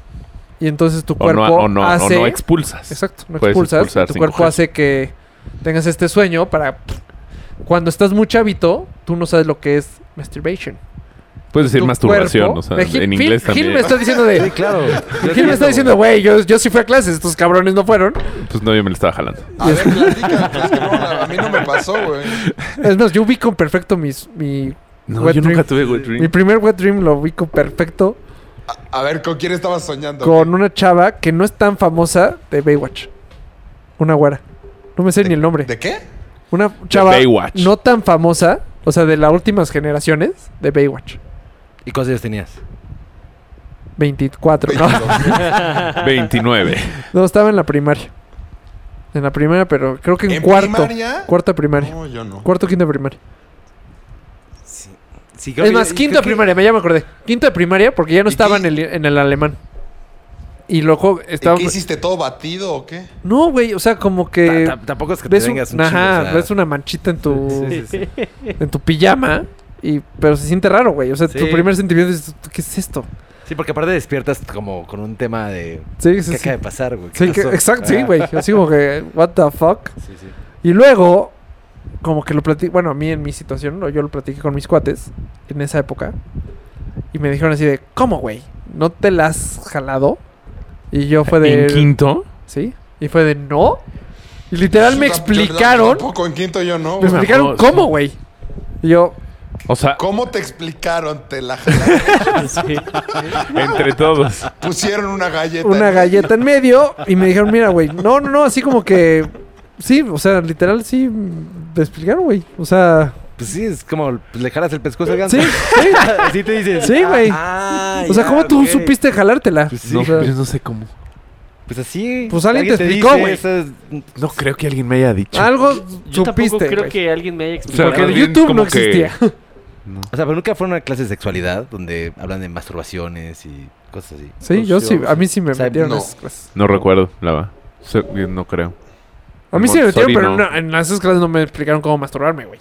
Speaker 2: Y entonces tu
Speaker 3: o,
Speaker 2: cuerpo
Speaker 3: no, o, no, o
Speaker 2: hace.
Speaker 3: no expulsas.
Speaker 2: Exacto, no
Speaker 3: Puedes
Speaker 2: expulsas.
Speaker 3: expulsar
Speaker 2: Tu
Speaker 3: sin
Speaker 2: cuerpo
Speaker 3: coger.
Speaker 2: hace que tengas este sueño para. Cuando estás muy chavito, tú no sabes lo que es masturbation.
Speaker 3: Puedes decir
Speaker 2: Tu
Speaker 3: masturbación.
Speaker 2: cuerpo-
Speaker 3: O sea,
Speaker 2: Ve, Gil-
Speaker 3: en
Speaker 2: Gil-
Speaker 3: inglés también.
Speaker 2: Gil me está diciendo
Speaker 1: Sí,
Speaker 2: de.
Speaker 1: claro.
Speaker 2: Gil me está diciendo, güey, yo, yo sí fui a clases, estos cabrones no fueron.
Speaker 3: Pues no, yo me lo estaba jalando.
Speaker 6: A ver, platica. es que no, a mí no me pasó, güey.
Speaker 2: Es más, yo ubico perfecto mis, mi
Speaker 3: No,
Speaker 2: Wet
Speaker 3: yo
Speaker 2: dream.
Speaker 3: nunca tuve wet dream.
Speaker 2: Mi primer wet dream lo ubico perfecto
Speaker 6: A ver, ¿con quién estabas soñando?
Speaker 2: con una chava que no es tan famosa de Baywatch. Una güera. No me sé ni el nombre.
Speaker 6: ¿De qué?
Speaker 2: Una chava
Speaker 3: Baywatch.
Speaker 2: no tan famosa, o sea, de las últimas generaciones de Baywatch.
Speaker 1: ¿Y cuántos años tenías?
Speaker 2: 24, ¿no?
Speaker 3: 29.
Speaker 2: No, estaba en la primaria. En la primaria, pero creo que en,
Speaker 6: ¿En
Speaker 2: cuarto.
Speaker 6: primaria?
Speaker 2: Cuarto de primaria.
Speaker 6: No, yo no.
Speaker 2: Cuarto, quinto de primaria.
Speaker 1: Sí. Sí, creo
Speaker 2: Es
Speaker 1: que-
Speaker 2: más,
Speaker 1: creo
Speaker 2: quinto de
Speaker 1: que-
Speaker 2: primaria, me ya me acordé. Quinto de primaria porque ya no
Speaker 6: ¿Y
Speaker 2: estaba en
Speaker 6: qué-
Speaker 2: el, en el alemán. Y loco,
Speaker 6: ¿Y qué
Speaker 2: estaba...
Speaker 6: hiciste todo batido o qué?
Speaker 2: No, güey, o sea, como que...
Speaker 1: Ta- ta- tampoco es que te
Speaker 2: ves, un-
Speaker 1: tengas un
Speaker 2: ajá,
Speaker 1: chingo, o sea,
Speaker 2: ves una manchita en tu,
Speaker 1: Sí, sí, sí.
Speaker 2: en tu pijama, y, pero se siente raro, güey. O sea,
Speaker 1: Sí.
Speaker 2: tu primer sentimiento es, ¿qué es esto?
Speaker 1: Sí, porque aparte despiertas como con un tema de...
Speaker 2: Sí,
Speaker 1: ¿Qué
Speaker 2: sí, sí.
Speaker 1: acaba de pasar, güey? ¿Qué
Speaker 2: Sí, que-
Speaker 1: pasó?
Speaker 2: exacto, sí,
Speaker 1: Ah,
Speaker 2: güey. Así como que, what the fuck.
Speaker 1: Sí, sí.
Speaker 2: Y luego, como que lo platiqué, bueno, a mí en mi situación, ¿no? yo lo platiqué con mis cuates en esa época. Y me dijeron así de, ¿cómo, güey? ¿No te la has jalado? Y yo fue de...
Speaker 3: ¿En quinto?
Speaker 2: Sí. Y fue de, ¿no? Y literal me
Speaker 6: Yo tam- yo
Speaker 2: explicaron... Pues
Speaker 6: Tampoco en quinto yo no.
Speaker 2: Me
Speaker 6: güey.
Speaker 2: explicaron
Speaker 3: acuerdo,
Speaker 2: cómo,
Speaker 3: sí.
Speaker 2: güey. Y yo,
Speaker 3: O sea,
Speaker 6: ¿Cómo te explicaron? Te la jalaron,
Speaker 3: entre todos.
Speaker 6: pusieron una galleta.
Speaker 2: una
Speaker 6: en-
Speaker 2: galleta en medio y me dijeron, mira, güey, no, no, no, así como que... Sí, o sea, literal, sí, me explicaron, güey. O sea,
Speaker 1: Pues sí, es como pues, le jalas el pescuezo al ganso.
Speaker 2: sí, sí,
Speaker 1: Así te dicen.
Speaker 2: sí, güey.
Speaker 1: Ah,
Speaker 2: O sea,
Speaker 1: ya,
Speaker 2: ¿cómo tú
Speaker 1: ok.
Speaker 2: supiste jalártela?
Speaker 1: Pues sí.
Speaker 3: No,
Speaker 2: O sea,
Speaker 3: yo no sé cómo.
Speaker 1: Pues así.
Speaker 2: Pues alguien te explicó,
Speaker 1: dice
Speaker 2: güey.
Speaker 1: esas-
Speaker 3: No creo que alguien me haya dicho.
Speaker 2: Algo
Speaker 5: Yo tampoco
Speaker 2: supiste,
Speaker 5: creo
Speaker 2: güey.
Speaker 5: que alguien me haya
Speaker 3: sea,
Speaker 5: explicado.
Speaker 2: Porque
Speaker 3: más
Speaker 2: en
Speaker 3: bien
Speaker 2: YouTube
Speaker 3: como
Speaker 2: no
Speaker 3: que-
Speaker 2: existía.
Speaker 1: O sea, pero nunca fue una clase de sexualidad donde hablan de masturbaciones y cosas así.
Speaker 2: Sí, yo sí, a mí sí me
Speaker 1: O sea,
Speaker 2: metieron
Speaker 6: no.
Speaker 2: esas clases.
Speaker 3: No recuerdo, la va. Se- No creo.
Speaker 2: A mí sí me metieron,
Speaker 3: Montessori,
Speaker 2: pero
Speaker 3: no.
Speaker 2: no, en esas clases no me explicaron cómo masturbarme, güey.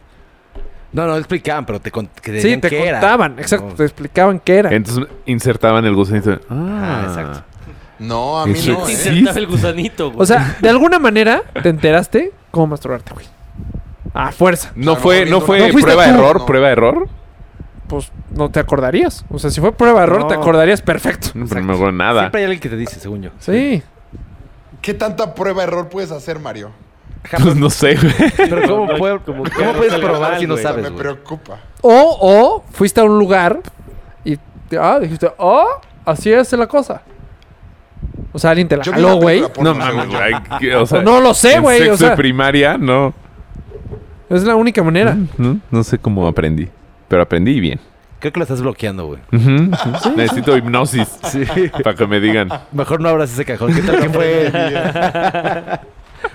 Speaker 1: No, no explicaban, pero te, con- que
Speaker 2: Sí,
Speaker 1: decían
Speaker 2: te
Speaker 1: qué era.
Speaker 2: contaban, exacto,
Speaker 1: No.
Speaker 2: te explicaban qué era.
Speaker 3: Entonces insertaban el gusanito. Ah,
Speaker 1: Ah, exacto.
Speaker 6: No, a mí
Speaker 3: Eso
Speaker 6: no.
Speaker 5: Se
Speaker 6: ¿eh?
Speaker 3: existe.
Speaker 5: insertaba el gusanito, güey.
Speaker 2: O sea, de alguna manera te enteraste cómo masturbarte, güey. A fuerza.
Speaker 3: No
Speaker 6: A lo
Speaker 3: fue,
Speaker 6: mejor
Speaker 3: no
Speaker 6: no-
Speaker 3: fue
Speaker 2: No fuiste
Speaker 3: prueba
Speaker 2: tú.
Speaker 3: error,
Speaker 6: No.
Speaker 3: prueba error.
Speaker 2: Pues no te acordarías. O sea, si fue prueba error, te
Speaker 1: No.
Speaker 2: acordarías perfecto.
Speaker 3: No, pero no me acuerdo nada.
Speaker 1: Siempre hay alguien que te dice, según yo.
Speaker 2: Sí.
Speaker 6: ¿Qué tanta prueba-error puedes hacer, Mario?
Speaker 1: Ajá,
Speaker 3: Pues no sé, güey.
Speaker 1: Pero ¿cómo,
Speaker 5: No,
Speaker 1: puede-
Speaker 5: como que
Speaker 1: ¿cómo
Speaker 5: no
Speaker 1: puedes
Speaker 5: salga
Speaker 1: probar
Speaker 5: mal,
Speaker 1: si no
Speaker 5: güey.
Speaker 6: O sea,
Speaker 1: sabes?
Speaker 6: me
Speaker 1: güey?
Speaker 6: preocupa.
Speaker 2: O, o fuiste a un lugar y te- ah, dijiste, oh, así es la cosa. O sea, alguien te la
Speaker 6: Yo vi una
Speaker 2: jaló, güey.
Speaker 6: película porno,
Speaker 3: No mames,
Speaker 6: según yo.
Speaker 3: güey. que- O sea,
Speaker 2: No lo sé,
Speaker 3: en
Speaker 2: güey, o
Speaker 3: Sexto de
Speaker 2: sea.
Speaker 3: primaria, no.
Speaker 2: Es la única manera.
Speaker 3: No, no sé cómo aprendí. Pero aprendí bien.
Speaker 1: Creo que lo estás bloqueando, güey.
Speaker 2: Mm.
Speaker 3: Ujú, ujú. Necesito hipnosis
Speaker 1: Sí.
Speaker 3: para que me digan.
Speaker 1: Mejor no abras ese cajón. ¿Qué tal que fue?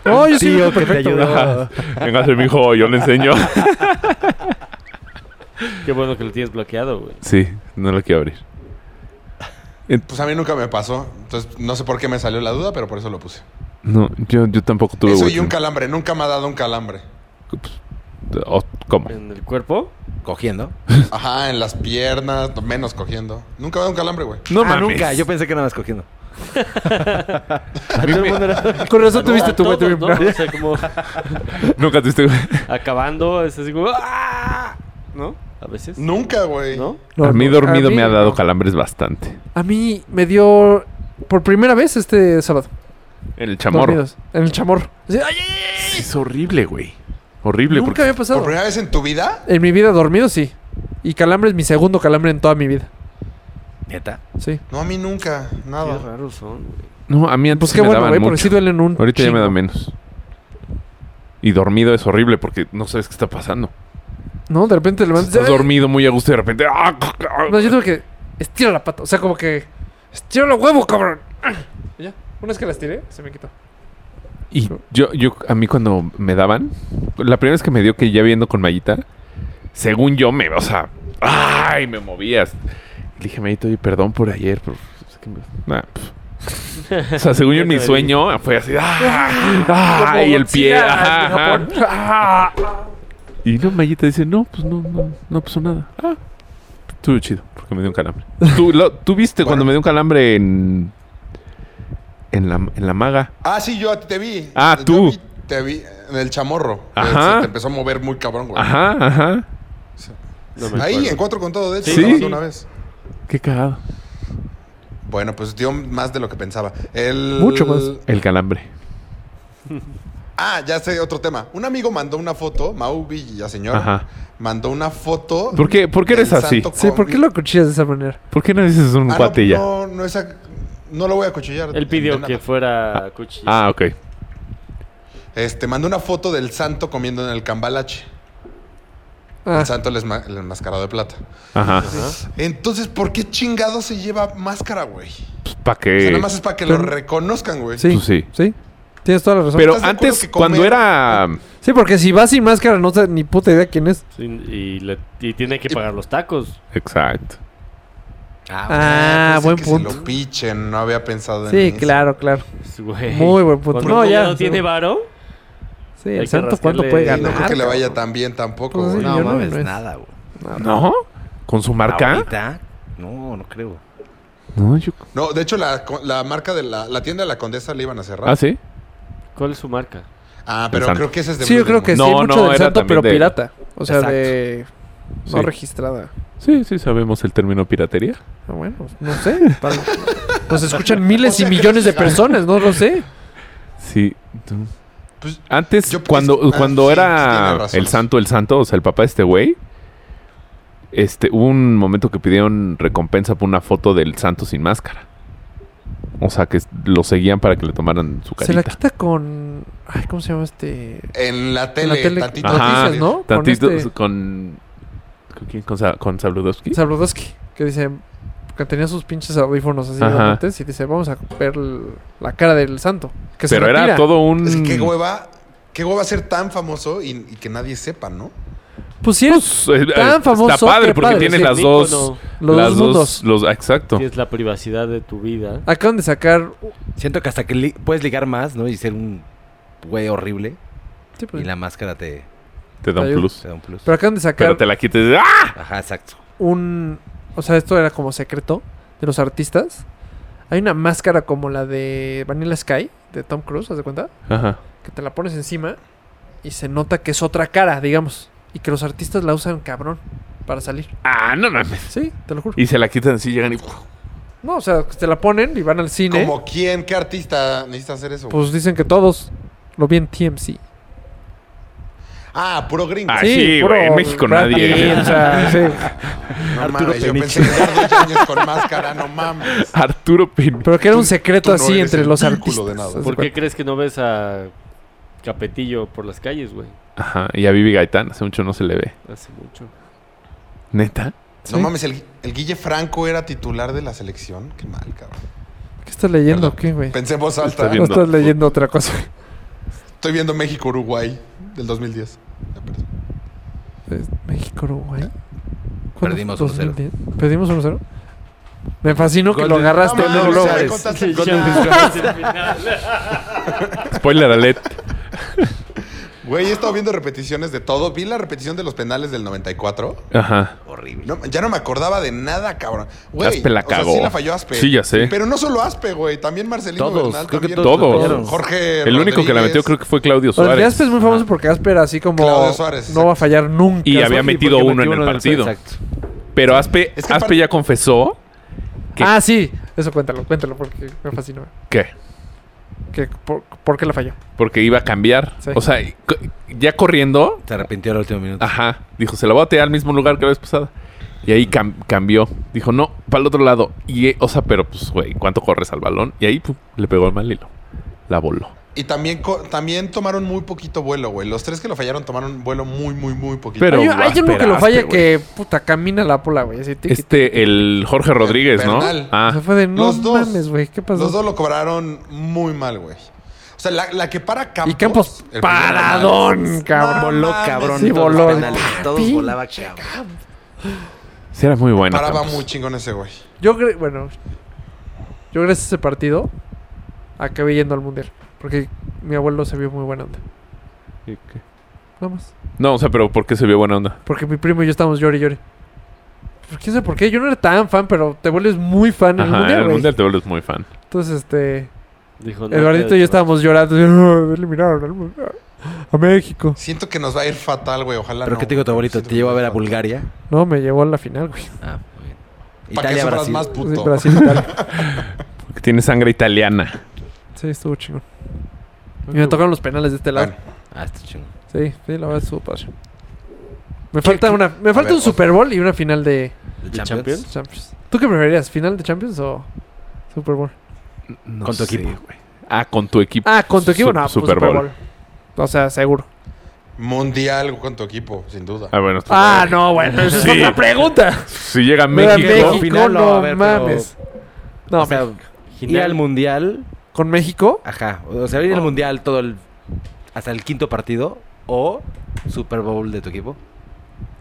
Speaker 2: No, Oh, yo
Speaker 1: un
Speaker 2: sí
Speaker 1: tío
Speaker 2: lo
Speaker 1: que te
Speaker 2: perfecto, güey.
Speaker 1: ayudó.
Speaker 3: Venga, mi hijo, yo le enseño.
Speaker 5: Qué bueno que lo tienes bloqueado, güey.
Speaker 3: Sí, no lo quiero abrir.
Speaker 6: Pues a mí nunca me pasó. Entonces, no sé por qué me salió la duda, pero por eso lo puse.
Speaker 3: No, yo, yo tampoco tuve
Speaker 6: eso
Speaker 3: wet
Speaker 6: y
Speaker 3: dream.
Speaker 6: un calambre. Nunca me ha dado un calambre.
Speaker 3: O- oh, ¿Cómo?
Speaker 5: En el cuerpo.
Speaker 1: Cogiendo.
Speaker 6: Ajá, en las piernas, menos cogiendo. Nunca me ha dado un calambre, güey.
Speaker 3: No
Speaker 1: ah,
Speaker 3: mames.
Speaker 1: nunca. Yo pensé que nada más cogiendo.
Speaker 3: A mí me-
Speaker 2: Con razón tuviste
Speaker 5: No,
Speaker 2: tu
Speaker 5: todos,
Speaker 2: wet dream,
Speaker 5: ¿no?
Speaker 2: ¿no?
Speaker 5: O sea, como
Speaker 3: Nunca tuviste.
Speaker 5: acabando, es así como... "Ah", ¿No? A veces.
Speaker 6: Nunca, güey.
Speaker 5: ¿No?
Speaker 2: No,
Speaker 3: a mí
Speaker 2: no,
Speaker 3: dormido
Speaker 2: a mí
Speaker 3: me ha dado
Speaker 2: no.
Speaker 3: calambres bastante.
Speaker 2: A mí me dio por primera vez este sábado.
Speaker 3: El chamorro.
Speaker 2: dormidos, en el chamorro. Así, ay, ay, ay,
Speaker 3: Es horrible, güey. Horrible.
Speaker 2: Nunca
Speaker 3: porque
Speaker 2: había
Speaker 6: ¿Por
Speaker 2: pasado.
Speaker 6: primera vez en tu vida?
Speaker 2: En mi vida dormido, sí. Y calambre es mi segundo calambre en toda mi vida.
Speaker 1: Neta.
Speaker 2: Sí.
Speaker 6: No, a mí nunca.
Speaker 5: Qué
Speaker 6: Nada.
Speaker 5: raros son, güey.
Speaker 3: No, a mí antes
Speaker 2: Pues qué
Speaker 3: me
Speaker 2: bueno,
Speaker 3: daban
Speaker 2: güey, porque
Speaker 3: mucho.
Speaker 2: sí duelen un
Speaker 3: Ahorita ya me da
Speaker 2: chingo.
Speaker 3: menos. Y dormido es horrible porque no sabes qué está pasando.
Speaker 2: No, de repente te levantas.
Speaker 3: Estás
Speaker 2: ay,
Speaker 3: dormido muy a gusto y de repente. ¡ah!
Speaker 2: Pues No, yo tuve que estiro la pata. O sea, como que estiro los huevos, cabrón. Y Ya. Una vez que la estiré, se me quitó.
Speaker 3: Y yo, yo, a mí cuando me daban, la primera vez que me dio que ya viendo con Mayita, según yo me, o sea, ¡ay! Me movías. Le dije, Mayita, oye, perdón por ayer. Por, es que me- nah, pf". o sea, según yo en mi sueño fue así, ¡ay!
Speaker 2: Como
Speaker 3: ¡ay! El pie,
Speaker 2: Godzilla
Speaker 3: ajá,
Speaker 2: en
Speaker 3: ajá.
Speaker 2: Japón. Ah.
Speaker 3: Y no, Mayita dice, no, pues no, no, no pasó nada. Ah, estuvo chido, porque me dio un calambre. ¿Tú, lo- tú viste cuando me dio un calambre en, en, la, en la maga?
Speaker 6: Ah, sí, yo a ti te vi.
Speaker 3: Ah,
Speaker 6: Yo
Speaker 3: tú.
Speaker 6: vi- te vi en el chamorro. Eh,
Speaker 3: Ajá.
Speaker 6: Se te empezó a mover muy cabrón, güey.
Speaker 3: Ajá, ajá.
Speaker 5: No me
Speaker 6: Ahí,
Speaker 5: acuerdo.
Speaker 6: encuentro con todo, de hecho.
Speaker 3: Sí.
Speaker 6: nada más de Una vez.
Speaker 3: Qué cagado.
Speaker 6: Bueno, pues dio más de lo que pensaba. El...
Speaker 2: Mucho más.
Speaker 3: El calambre.
Speaker 6: Ah, ya sé otro tema. Un amigo mandó una foto, Mau Villa, señor.
Speaker 3: Ajá.
Speaker 6: Mandó una foto.
Speaker 3: ¿Por qué, por qué eres
Speaker 6: del
Speaker 3: así?
Speaker 6: santo
Speaker 2: Sí, ¿por qué
Speaker 6: con-
Speaker 2: lo cuchillas de esa manera?
Speaker 3: ¿Por qué no dices un
Speaker 6: Ah,
Speaker 3: cuate y ya?
Speaker 6: no, no, no, es ac- no lo voy a cuchillar.
Speaker 5: Él pidió
Speaker 6: Ven
Speaker 5: que
Speaker 6: acá.
Speaker 5: fuera cuchillo.
Speaker 3: Ah, ok.
Speaker 6: Este, mandó una foto del santo comiendo en el cambalache.
Speaker 2: Ah,
Speaker 6: El santo el, esma- el enmascarado de plata.
Speaker 3: Ajá.
Speaker 6: Entonces, ¿por qué chingado se lleva máscara, güey?
Speaker 3: Pues, ¿Para
Speaker 6: O sea,
Speaker 3: qué?
Speaker 6: nada más es para que lo
Speaker 2: pero-
Speaker 6: reconozcan, güey.
Speaker 2: sí,
Speaker 3: Pues
Speaker 2: sí.
Speaker 3: sí.
Speaker 2: Tienes toda la razón.
Speaker 3: Pero
Speaker 6: ¿Estás de acuerdo
Speaker 3: antes,
Speaker 6: que comer-
Speaker 3: cuando era...
Speaker 2: Sí, porque si vas sin máscara no sé ni puta idea quién es.
Speaker 5: Sí, y, le- y tiene que pagar los tacos.
Speaker 3: Exacto.
Speaker 2: Ah,
Speaker 6: pensé
Speaker 2: buen
Speaker 6: pues, que
Speaker 2: punto.
Speaker 6: Se lo pichen, no había pensado en
Speaker 2: Sí,
Speaker 6: eso.
Speaker 2: claro, claro.
Speaker 5: Pues, güey.
Speaker 2: Muy buen punto.
Speaker 5: Cuando
Speaker 2: No,
Speaker 5: uno
Speaker 2: ya.
Speaker 5: no tiene varo.
Speaker 2: Sí,
Speaker 5: Hay
Speaker 2: el
Speaker 5: que
Speaker 2: santo cuánto
Speaker 5: rascarle-
Speaker 2: puede
Speaker 6: Sí,
Speaker 2: ganar.
Speaker 6: no creo que le vaya
Speaker 2: cabrón?
Speaker 6: tan bien tampoco,
Speaker 2: Pues sí,
Speaker 6: güey.
Speaker 2: yo
Speaker 1: No,
Speaker 2: no,
Speaker 1: mames,
Speaker 2: no es-
Speaker 1: nada, güey.
Speaker 3: ¿No? ¿Con su marca?
Speaker 1: ¿Ahorita? No, no creo.
Speaker 3: No, yo...
Speaker 6: No, de hecho, la, la marca de la, la tienda de la condesa le iban a cerrar.
Speaker 3: ¿Ah, sí?
Speaker 5: ¿Cuál es su marca?
Speaker 6: Ah, pero
Speaker 3: Santo.
Speaker 6: creo que ese es de
Speaker 2: Sí, yo creo que sí,
Speaker 3: No,
Speaker 2: mucho
Speaker 3: no,
Speaker 2: del
Speaker 3: era
Speaker 2: santo, pero
Speaker 3: también de-
Speaker 2: pirata. O sea,
Speaker 1: Exacto.
Speaker 2: de... No
Speaker 3: Sí.
Speaker 2: registrada.
Speaker 3: Sí, sí, sabemos el término piratería.
Speaker 2: Ah, bueno, no sé. Para- Nos escuchan miles
Speaker 6: O sea
Speaker 2: y
Speaker 6: que
Speaker 2: millones
Speaker 6: no
Speaker 2: de
Speaker 6: se gana.
Speaker 2: personas, no lo sé.
Speaker 3: Sí. tú-
Speaker 6: Pues,
Speaker 3: Antes,
Speaker 6: yo-
Speaker 3: cuando,
Speaker 6: es- ah,
Speaker 3: cuando
Speaker 6: sí, tienes
Speaker 3: era
Speaker 6: razón.
Speaker 3: el santo, el santo, o sea, el papá de este güey, este, hubo un momento que pidieron recompensa por una foto del santo sin máscara. O sea, que s- lo seguían para que le tomaran su
Speaker 2: Se la
Speaker 3: carita.
Speaker 2: quita con... Ay, ¿cómo se llama este...?
Speaker 6: En la
Speaker 2: En
Speaker 6: tele,
Speaker 2: la tele
Speaker 6: tantito.
Speaker 3: Ajá.
Speaker 2: noticias, ¿no? Con
Speaker 3: Tantito
Speaker 2: este-
Speaker 3: con... ¿Con quién? ¿Con, Sa- con Sabludowski?
Speaker 2: Sabludowski, que dice que tenía sus pinches audífonos así
Speaker 3: Ajá.
Speaker 2: antes y dice, vamos a ver l- la cara del santo. Que se
Speaker 3: Pero era
Speaker 2: retira.
Speaker 3: todo un...
Speaker 6: Es que
Speaker 2: Mm.
Speaker 6: qué hueva, qué hueva ser tan famoso y, y que nadie sepa, ¿no?
Speaker 2: Pues sí,
Speaker 3: Pues, eh, eh,
Speaker 2: tan famoso.
Speaker 3: Está padre
Speaker 2: qué
Speaker 3: porque
Speaker 2: padre,
Speaker 3: tiene
Speaker 2: sí.
Speaker 3: las
Speaker 5: Un
Speaker 3: dos...
Speaker 5: ícono.
Speaker 2: Los
Speaker 3: las
Speaker 2: dos mundos.
Speaker 3: Los, ah, exacto.
Speaker 5: Tienes la privacidad de tu vida.
Speaker 2: Acaban de sacar...
Speaker 1: Siento que hasta que li- puedes ligar más, ¿no? Y ser un güey horrible.
Speaker 2: sí, pues,
Speaker 1: Y la máscara te,
Speaker 3: Te da un
Speaker 2: Ayuda.
Speaker 3: plus.
Speaker 1: te da un plus.
Speaker 2: Pero acaban de
Speaker 3: Pero
Speaker 2: sacar
Speaker 3: te la quites... y- ¡Ah!
Speaker 1: Ajá, exacto.
Speaker 2: un... O sea, esto era como secreto de los artistas. Hay una máscara como la de Vanilla Sky, de Tom Cruise, ¿haz de cuenta?
Speaker 3: Ajá.
Speaker 2: Que te la pones encima y se nota que es otra cara, digamos. Y que los artistas la usan cabrón para salir.
Speaker 3: Ah, no mames.
Speaker 2: Sí, te lo juro.
Speaker 3: Y se la quitan así, llegan y...
Speaker 2: No, o sea, que te la ponen y van al cine.
Speaker 6: Como quién, qué artista necesita hacer eso. güey?
Speaker 2: Pues dicen que todos. Lo vi en TMC.
Speaker 6: ah, puro gringo.
Speaker 3: Ah, sí,
Speaker 2: puro
Speaker 3: güey, en México
Speaker 2: Brad
Speaker 3: nadie.
Speaker 2: Pitt, o sea, sí.
Speaker 6: no
Speaker 1: Arturo
Speaker 6: mames, yo
Speaker 1: Peniche.
Speaker 6: pensé que Eduardo Yáñez con máscara, no mames.
Speaker 3: Arturo Pin.
Speaker 2: Pero que era un
Speaker 6: Tú-
Speaker 2: secreto
Speaker 6: tú no
Speaker 2: así
Speaker 6: eres
Speaker 2: entre
Speaker 6: el
Speaker 2: los
Speaker 6: vínculo
Speaker 2: artistas.
Speaker 6: de nada.
Speaker 2: ¿Te das
Speaker 5: ¿Por qué
Speaker 2: cuenta?
Speaker 5: crees que no ves a Capetillo por las calles, güey?
Speaker 3: Ajá, y a Vivi Gaitán hace mucho no se le ve.
Speaker 5: Hace mucho.
Speaker 3: ¿Neta?
Speaker 6: No mames, el, el Guille Franco era titular de la selección. Qué mal, cabrón.
Speaker 2: ¿Qué estás leyendo?
Speaker 6: Perdón.
Speaker 2: o ¿Qué, güey?
Speaker 6: Pensé en voz alta.
Speaker 3: Está
Speaker 2: No
Speaker 3: bien.
Speaker 2: estás leyendo otra cosa.
Speaker 6: Estoy viendo México-Uruguay del 2010. Ya, perdón.
Speaker 2: Es México, Uruguay. ¿Cuándo
Speaker 1: Perdimos
Speaker 2: fue?
Speaker 1: 1-0.
Speaker 2: 2010. ¿Perdimos 1-0? Me fascinó que lo
Speaker 1: Golden-
Speaker 2: agarraste
Speaker 6: No
Speaker 2: luego, luego.
Speaker 6: mames, ya,
Speaker 2: güey.
Speaker 6: contaste el
Speaker 5: Gol de
Speaker 6: final.
Speaker 3: Spoiler alert.
Speaker 6: Güey, he estado viendo repeticiones de todo. Vi la repetición de los penales del 94.
Speaker 3: Ajá.
Speaker 1: Horrible.
Speaker 6: No, ya no me acordaba de nada, cabrón. Güey,
Speaker 3: Aspe la
Speaker 6: o sea,
Speaker 3: cagó.
Speaker 6: sí la falló Aspe.
Speaker 3: Sí, ya sé.
Speaker 6: Pero no solo Aspe, güey. También Marcelino
Speaker 1: Todos,
Speaker 6: Bernal.
Speaker 1: creo que
Speaker 6: también-
Speaker 1: todos
Speaker 3: Todos.
Speaker 1: fallaron.
Speaker 6: Jorge
Speaker 3: El único que la metió creo que fue Claudio
Speaker 2: Pero el de
Speaker 3: Suárez.
Speaker 2: Aspe es muy famoso porque Asper así como
Speaker 6: Claudio Suárez,
Speaker 2: no va a fallar nunca.
Speaker 3: Y
Speaker 2: ¿no?
Speaker 3: había
Speaker 1: porque
Speaker 3: metido uno en el partido.
Speaker 1: Exacto.
Speaker 3: Pero Aspe,
Speaker 6: Es que
Speaker 3: Aspe
Speaker 6: par-
Speaker 3: ya confesó que...
Speaker 2: Ah, sí. Eso cuéntalo, cuéntalo porque me fascinó.
Speaker 3: ¿Qué?
Speaker 2: Que, por, ¿Por qué la falló?
Speaker 3: Porque iba a cambiar.
Speaker 2: Sí.
Speaker 3: O sea, y co- ya corriendo...
Speaker 1: Se arrepintió al último minuto.
Speaker 3: Ajá. Dijo, se la voy a tirar al mismo lugar que la vez pasada. Y ahí cam- cambió. Dijo, no, para el otro lado. Y, eh, o sea, pero pues, güey, ¿cuánto corres al balón? Y ahí pum, le pegó al mal hilo. La voló.
Speaker 6: Y también, co- también tomaron muy poquito vuelo, güey. Los tres que lo fallaron tomaron vuelo muy, muy, muy poquito.
Speaker 3: Pero
Speaker 2: hay, hay
Speaker 3: Asper,
Speaker 2: uno que lo falla
Speaker 3: Asper,
Speaker 2: que, puta, camina la pola, güey. Así, tiqui,
Speaker 3: Este, el Jorge Rodríguez, ¿no?
Speaker 6: Bernal.
Speaker 2: O sea,
Speaker 3: Ah,
Speaker 2: fue de no
Speaker 6: Los dos.
Speaker 2: mames, güey. ¿Qué pasó?
Speaker 6: Los dos lo cobraron muy mal, güey. O sea, la, la que para Campos.
Speaker 2: y Campos
Speaker 6: el primero
Speaker 2: paradón,
Speaker 6: mal.
Speaker 2: cabrón.
Speaker 6: No
Speaker 1: Voló,
Speaker 6: mames.
Speaker 1: cabrón.
Speaker 2: Sí,
Speaker 1: todos los
Speaker 2: voló. Ah,
Speaker 1: penales, Todos
Speaker 2: Papi.
Speaker 1: volaba, cabrón.
Speaker 3: sí, era muy bueno.
Speaker 6: Paraba
Speaker 3: Campos.
Speaker 6: muy chingón ese, güey.
Speaker 2: Yo creo, bueno, yo gracias a ese partido acabé yendo al mundial. Porque mi abuelo se vio muy buena onda.
Speaker 3: ¿Y qué?
Speaker 2: Nada más.
Speaker 3: No, o sea, pero ¿por qué se vio buena onda?
Speaker 2: Porque mi primo y yo estábamos llore y llore. Pues, ¿Quién sabe por qué? Yo no era tan fan, pero te vuelves muy fan en el
Speaker 3: Ajá, en
Speaker 2: mundial,
Speaker 3: el
Speaker 2: güey.
Speaker 3: mundial te vuelves muy fan.
Speaker 2: Entonces, este.
Speaker 5: Dijo, no,
Speaker 2: Eduardito y yo
Speaker 5: no.
Speaker 2: estábamos llorando. "No, Eliminaron al mundial. A México.
Speaker 6: Siento que nos va a ir fatal, güey. Ojalá
Speaker 1: Pero
Speaker 6: no.
Speaker 1: ¿qué te digo tu
Speaker 6: güey.
Speaker 1: abuelito?
Speaker 6: Siento
Speaker 1: Te
Speaker 6: que
Speaker 1: llevó a
Speaker 6: nos va
Speaker 1: ver a
Speaker 6: fatal.
Speaker 1: Bulgaria.
Speaker 2: No, me llevó a la final, güey.
Speaker 1: Ah, muy bien.
Speaker 6: ¿Para qué
Speaker 1: Italia,
Speaker 6: sobras
Speaker 1: Brasil.
Speaker 6: más,
Speaker 2: Sí,
Speaker 6: puto?
Speaker 2: Brasil, Italia.
Speaker 3: Porque tiene sangre italiana.
Speaker 2: Sí, estuvo chingón. Y me tocaron los penales de este lado.
Speaker 6: Bueno,
Speaker 7: Ah, está chingón.
Speaker 2: Sí, sí, la verdad estuvo padre. Me falta una, me falta
Speaker 6: ver,
Speaker 2: un Super Bowl y una final de
Speaker 7: ¿De
Speaker 5: ¿De
Speaker 7: Champions?
Speaker 2: Champions. ¿Tú qué preferirías? ¿Final de Champions o Super Bowl?
Speaker 3: No
Speaker 1: Con tu
Speaker 3: sé,
Speaker 1: equipo.
Speaker 3: güey. Ah, con tu equipo.
Speaker 2: Ah, con tu equipo
Speaker 3: Sup-
Speaker 2: no, pues,
Speaker 3: Super Bowl.
Speaker 2: O sea, seguro.
Speaker 6: mundial con tu equipo, sin duda.
Speaker 3: Ah, bueno. está
Speaker 2: Ah,
Speaker 3: bien.
Speaker 2: no, bueno, esa
Speaker 3: Sí.
Speaker 2: es otra pregunta.
Speaker 3: Si llega
Speaker 2: Mira,
Speaker 3: México,
Speaker 2: México,
Speaker 1: Final, no,
Speaker 2: no,
Speaker 1: a ver, pero-
Speaker 2: mames. No,
Speaker 1: o sea, ir
Speaker 7: Final.
Speaker 1: al mundial,
Speaker 2: con México,
Speaker 1: ajá. O sea, ir al mundial todo el. hasta el quinto partido o Super Bowl de tu equipo.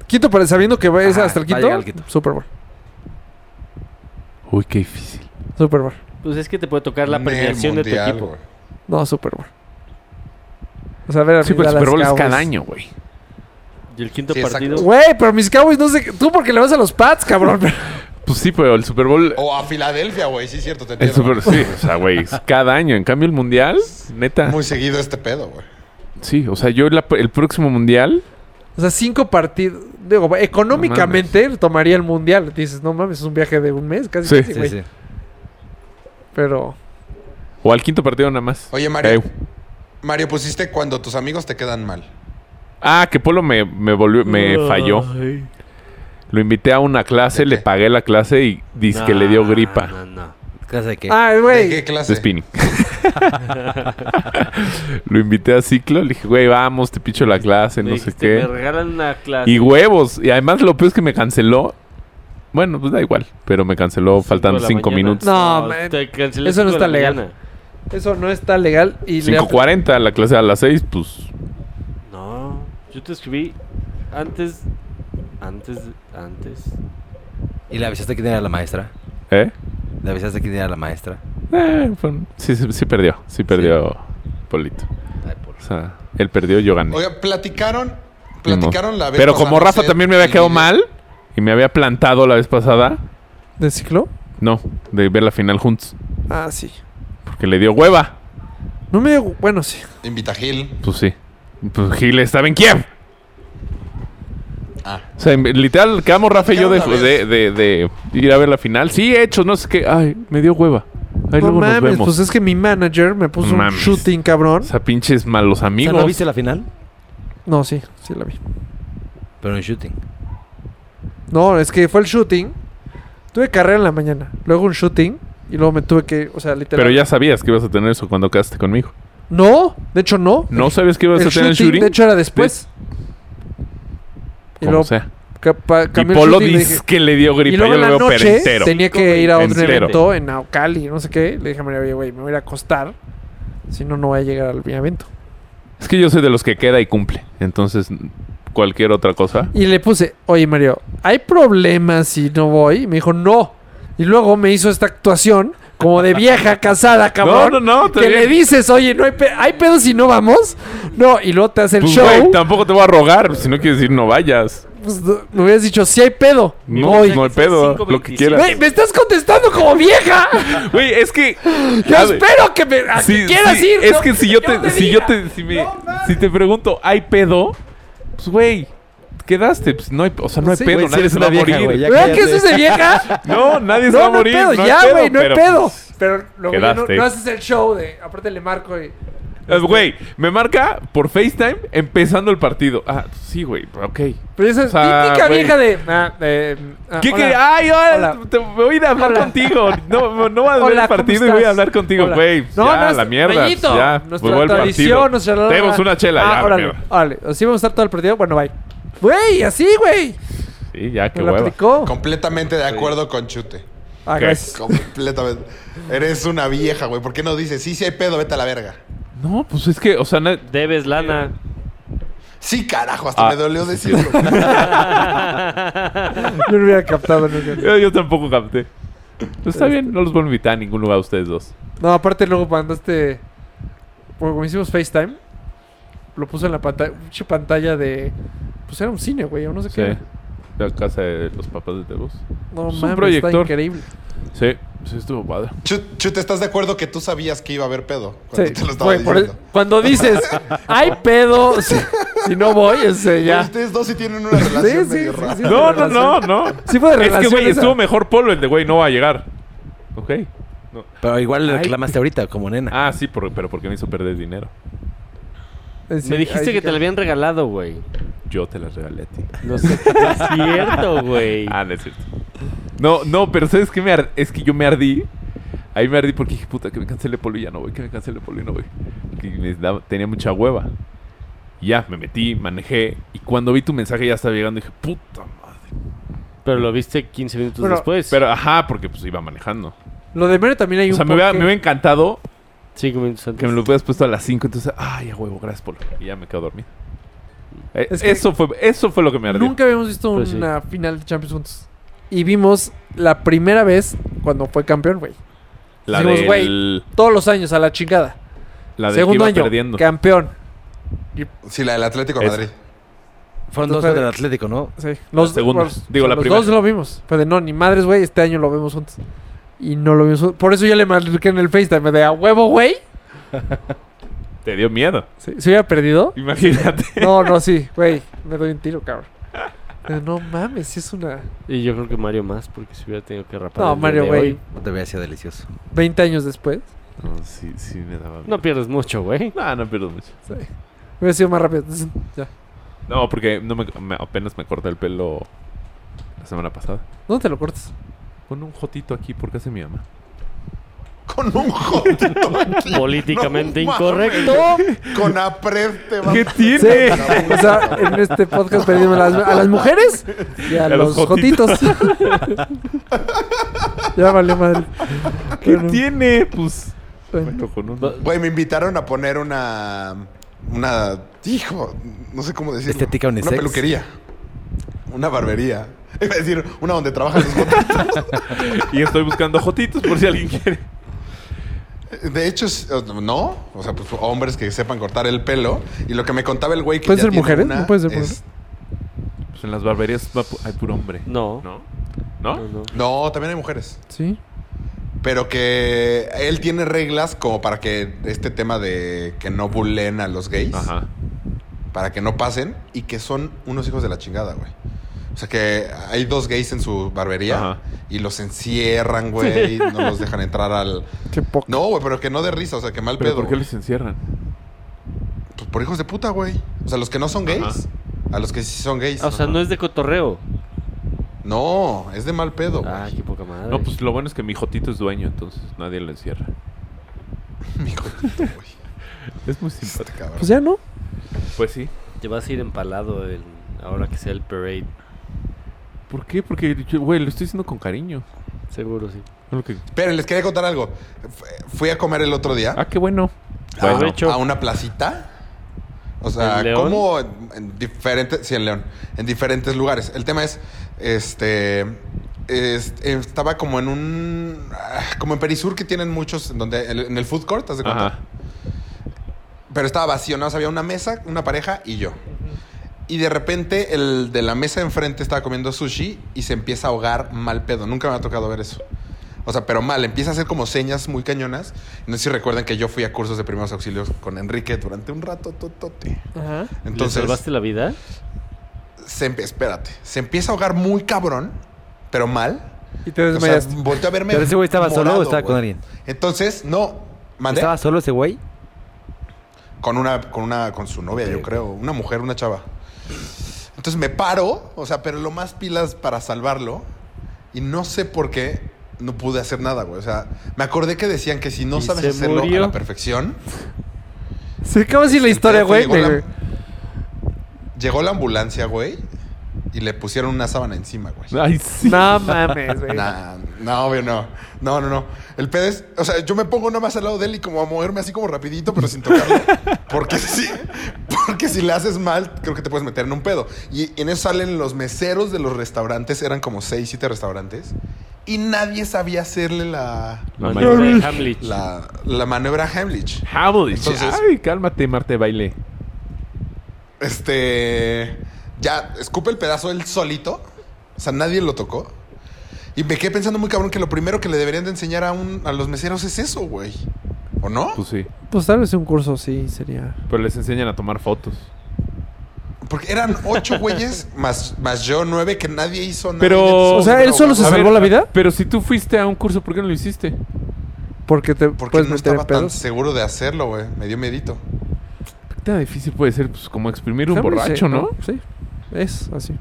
Speaker 2: quinto, pero sabiendo que va es
Speaker 1: Ajá,
Speaker 2: hasta el
Speaker 1: va a
Speaker 2: quinto,
Speaker 1: llegar al quinto.
Speaker 2: Super Bowl.
Speaker 3: Uy, qué difícil.
Speaker 2: Super Bowl.
Speaker 7: Pues es que te puede tocar la
Speaker 6: Del
Speaker 7: premiación de tu
Speaker 6: mundial,
Speaker 7: equipo.
Speaker 6: güey.
Speaker 2: No, Super Bowl. O sea, a ver,
Speaker 3: Sí,
Speaker 2: arriba
Speaker 3: pero el
Speaker 2: las
Speaker 3: Super Bowl es cada
Speaker 2: Cowboys.
Speaker 3: año, güey.
Speaker 5: Y el quinto
Speaker 6: Sí, exacto.
Speaker 5: partido.
Speaker 2: Güey, pero mis Cowboys no sé. qué- Tú porque le vas a los Pats, cabrón.
Speaker 3: Pues sí, pero el Super Bowl.
Speaker 6: O a Filadelfia, güey, sí, cierto, te
Speaker 3: El
Speaker 6: entiendo.
Speaker 3: Super sí, o sea, güey, es cada año. En cambio, el mundial, neta.
Speaker 6: Muy seguido este pedo, güey.
Speaker 3: Sí, o sea, yo la- el próximo mundial.
Speaker 2: O sea, cinco partidos. Digo, económicamente tomaría el mundial. Dices, no mames, es un viaje de un mes, casi.
Speaker 3: Sí.
Speaker 2: casi, güey. Pero.
Speaker 3: O al quinto partido nada más.
Speaker 6: Oye, Mario.
Speaker 3: Eh,
Speaker 6: Mario, pusiste cuando tus amigos te quedan mal.
Speaker 3: ah, que Polo me, me volvió, me
Speaker 2: Ah.
Speaker 3: falló.
Speaker 7: Ay.
Speaker 3: Lo invité a una clase, le pagué la clase y dice que le dio
Speaker 7: No,
Speaker 3: gripa.
Speaker 7: No, no.
Speaker 1: ¿Casa de qué?
Speaker 2: Ah,
Speaker 6: ¿De
Speaker 2: güey.
Speaker 6: qué clase?
Speaker 3: De spinning. Lo invité a ciclo, le dije, güey, vamos, te picho la clase,
Speaker 7: Me
Speaker 3: no sé
Speaker 7: dijiste, Me
Speaker 3: qué.
Speaker 7: regalan una clase.
Speaker 3: Y huevos. Y además lo peor es que me canceló. Bueno, pues da igual, pero me canceló
Speaker 7: Cinco
Speaker 3: faltando
Speaker 7: de la
Speaker 3: cinco
Speaker 7: mañana.
Speaker 3: minutos.
Speaker 2: No, man.
Speaker 7: te cancelé
Speaker 2: Eso no
Speaker 7: cinco de
Speaker 2: está
Speaker 7: la
Speaker 2: legal.
Speaker 7: mañana.
Speaker 2: Eso no está legal. Y le
Speaker 3: 5.40, la clase a las 6, pues
Speaker 7: No, yo te escribí antes, antes, antes.
Speaker 1: ¿Y le avisaste quién era la maestra?
Speaker 3: ¿Eh?
Speaker 1: ¿Le avisaste quién era la maestra?
Speaker 3: Eh, fue un- sí, sí, sí perdió. Sí perdió Polito. O sea, él perdió, yo gané.
Speaker 6: Oiga, platicaron. Platicaron la vez
Speaker 3: Pero
Speaker 6: pasada,
Speaker 3: como Rafa
Speaker 6: Seth,
Speaker 3: también me había
Speaker 6: el
Speaker 3: quedado
Speaker 6: video.
Speaker 3: mal y me había plantado la vez pasada,
Speaker 2: ¿De ciclo?
Speaker 3: no, de ver la final juntos.
Speaker 2: Ah, sí.
Speaker 3: Porque le dio hueva.
Speaker 2: No me dio. Bueno, sí.
Speaker 6: Invita a Gil.
Speaker 3: Pues sí. Pues Gil estaba en Kiev.
Speaker 6: Ah.
Speaker 3: O sea, en- literal, quedamos Rafa y yo de,
Speaker 6: Cada vez.
Speaker 3: de, de- de ir a ver la final. Sí, hechos, no sé qué. Ay, me dio hueva. Ahí
Speaker 2: no
Speaker 3: luego nos
Speaker 2: mames,
Speaker 3: vemos.
Speaker 2: pues es que mi manager me puso
Speaker 3: Mames.
Speaker 2: un shooting, cabrón.
Speaker 3: O sea, pinches malos
Speaker 1: O sea,
Speaker 3: amigos.
Speaker 1: ¿No viste la final?
Speaker 2: No, sí, sí la vi.
Speaker 1: Pero en shooting.
Speaker 2: No, es que fue el shooting. Tuve carrera en la mañana. Luego un shooting. Y luego me tuve que. O sea, literal.
Speaker 3: Pero ya sabías que ibas a tener eso cuando quedaste conmigo.
Speaker 2: No, de hecho, no.
Speaker 3: ¿No sabías que ibas
Speaker 2: El
Speaker 3: a tener el
Speaker 2: shooting,
Speaker 3: shooting?
Speaker 2: de hecho, era después. Y
Speaker 3: Como
Speaker 2: luego
Speaker 3: sea.
Speaker 2: ca- pa-
Speaker 3: Y
Speaker 2: cambié el
Speaker 3: Polo
Speaker 2: shooting y le
Speaker 3: dice
Speaker 2: dije-
Speaker 3: que le dio gripa.
Speaker 2: Y luego
Speaker 3: yo
Speaker 2: en
Speaker 3: lo
Speaker 2: la
Speaker 3: veo pero
Speaker 2: noche
Speaker 3: entero.
Speaker 2: tenía que ir a otro
Speaker 3: Entero.
Speaker 2: evento en Naucali, no sé qué. Le dije a María, oye, güey, me voy a ir a acostar. Si no, no voy a llegar al mi evento.
Speaker 3: Es que yo soy de los que queda y cumple. Entonces, cualquier otra cosa.
Speaker 2: Y le puse, oye, Mario, ¿hay problemas si no voy? Y me dijo, no. Y luego me hizo esta actuación como de vieja casada, cabrón.
Speaker 3: No, no, no, está
Speaker 2: Que
Speaker 3: bien.
Speaker 2: le dices, oye, no hay, pe- ¿hay pedos si no vamos? No, y luego te hace el
Speaker 3: Pues,
Speaker 2: show.
Speaker 3: güey, tampoco te voy a rogar. Si no quieres decir, no vayas.
Speaker 2: Pues, no, me hubieras dicho, si hay pedo.
Speaker 3: No,
Speaker 2: voy.
Speaker 3: no hay pedo. Lo que
Speaker 7: 5.25.
Speaker 3: quieras.
Speaker 2: Güey, me estás contestando como vieja.
Speaker 3: Güey, es que.
Speaker 2: Yo
Speaker 3: A ver,
Speaker 2: espero que me a que
Speaker 3: sí,
Speaker 2: quieras
Speaker 3: sí,
Speaker 2: ir.
Speaker 3: Es
Speaker 2: ¿no?
Speaker 3: que si yo te. si yo
Speaker 2: diga.
Speaker 3: te. Si, me-
Speaker 2: No mames.
Speaker 3: si te pregunto, ¿hay pedo? Pues, güey. Quedaste, pues no hay, o sea, no hay
Speaker 2: Sí.
Speaker 3: pedo,
Speaker 2: Güey,
Speaker 1: si
Speaker 3: nadie
Speaker 1: eres
Speaker 3: se va a
Speaker 1: una vieja,
Speaker 3: morir.
Speaker 1: güey, ya
Speaker 2: ¿Verdad que
Speaker 1: cállate.
Speaker 2: eso es de vieja?
Speaker 3: No, nadie se va
Speaker 2: No,
Speaker 3: a
Speaker 2: no hay
Speaker 3: morir.
Speaker 2: pedo,
Speaker 3: no hay
Speaker 2: ya,
Speaker 3: pedo,
Speaker 2: güey, no hay
Speaker 3: pero,
Speaker 2: pedo.
Speaker 3: pues,
Speaker 2: Pero luego ya no,
Speaker 3: quedaste.
Speaker 2: no haces el show de aparte le marco y.
Speaker 3: Eh, Güey, me marca por FaceTime empezando el partido. Ah, sí, güey, ok.
Speaker 2: Pero Pues esa es
Speaker 3: O sea,
Speaker 2: típica
Speaker 3: güey.
Speaker 2: vieja de. ah, eh, ah,
Speaker 3: ¿Qué
Speaker 2: hola.
Speaker 3: que- Ay, hola,
Speaker 2: Hola.
Speaker 3: te voy a ir a hablar
Speaker 2: Hola.
Speaker 3: contigo. No, no voy a ver
Speaker 2: Hola,
Speaker 3: el
Speaker 2: ¿cómo
Speaker 3: partido y voy a
Speaker 2: estás?
Speaker 3: hablar contigo,
Speaker 2: Hola.
Speaker 3: güey.
Speaker 2: No,
Speaker 3: ya,
Speaker 2: no,
Speaker 3: la mierda. pues
Speaker 2: Bellito,
Speaker 3: ya,
Speaker 2: nuestra
Speaker 3: voy al partido.
Speaker 2: tradición, nuestra-
Speaker 3: Tenemos una chela,
Speaker 2: Ah,
Speaker 3: ya, la
Speaker 2: órale,
Speaker 3: mierda.
Speaker 2: órale. Así vamos a estar todo el partido. Bueno, bye. Güey, así, güey.
Speaker 3: Sí, ya, qué
Speaker 2: Me lo
Speaker 3: hueva.
Speaker 2: aplicó.
Speaker 6: Completamente de acuerdo con Chute.
Speaker 2: Ah,
Speaker 3: ¿Qué?
Speaker 2: gracias.
Speaker 6: Completamente. Eres una vieja, güey. ¿Por qué no dices, sí, sí hay pedo, vete a la verga?
Speaker 3: No, pues es que, o sea, na-
Speaker 7: Debes lana.
Speaker 6: Sí, carajo, hasta
Speaker 3: Ah,
Speaker 6: me dolió decirlo.
Speaker 2: Yo no hubiera captado nunca.
Speaker 3: yo, yo tampoco capté. Pero está bien, no los voy a invitar a ningún lugar a ustedes dos.
Speaker 2: No, aparte luego mandaste. Porque como hicimos FaceTime, lo puso en la pantalla. Pinche pantalla de. Pues era un cine, güey. o No sé
Speaker 3: Sí.
Speaker 2: qué.
Speaker 3: La casa de los papás de Tebos.
Speaker 2: No
Speaker 3: Es un
Speaker 2: mames,
Speaker 3: proyector.
Speaker 2: está increíble.
Speaker 3: Sí, sí, estuvo padre.
Speaker 6: Chu- Chute, ¿estás de acuerdo que tú sabías que iba a haber pedo? Cuando
Speaker 2: Sí,
Speaker 6: te lo estaba
Speaker 2: güey, por
Speaker 6: diciendo.
Speaker 2: el- cuando dices, hay pedo, si, si no voy, ese
Speaker 6: Pero
Speaker 2: ya.
Speaker 6: Ustedes dos sí tienen una relación
Speaker 2: sí,
Speaker 6: medio
Speaker 2: sí,
Speaker 6: rara.
Speaker 2: sí, sí.
Speaker 3: No, no, no, no.
Speaker 2: Sí fue de
Speaker 3: Es que, güey,
Speaker 2: relación esa.
Speaker 3: estuvo mejor Polo el de, güey, no va a llegar. Ok.
Speaker 1: Pero igual le
Speaker 3: Ay.
Speaker 1: reclamaste ahorita, como nena.
Speaker 3: Ah, sí, por- pero porque me hizo perder dinero.
Speaker 2: Eh, Sí,
Speaker 7: Me
Speaker 2: ahí
Speaker 7: dijiste
Speaker 2: sí
Speaker 7: que te la habían regalado, güey.
Speaker 3: Yo te las regalé a ti.
Speaker 7: No sé, no es cierto, güey.
Speaker 3: Ah, no es cierto. No, no, pero ¿sabes qué? Me ar- Es que yo me ardí. Ahí me ardí porque dije, puta, que me cancele Polo y ya no voy, que me cancele Polo y no voy. Que me daba- tenía mucha hueva. Y ya, me metí, manejé. Y cuando vi tu mensaje ya estaba llegando, dije, puta madre.
Speaker 7: Pero lo viste 15 minutos
Speaker 2: Pero-
Speaker 7: después.
Speaker 3: Pero, ajá, porque pues iba manejando.
Speaker 2: Lo de Mero también hay
Speaker 3: O
Speaker 2: un
Speaker 3: sea, me hubiera,
Speaker 2: porqué.
Speaker 3: me hubiera encantado
Speaker 7: 5 minutos antes.
Speaker 3: que me lo hubieras puesto a las 5. Entonces, ay, a huevo, gracias Polo. Y ya me quedo dormido. Eh,
Speaker 2: Es que-
Speaker 3: eso, fue, eso fue lo que me ardió.
Speaker 2: Nunca habíamos visto
Speaker 7: Pues sí.
Speaker 2: una final de Champions juntos. Y vimos la primera vez cuando fue campeón, güey.
Speaker 3: La
Speaker 2: Dijimos, güey,
Speaker 3: del,
Speaker 2: Todos los años a la chingada.
Speaker 3: la del
Speaker 2: Segundo
Speaker 3: que iba
Speaker 2: año,
Speaker 3: perdiendo.
Speaker 2: campeón.
Speaker 6: Sí, la del Atlético de
Speaker 3: Esa.
Speaker 6: Madrid.
Speaker 1: Fueron dos
Speaker 2: Entonces,
Speaker 1: contra el Atlético, ¿no?
Speaker 2: Sí. Los,
Speaker 3: segunda.
Speaker 2: los-
Speaker 3: Digo, la
Speaker 2: los
Speaker 3: primera.
Speaker 2: dos lo vimos. Fue de no, ni madres, güey. Este año lo vemos juntos. Y no lo vimos juntos. Por eso ya le marqué en el FaceTime de a huevo, güey.
Speaker 3: Te dio miedo.
Speaker 2: Sí, ¿Se hubiera perdido?
Speaker 3: Imagínate.
Speaker 2: No, no, sí, güey. Me doy un tiro, cabrón. Pero no mames, sí es una.
Speaker 7: Y yo creo que Mario más, porque se hubiera tenido que rapar.
Speaker 2: No,
Speaker 7: el día
Speaker 2: Mario,
Speaker 7: de
Speaker 2: güey.
Speaker 7: hoy.
Speaker 1: No te veía sido delicioso.
Speaker 2: 20 años después.
Speaker 3: No, sí, sí me daba
Speaker 7: No
Speaker 3: miedo.
Speaker 7: pierdes mucho, güey.
Speaker 3: No, no pierdo mucho.
Speaker 2: Sí. Hubiera sido más rápido. Ya.
Speaker 3: No, porque no me, me- apenas me corté el pelo la semana pasada.
Speaker 2: ¿Dónde te lo cortas?
Speaker 3: Con un jotito aquí porque hace mi mamá.
Speaker 6: Con un jodito aquí.
Speaker 7: Políticamente
Speaker 6: No,
Speaker 7: incorrecto.
Speaker 6: Con apred te va
Speaker 3: ¿Qué tiene?
Speaker 2: O sea, en este podcast pedimos a las, a las mujeres y a,
Speaker 3: a
Speaker 2: los
Speaker 3: los
Speaker 2: jotitos. ya valió madre.
Speaker 3: ¿Qué
Speaker 2: Bueno,
Speaker 3: tiene? Pues.
Speaker 2: bueno.
Speaker 3: Bueno, con
Speaker 2: Pues,
Speaker 3: un.
Speaker 6: Güey, me invitaron a poner una. Una. Hijo, no sé cómo decirlo.
Speaker 1: Estética
Speaker 6: Una
Speaker 1: unisex.
Speaker 6: peluquería. Una barbería. Es decir, una donde trabajan los botitos.
Speaker 3: Y estoy buscando jotitos por si alguien quiere.
Speaker 6: De hecho, es- no. O sea, pues hombres que sepan cortar el pelo. Y lo que me contaba el güey que.
Speaker 2: ¿Pueden
Speaker 6: ya
Speaker 2: ser
Speaker 6: tiene
Speaker 2: mujeres?
Speaker 6: una
Speaker 2: ¿No pueden ser
Speaker 6: es-
Speaker 2: mujeres?
Speaker 3: Pues en las barberías va pu- hay puro hombre.
Speaker 7: No.
Speaker 3: ¿No? ¿No?
Speaker 7: No, no.
Speaker 6: No, también hay mujeres.
Speaker 2: Sí.
Speaker 6: Pero que él tiene reglas como para que este tema de que no bulen a los gays.
Speaker 3: Ajá.
Speaker 6: para que no pasen y que son unos hijos de la chingada, güey. O sea que hay dos gays en su barbería
Speaker 3: Ajá.
Speaker 6: y los encierran, güey, no los dejan entrar al...
Speaker 2: Qué poco.
Speaker 6: No, güey, pero que no de risa, o sea, que mal
Speaker 3: ¿Pero
Speaker 6: pedo.
Speaker 3: por qué
Speaker 6: güey.
Speaker 3: los encierran?
Speaker 6: Pues por hijos de puta, güey. O sea, los que no son gays,
Speaker 3: Ajá.
Speaker 6: a los que sí son gays.
Speaker 7: Ah, O sea, no es de cotorreo.
Speaker 6: No, es de mal pedo, güey.
Speaker 7: Ah, qué poca madre.
Speaker 3: No, pues lo bueno es que mi jotito es dueño, entonces nadie lo encierra.
Speaker 6: Mi jodito, güey.
Speaker 3: Es muy
Speaker 6: Este
Speaker 3: simpático.
Speaker 6: cabrón.
Speaker 2: Pues ya no.
Speaker 3: Pues sí.
Speaker 7: Te vas a ir empalado el- ahora que sea el parade.
Speaker 3: ¿Por qué? Porque, yo- güey, lo estoy haciendo con cariño.
Speaker 7: Seguro, sí.
Speaker 3: No lo que-
Speaker 6: Esperen, les quería contar algo. Fu- Fui a comer el otro día
Speaker 3: Ah, qué bueno.
Speaker 6: a-
Speaker 7: bueno.
Speaker 6: a, una placita. O sea,
Speaker 7: ¿En León?
Speaker 6: como en, en diferentes, sí, en León, en diferentes lugares. El tema es, este, es- estaba como en un, ah, como en Perisur que tienen muchos, en donde en el- en el food court, ¿te das cuenta?
Speaker 3: Ajá.
Speaker 6: Pero estaba vacío, nada más había una mesa, una pareja y yo. Y de repente el de la mesa de enfrente estaba comiendo sushi y se empieza a ahogar mal pedo. Nunca me ha tocado ver eso. O sea, pero mal, empieza a hacer como señas muy cañonas. No sé si recuerdan que yo fui a cursos de primeros auxilios con Enrique durante un rato totote.
Speaker 2: Ajá.
Speaker 7: ¿Le
Speaker 6: Entonces,
Speaker 7: salvaste la vida?
Speaker 6: se empe- espérate, se empieza a ahogar muy cabrón, pero mal.
Speaker 2: Y te
Speaker 6: O sea,
Speaker 2: desmayaste.
Speaker 6: volteó a verme.
Speaker 1: ¿Pero ese güey estaba solo o
Speaker 6: morado,
Speaker 1: estaba con
Speaker 6: güey.
Speaker 1: alguien?
Speaker 6: Entonces, no, mandé
Speaker 1: ¿Estaba solo ese güey?
Speaker 6: Con una, con una, con su novia, yo creo. Una mujer, una chava. Entonces me paro, o sea, pero lo más pilas para salvarlo. Y no sé por qué no pude hacer nada, güey. O sea, me acordé que decían que si no
Speaker 7: ¿Y
Speaker 6: sabes
Speaker 7: se
Speaker 6: hacerlo
Speaker 7: murió?
Speaker 6: a la perfección,
Speaker 2: Se acaba así la historia, güey.
Speaker 6: Llegó la-
Speaker 2: de-
Speaker 6: llegó la ambulancia, güey, y le pusieron una sábana encima, güey.
Speaker 3: Ay, sí.
Speaker 2: No mames, güey.
Speaker 6: Nah, no, obvio no. No, no, no. El pedo es, o sea, yo me pongo nada más al lado de él y como a moverme así como rapidito, pero sin tocarlo. Porque si, porque si le haces mal, creo que te puedes meter en un pedo. Y en eso salen los meseros de los restaurantes, eran como seis, siete restaurantes, y nadie sabía hacerle la,
Speaker 3: La
Speaker 7: Manuel
Speaker 3: mayoría.
Speaker 7: de Hamlich.
Speaker 6: la, la maniobra Heimlich.
Speaker 3: Hamlet.
Speaker 6: Entonces-
Speaker 3: Ay, cálmate, Marte Baile.
Speaker 6: Este. Ya, escupe el pedazo él solito. O sea, nadie lo tocó. Y me quedé pensando muy cabrón que lo primero que le deberían de enseñar a, un, a los meseros es eso, güey. ¿O no?
Speaker 3: Pues sí.
Speaker 2: Pues tal vez un curso sí sería.
Speaker 3: Pero les enseñan a tomar fotos.
Speaker 6: Porque eran ocho güeyes más, más yo nueve que nadie hizo nada.
Speaker 3: Pero-
Speaker 6: Y entonces,
Speaker 2: O sea, él solo se
Speaker 3: A
Speaker 2: salvó
Speaker 3: ver,
Speaker 2: la vida
Speaker 3: Pero si tú fuiste a un curso, ¿por qué no lo hiciste?
Speaker 2: porque te
Speaker 6: Porque
Speaker 2: puedes
Speaker 6: no
Speaker 2: meter en
Speaker 6: estaba tan
Speaker 2: pedos.
Speaker 6: seguro de hacerlo, güey. Me dio miedito.
Speaker 3: tan difícil puede ser? Pues como exprimir un
Speaker 2: Hammer, sí,
Speaker 3: borracho, ¿no?
Speaker 2: Sí, es así.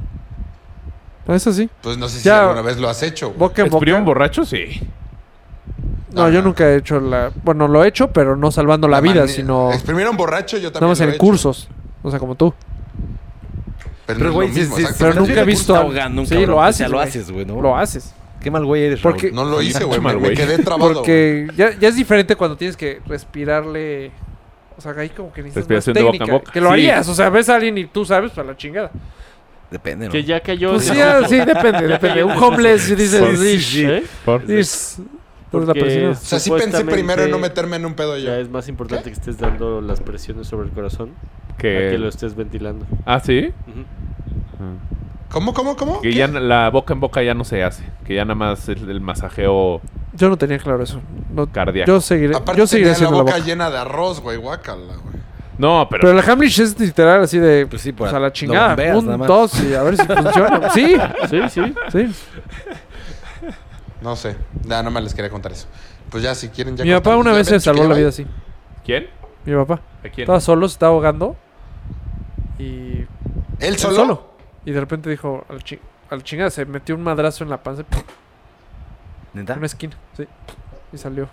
Speaker 2: Es así.
Speaker 6: Pues no sé si
Speaker 2: Ya.
Speaker 6: alguna vez lo has hecho. güey.
Speaker 2: Boca en
Speaker 3: ¿Exprimir
Speaker 2: boca.
Speaker 3: un borracho? Sí.
Speaker 2: No, yo nunca he hecho la... Bueno, lo he hecho, pero no salvando la, vida,
Speaker 6: mani-
Speaker 2: sino...
Speaker 6: Exprimir a un borracho yo
Speaker 2: Nada
Speaker 6: también
Speaker 2: más
Speaker 6: lo he
Speaker 2: en
Speaker 6: hecho.
Speaker 2: cursos. O sea, como tú.
Speaker 6: Pero,
Speaker 1: Pero,
Speaker 6: no
Speaker 1: güey,
Speaker 6: es lo
Speaker 1: sí,
Speaker 6: mismo,
Speaker 1: sí,
Speaker 2: Pero
Speaker 1: Pero
Speaker 6: exactamente.
Speaker 1: no
Speaker 2: nunca
Speaker 1: te
Speaker 2: he visto...
Speaker 1: gusta
Speaker 2: a-
Speaker 1: ahogando un
Speaker 2: sí,
Speaker 1: cabrón,
Speaker 2: lo
Speaker 1: o
Speaker 2: haces,
Speaker 1: sea, lo
Speaker 2: güey.
Speaker 1: haces, güey, ¿no?
Speaker 2: Lo haces.
Speaker 1: Qué mal güey eres,
Speaker 2: Porque-
Speaker 6: No lo hice, güey. Me,
Speaker 3: Mal,
Speaker 6: me
Speaker 3: güey.
Speaker 6: quedé trabado. güey.
Speaker 2: Porque ya, ya es diferente cuando tienes que respirarle. O sea, ahí como que necesitas
Speaker 3: Respiración
Speaker 2: más
Speaker 3: de boca
Speaker 2: técnica.
Speaker 3: en boca.
Speaker 2: Que lo
Speaker 3: Sí.
Speaker 2: harías. O sea, ves a alguien y tú sabes para la chingada.
Speaker 1: Depende, ¿no?
Speaker 7: Que ya cayó.
Speaker 2: Pues
Speaker 7: en
Speaker 2: sí,
Speaker 7: la-
Speaker 2: ah, sí, depende, depende. Un homeless si dices...
Speaker 3: Sí,
Speaker 2: "Ish,
Speaker 7: ¿Eh?
Speaker 3: Por-
Speaker 2: ish". Entonces la
Speaker 7: Porque
Speaker 2: persona-
Speaker 6: O sea, sí pensé
Speaker 7: supuestamente
Speaker 6: primero en no meterme en un pedo yo.
Speaker 7: Ya es más importante que estés dando las presiones sobre el corazón a que lo
Speaker 3: Que...
Speaker 7: estés ventilando.
Speaker 3: Ah, ¿sí?
Speaker 7: Ujú.
Speaker 6: ¿Cómo, cómo, cómo?
Speaker 3: Que ya n- la boca en boca ya no se hace. Que ya nada más el, el masajeo
Speaker 2: Yo no tenía claro eso. No-
Speaker 3: cardíaco.
Speaker 2: yo seguiré,
Speaker 6: Aparte
Speaker 2: yo seguiré
Speaker 6: tenía la
Speaker 2: haciendo
Speaker 6: boca,
Speaker 2: la boca.
Speaker 6: llena de arroz, güey. Guácala, güey.
Speaker 3: No, pero...
Speaker 2: Pero la Hamlish es literal así de...
Speaker 1: Pues
Speaker 2: Pues
Speaker 1: sí,
Speaker 2: sí,
Speaker 1: por
Speaker 2: a
Speaker 1: a-
Speaker 2: la
Speaker 1: lo
Speaker 2: chingada.
Speaker 1: bombeas nada
Speaker 2: Un,
Speaker 1: más.
Speaker 2: dos y a ver si funciona. Sí,
Speaker 7: Sí, sí.
Speaker 2: sí.
Speaker 6: No sé. Ya, no me les quería contar eso. Pues ya, si quieren, ya.
Speaker 2: Mi papá
Speaker 6: cortamos.
Speaker 2: una
Speaker 6: Ya
Speaker 2: vez
Speaker 6: ven,
Speaker 2: se salvó
Speaker 6: chiquilla,
Speaker 2: la vida
Speaker 6: bye.
Speaker 2: así.
Speaker 3: ¿Quién?
Speaker 2: Mi papá.
Speaker 3: ¿A quién?
Speaker 2: Estaba solo, se estaba ahogando. Y
Speaker 6: ¿Él solo?
Speaker 2: Y de repente dijo, al, chi- al chingada, se metió un madrazo en la panza,
Speaker 1: ¿Neta?
Speaker 2: en una esquina, sí, y salió.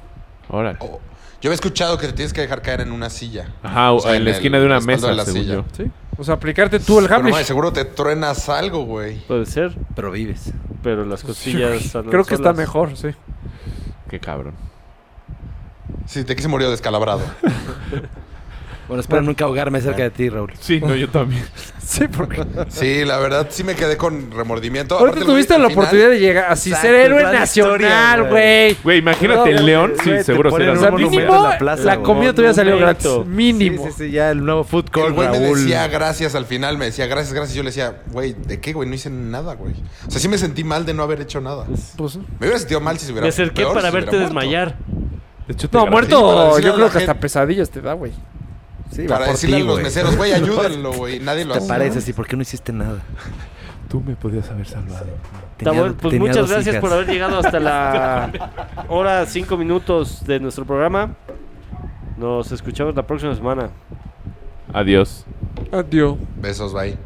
Speaker 3: Órale.
Speaker 6: Oh, Yo había escuchado que te tienes que dejar caer en una silla.
Speaker 3: Ajá,
Speaker 6: O sea,
Speaker 3: en
Speaker 6: en
Speaker 3: la
Speaker 6: el
Speaker 3: esquina de una mesa,
Speaker 6: respaldo de la
Speaker 3: según
Speaker 6: silla.
Speaker 3: yo.
Speaker 2: Sí. O sea, aplicarte tú el
Speaker 6: Pero,
Speaker 2: Hamlish.
Speaker 6: madre, seguro te truenas algo, güey.
Speaker 7: Puede ser,
Speaker 1: Pero vives.
Speaker 7: pero las
Speaker 6: Pues
Speaker 5: Pues
Speaker 7: costillas sanan
Speaker 2: Creo que está
Speaker 7: solas.
Speaker 2: mejor, sí.
Speaker 3: Qué cabrón.
Speaker 6: Sí, te se murió descalabrado.
Speaker 1: Bueno, espero nunca ahogarme cerca de ti, Raúl.
Speaker 3: Sí, no, yo también.
Speaker 2: Sí, porque
Speaker 6: Sí, la verdad, sí me quedé con remordimiento.
Speaker 2: ahorita
Speaker 6: Aparte, güey,
Speaker 2: tuviste
Speaker 6: al
Speaker 2: la
Speaker 6: final-
Speaker 2: oportunidad de llegar así,
Speaker 1: Exacto,
Speaker 2: ser héroe
Speaker 1: gran historia,
Speaker 2: nacional,
Speaker 1: güey.
Speaker 2: güey.
Speaker 3: Güey, imagínate
Speaker 2: No,
Speaker 3: el león.
Speaker 1: güey,
Speaker 3: Sí,
Speaker 1: te
Speaker 3: seguro
Speaker 1: ponen
Speaker 3: será
Speaker 1: un
Speaker 2: O sea,
Speaker 3: un
Speaker 1: monumento.
Speaker 2: mínimo,
Speaker 1: en
Speaker 2: la,
Speaker 1: la plaza, güey.
Speaker 2: comida todavía salió
Speaker 7: Monumento.
Speaker 2: gratis, mínimo.
Speaker 1: Sí, sí, sí, ya el nuevo food
Speaker 6: Que el
Speaker 1: court,
Speaker 6: güey me
Speaker 1: Raúl.
Speaker 6: decía gracias al final, me decía gracias, gracias. Yo le decía, güey, ¿de qué, güey? No hice nada, güey. O sea, sí me sentí mal de no haber hecho nada. Me
Speaker 2: Pues,
Speaker 6: hubiera sentido mal si se hubiera
Speaker 7: Me acerqué
Speaker 6: peor,
Speaker 7: para
Speaker 6: si se
Speaker 7: verte
Speaker 6: hubiera muerto.
Speaker 7: desmayar.
Speaker 3: De hecho, te
Speaker 2: no,
Speaker 3: garantizo-
Speaker 6: para
Speaker 2: muerto,
Speaker 6: decirle
Speaker 2: yo
Speaker 6: a
Speaker 2: creo
Speaker 6: la
Speaker 2: que hasta
Speaker 6: gente-
Speaker 2: pesadillas te da, güey.
Speaker 1: Sí, va
Speaker 6: Para
Speaker 1: por
Speaker 6: decirle
Speaker 1: ti,
Speaker 6: a los
Speaker 1: güey.
Speaker 6: meseros, güey, ayúdenlo, güey. Nadie lo
Speaker 1: ¿Te
Speaker 6: hace.
Speaker 1: parece así? ¿Por qué no hiciste nada?
Speaker 3: Tú me podías haber salvado.
Speaker 7: Está
Speaker 1: Tenía-
Speaker 7: bueno, pues
Speaker 1: tenía
Speaker 7: muchas
Speaker 1: dos
Speaker 7: gracias
Speaker 1: hijas.
Speaker 7: por haber llegado hasta la hora cinco minutos de nuestro programa. Nos escuchamos la próxima semana.
Speaker 3: Adiós.
Speaker 2: Adiós.
Speaker 6: Besos, bye.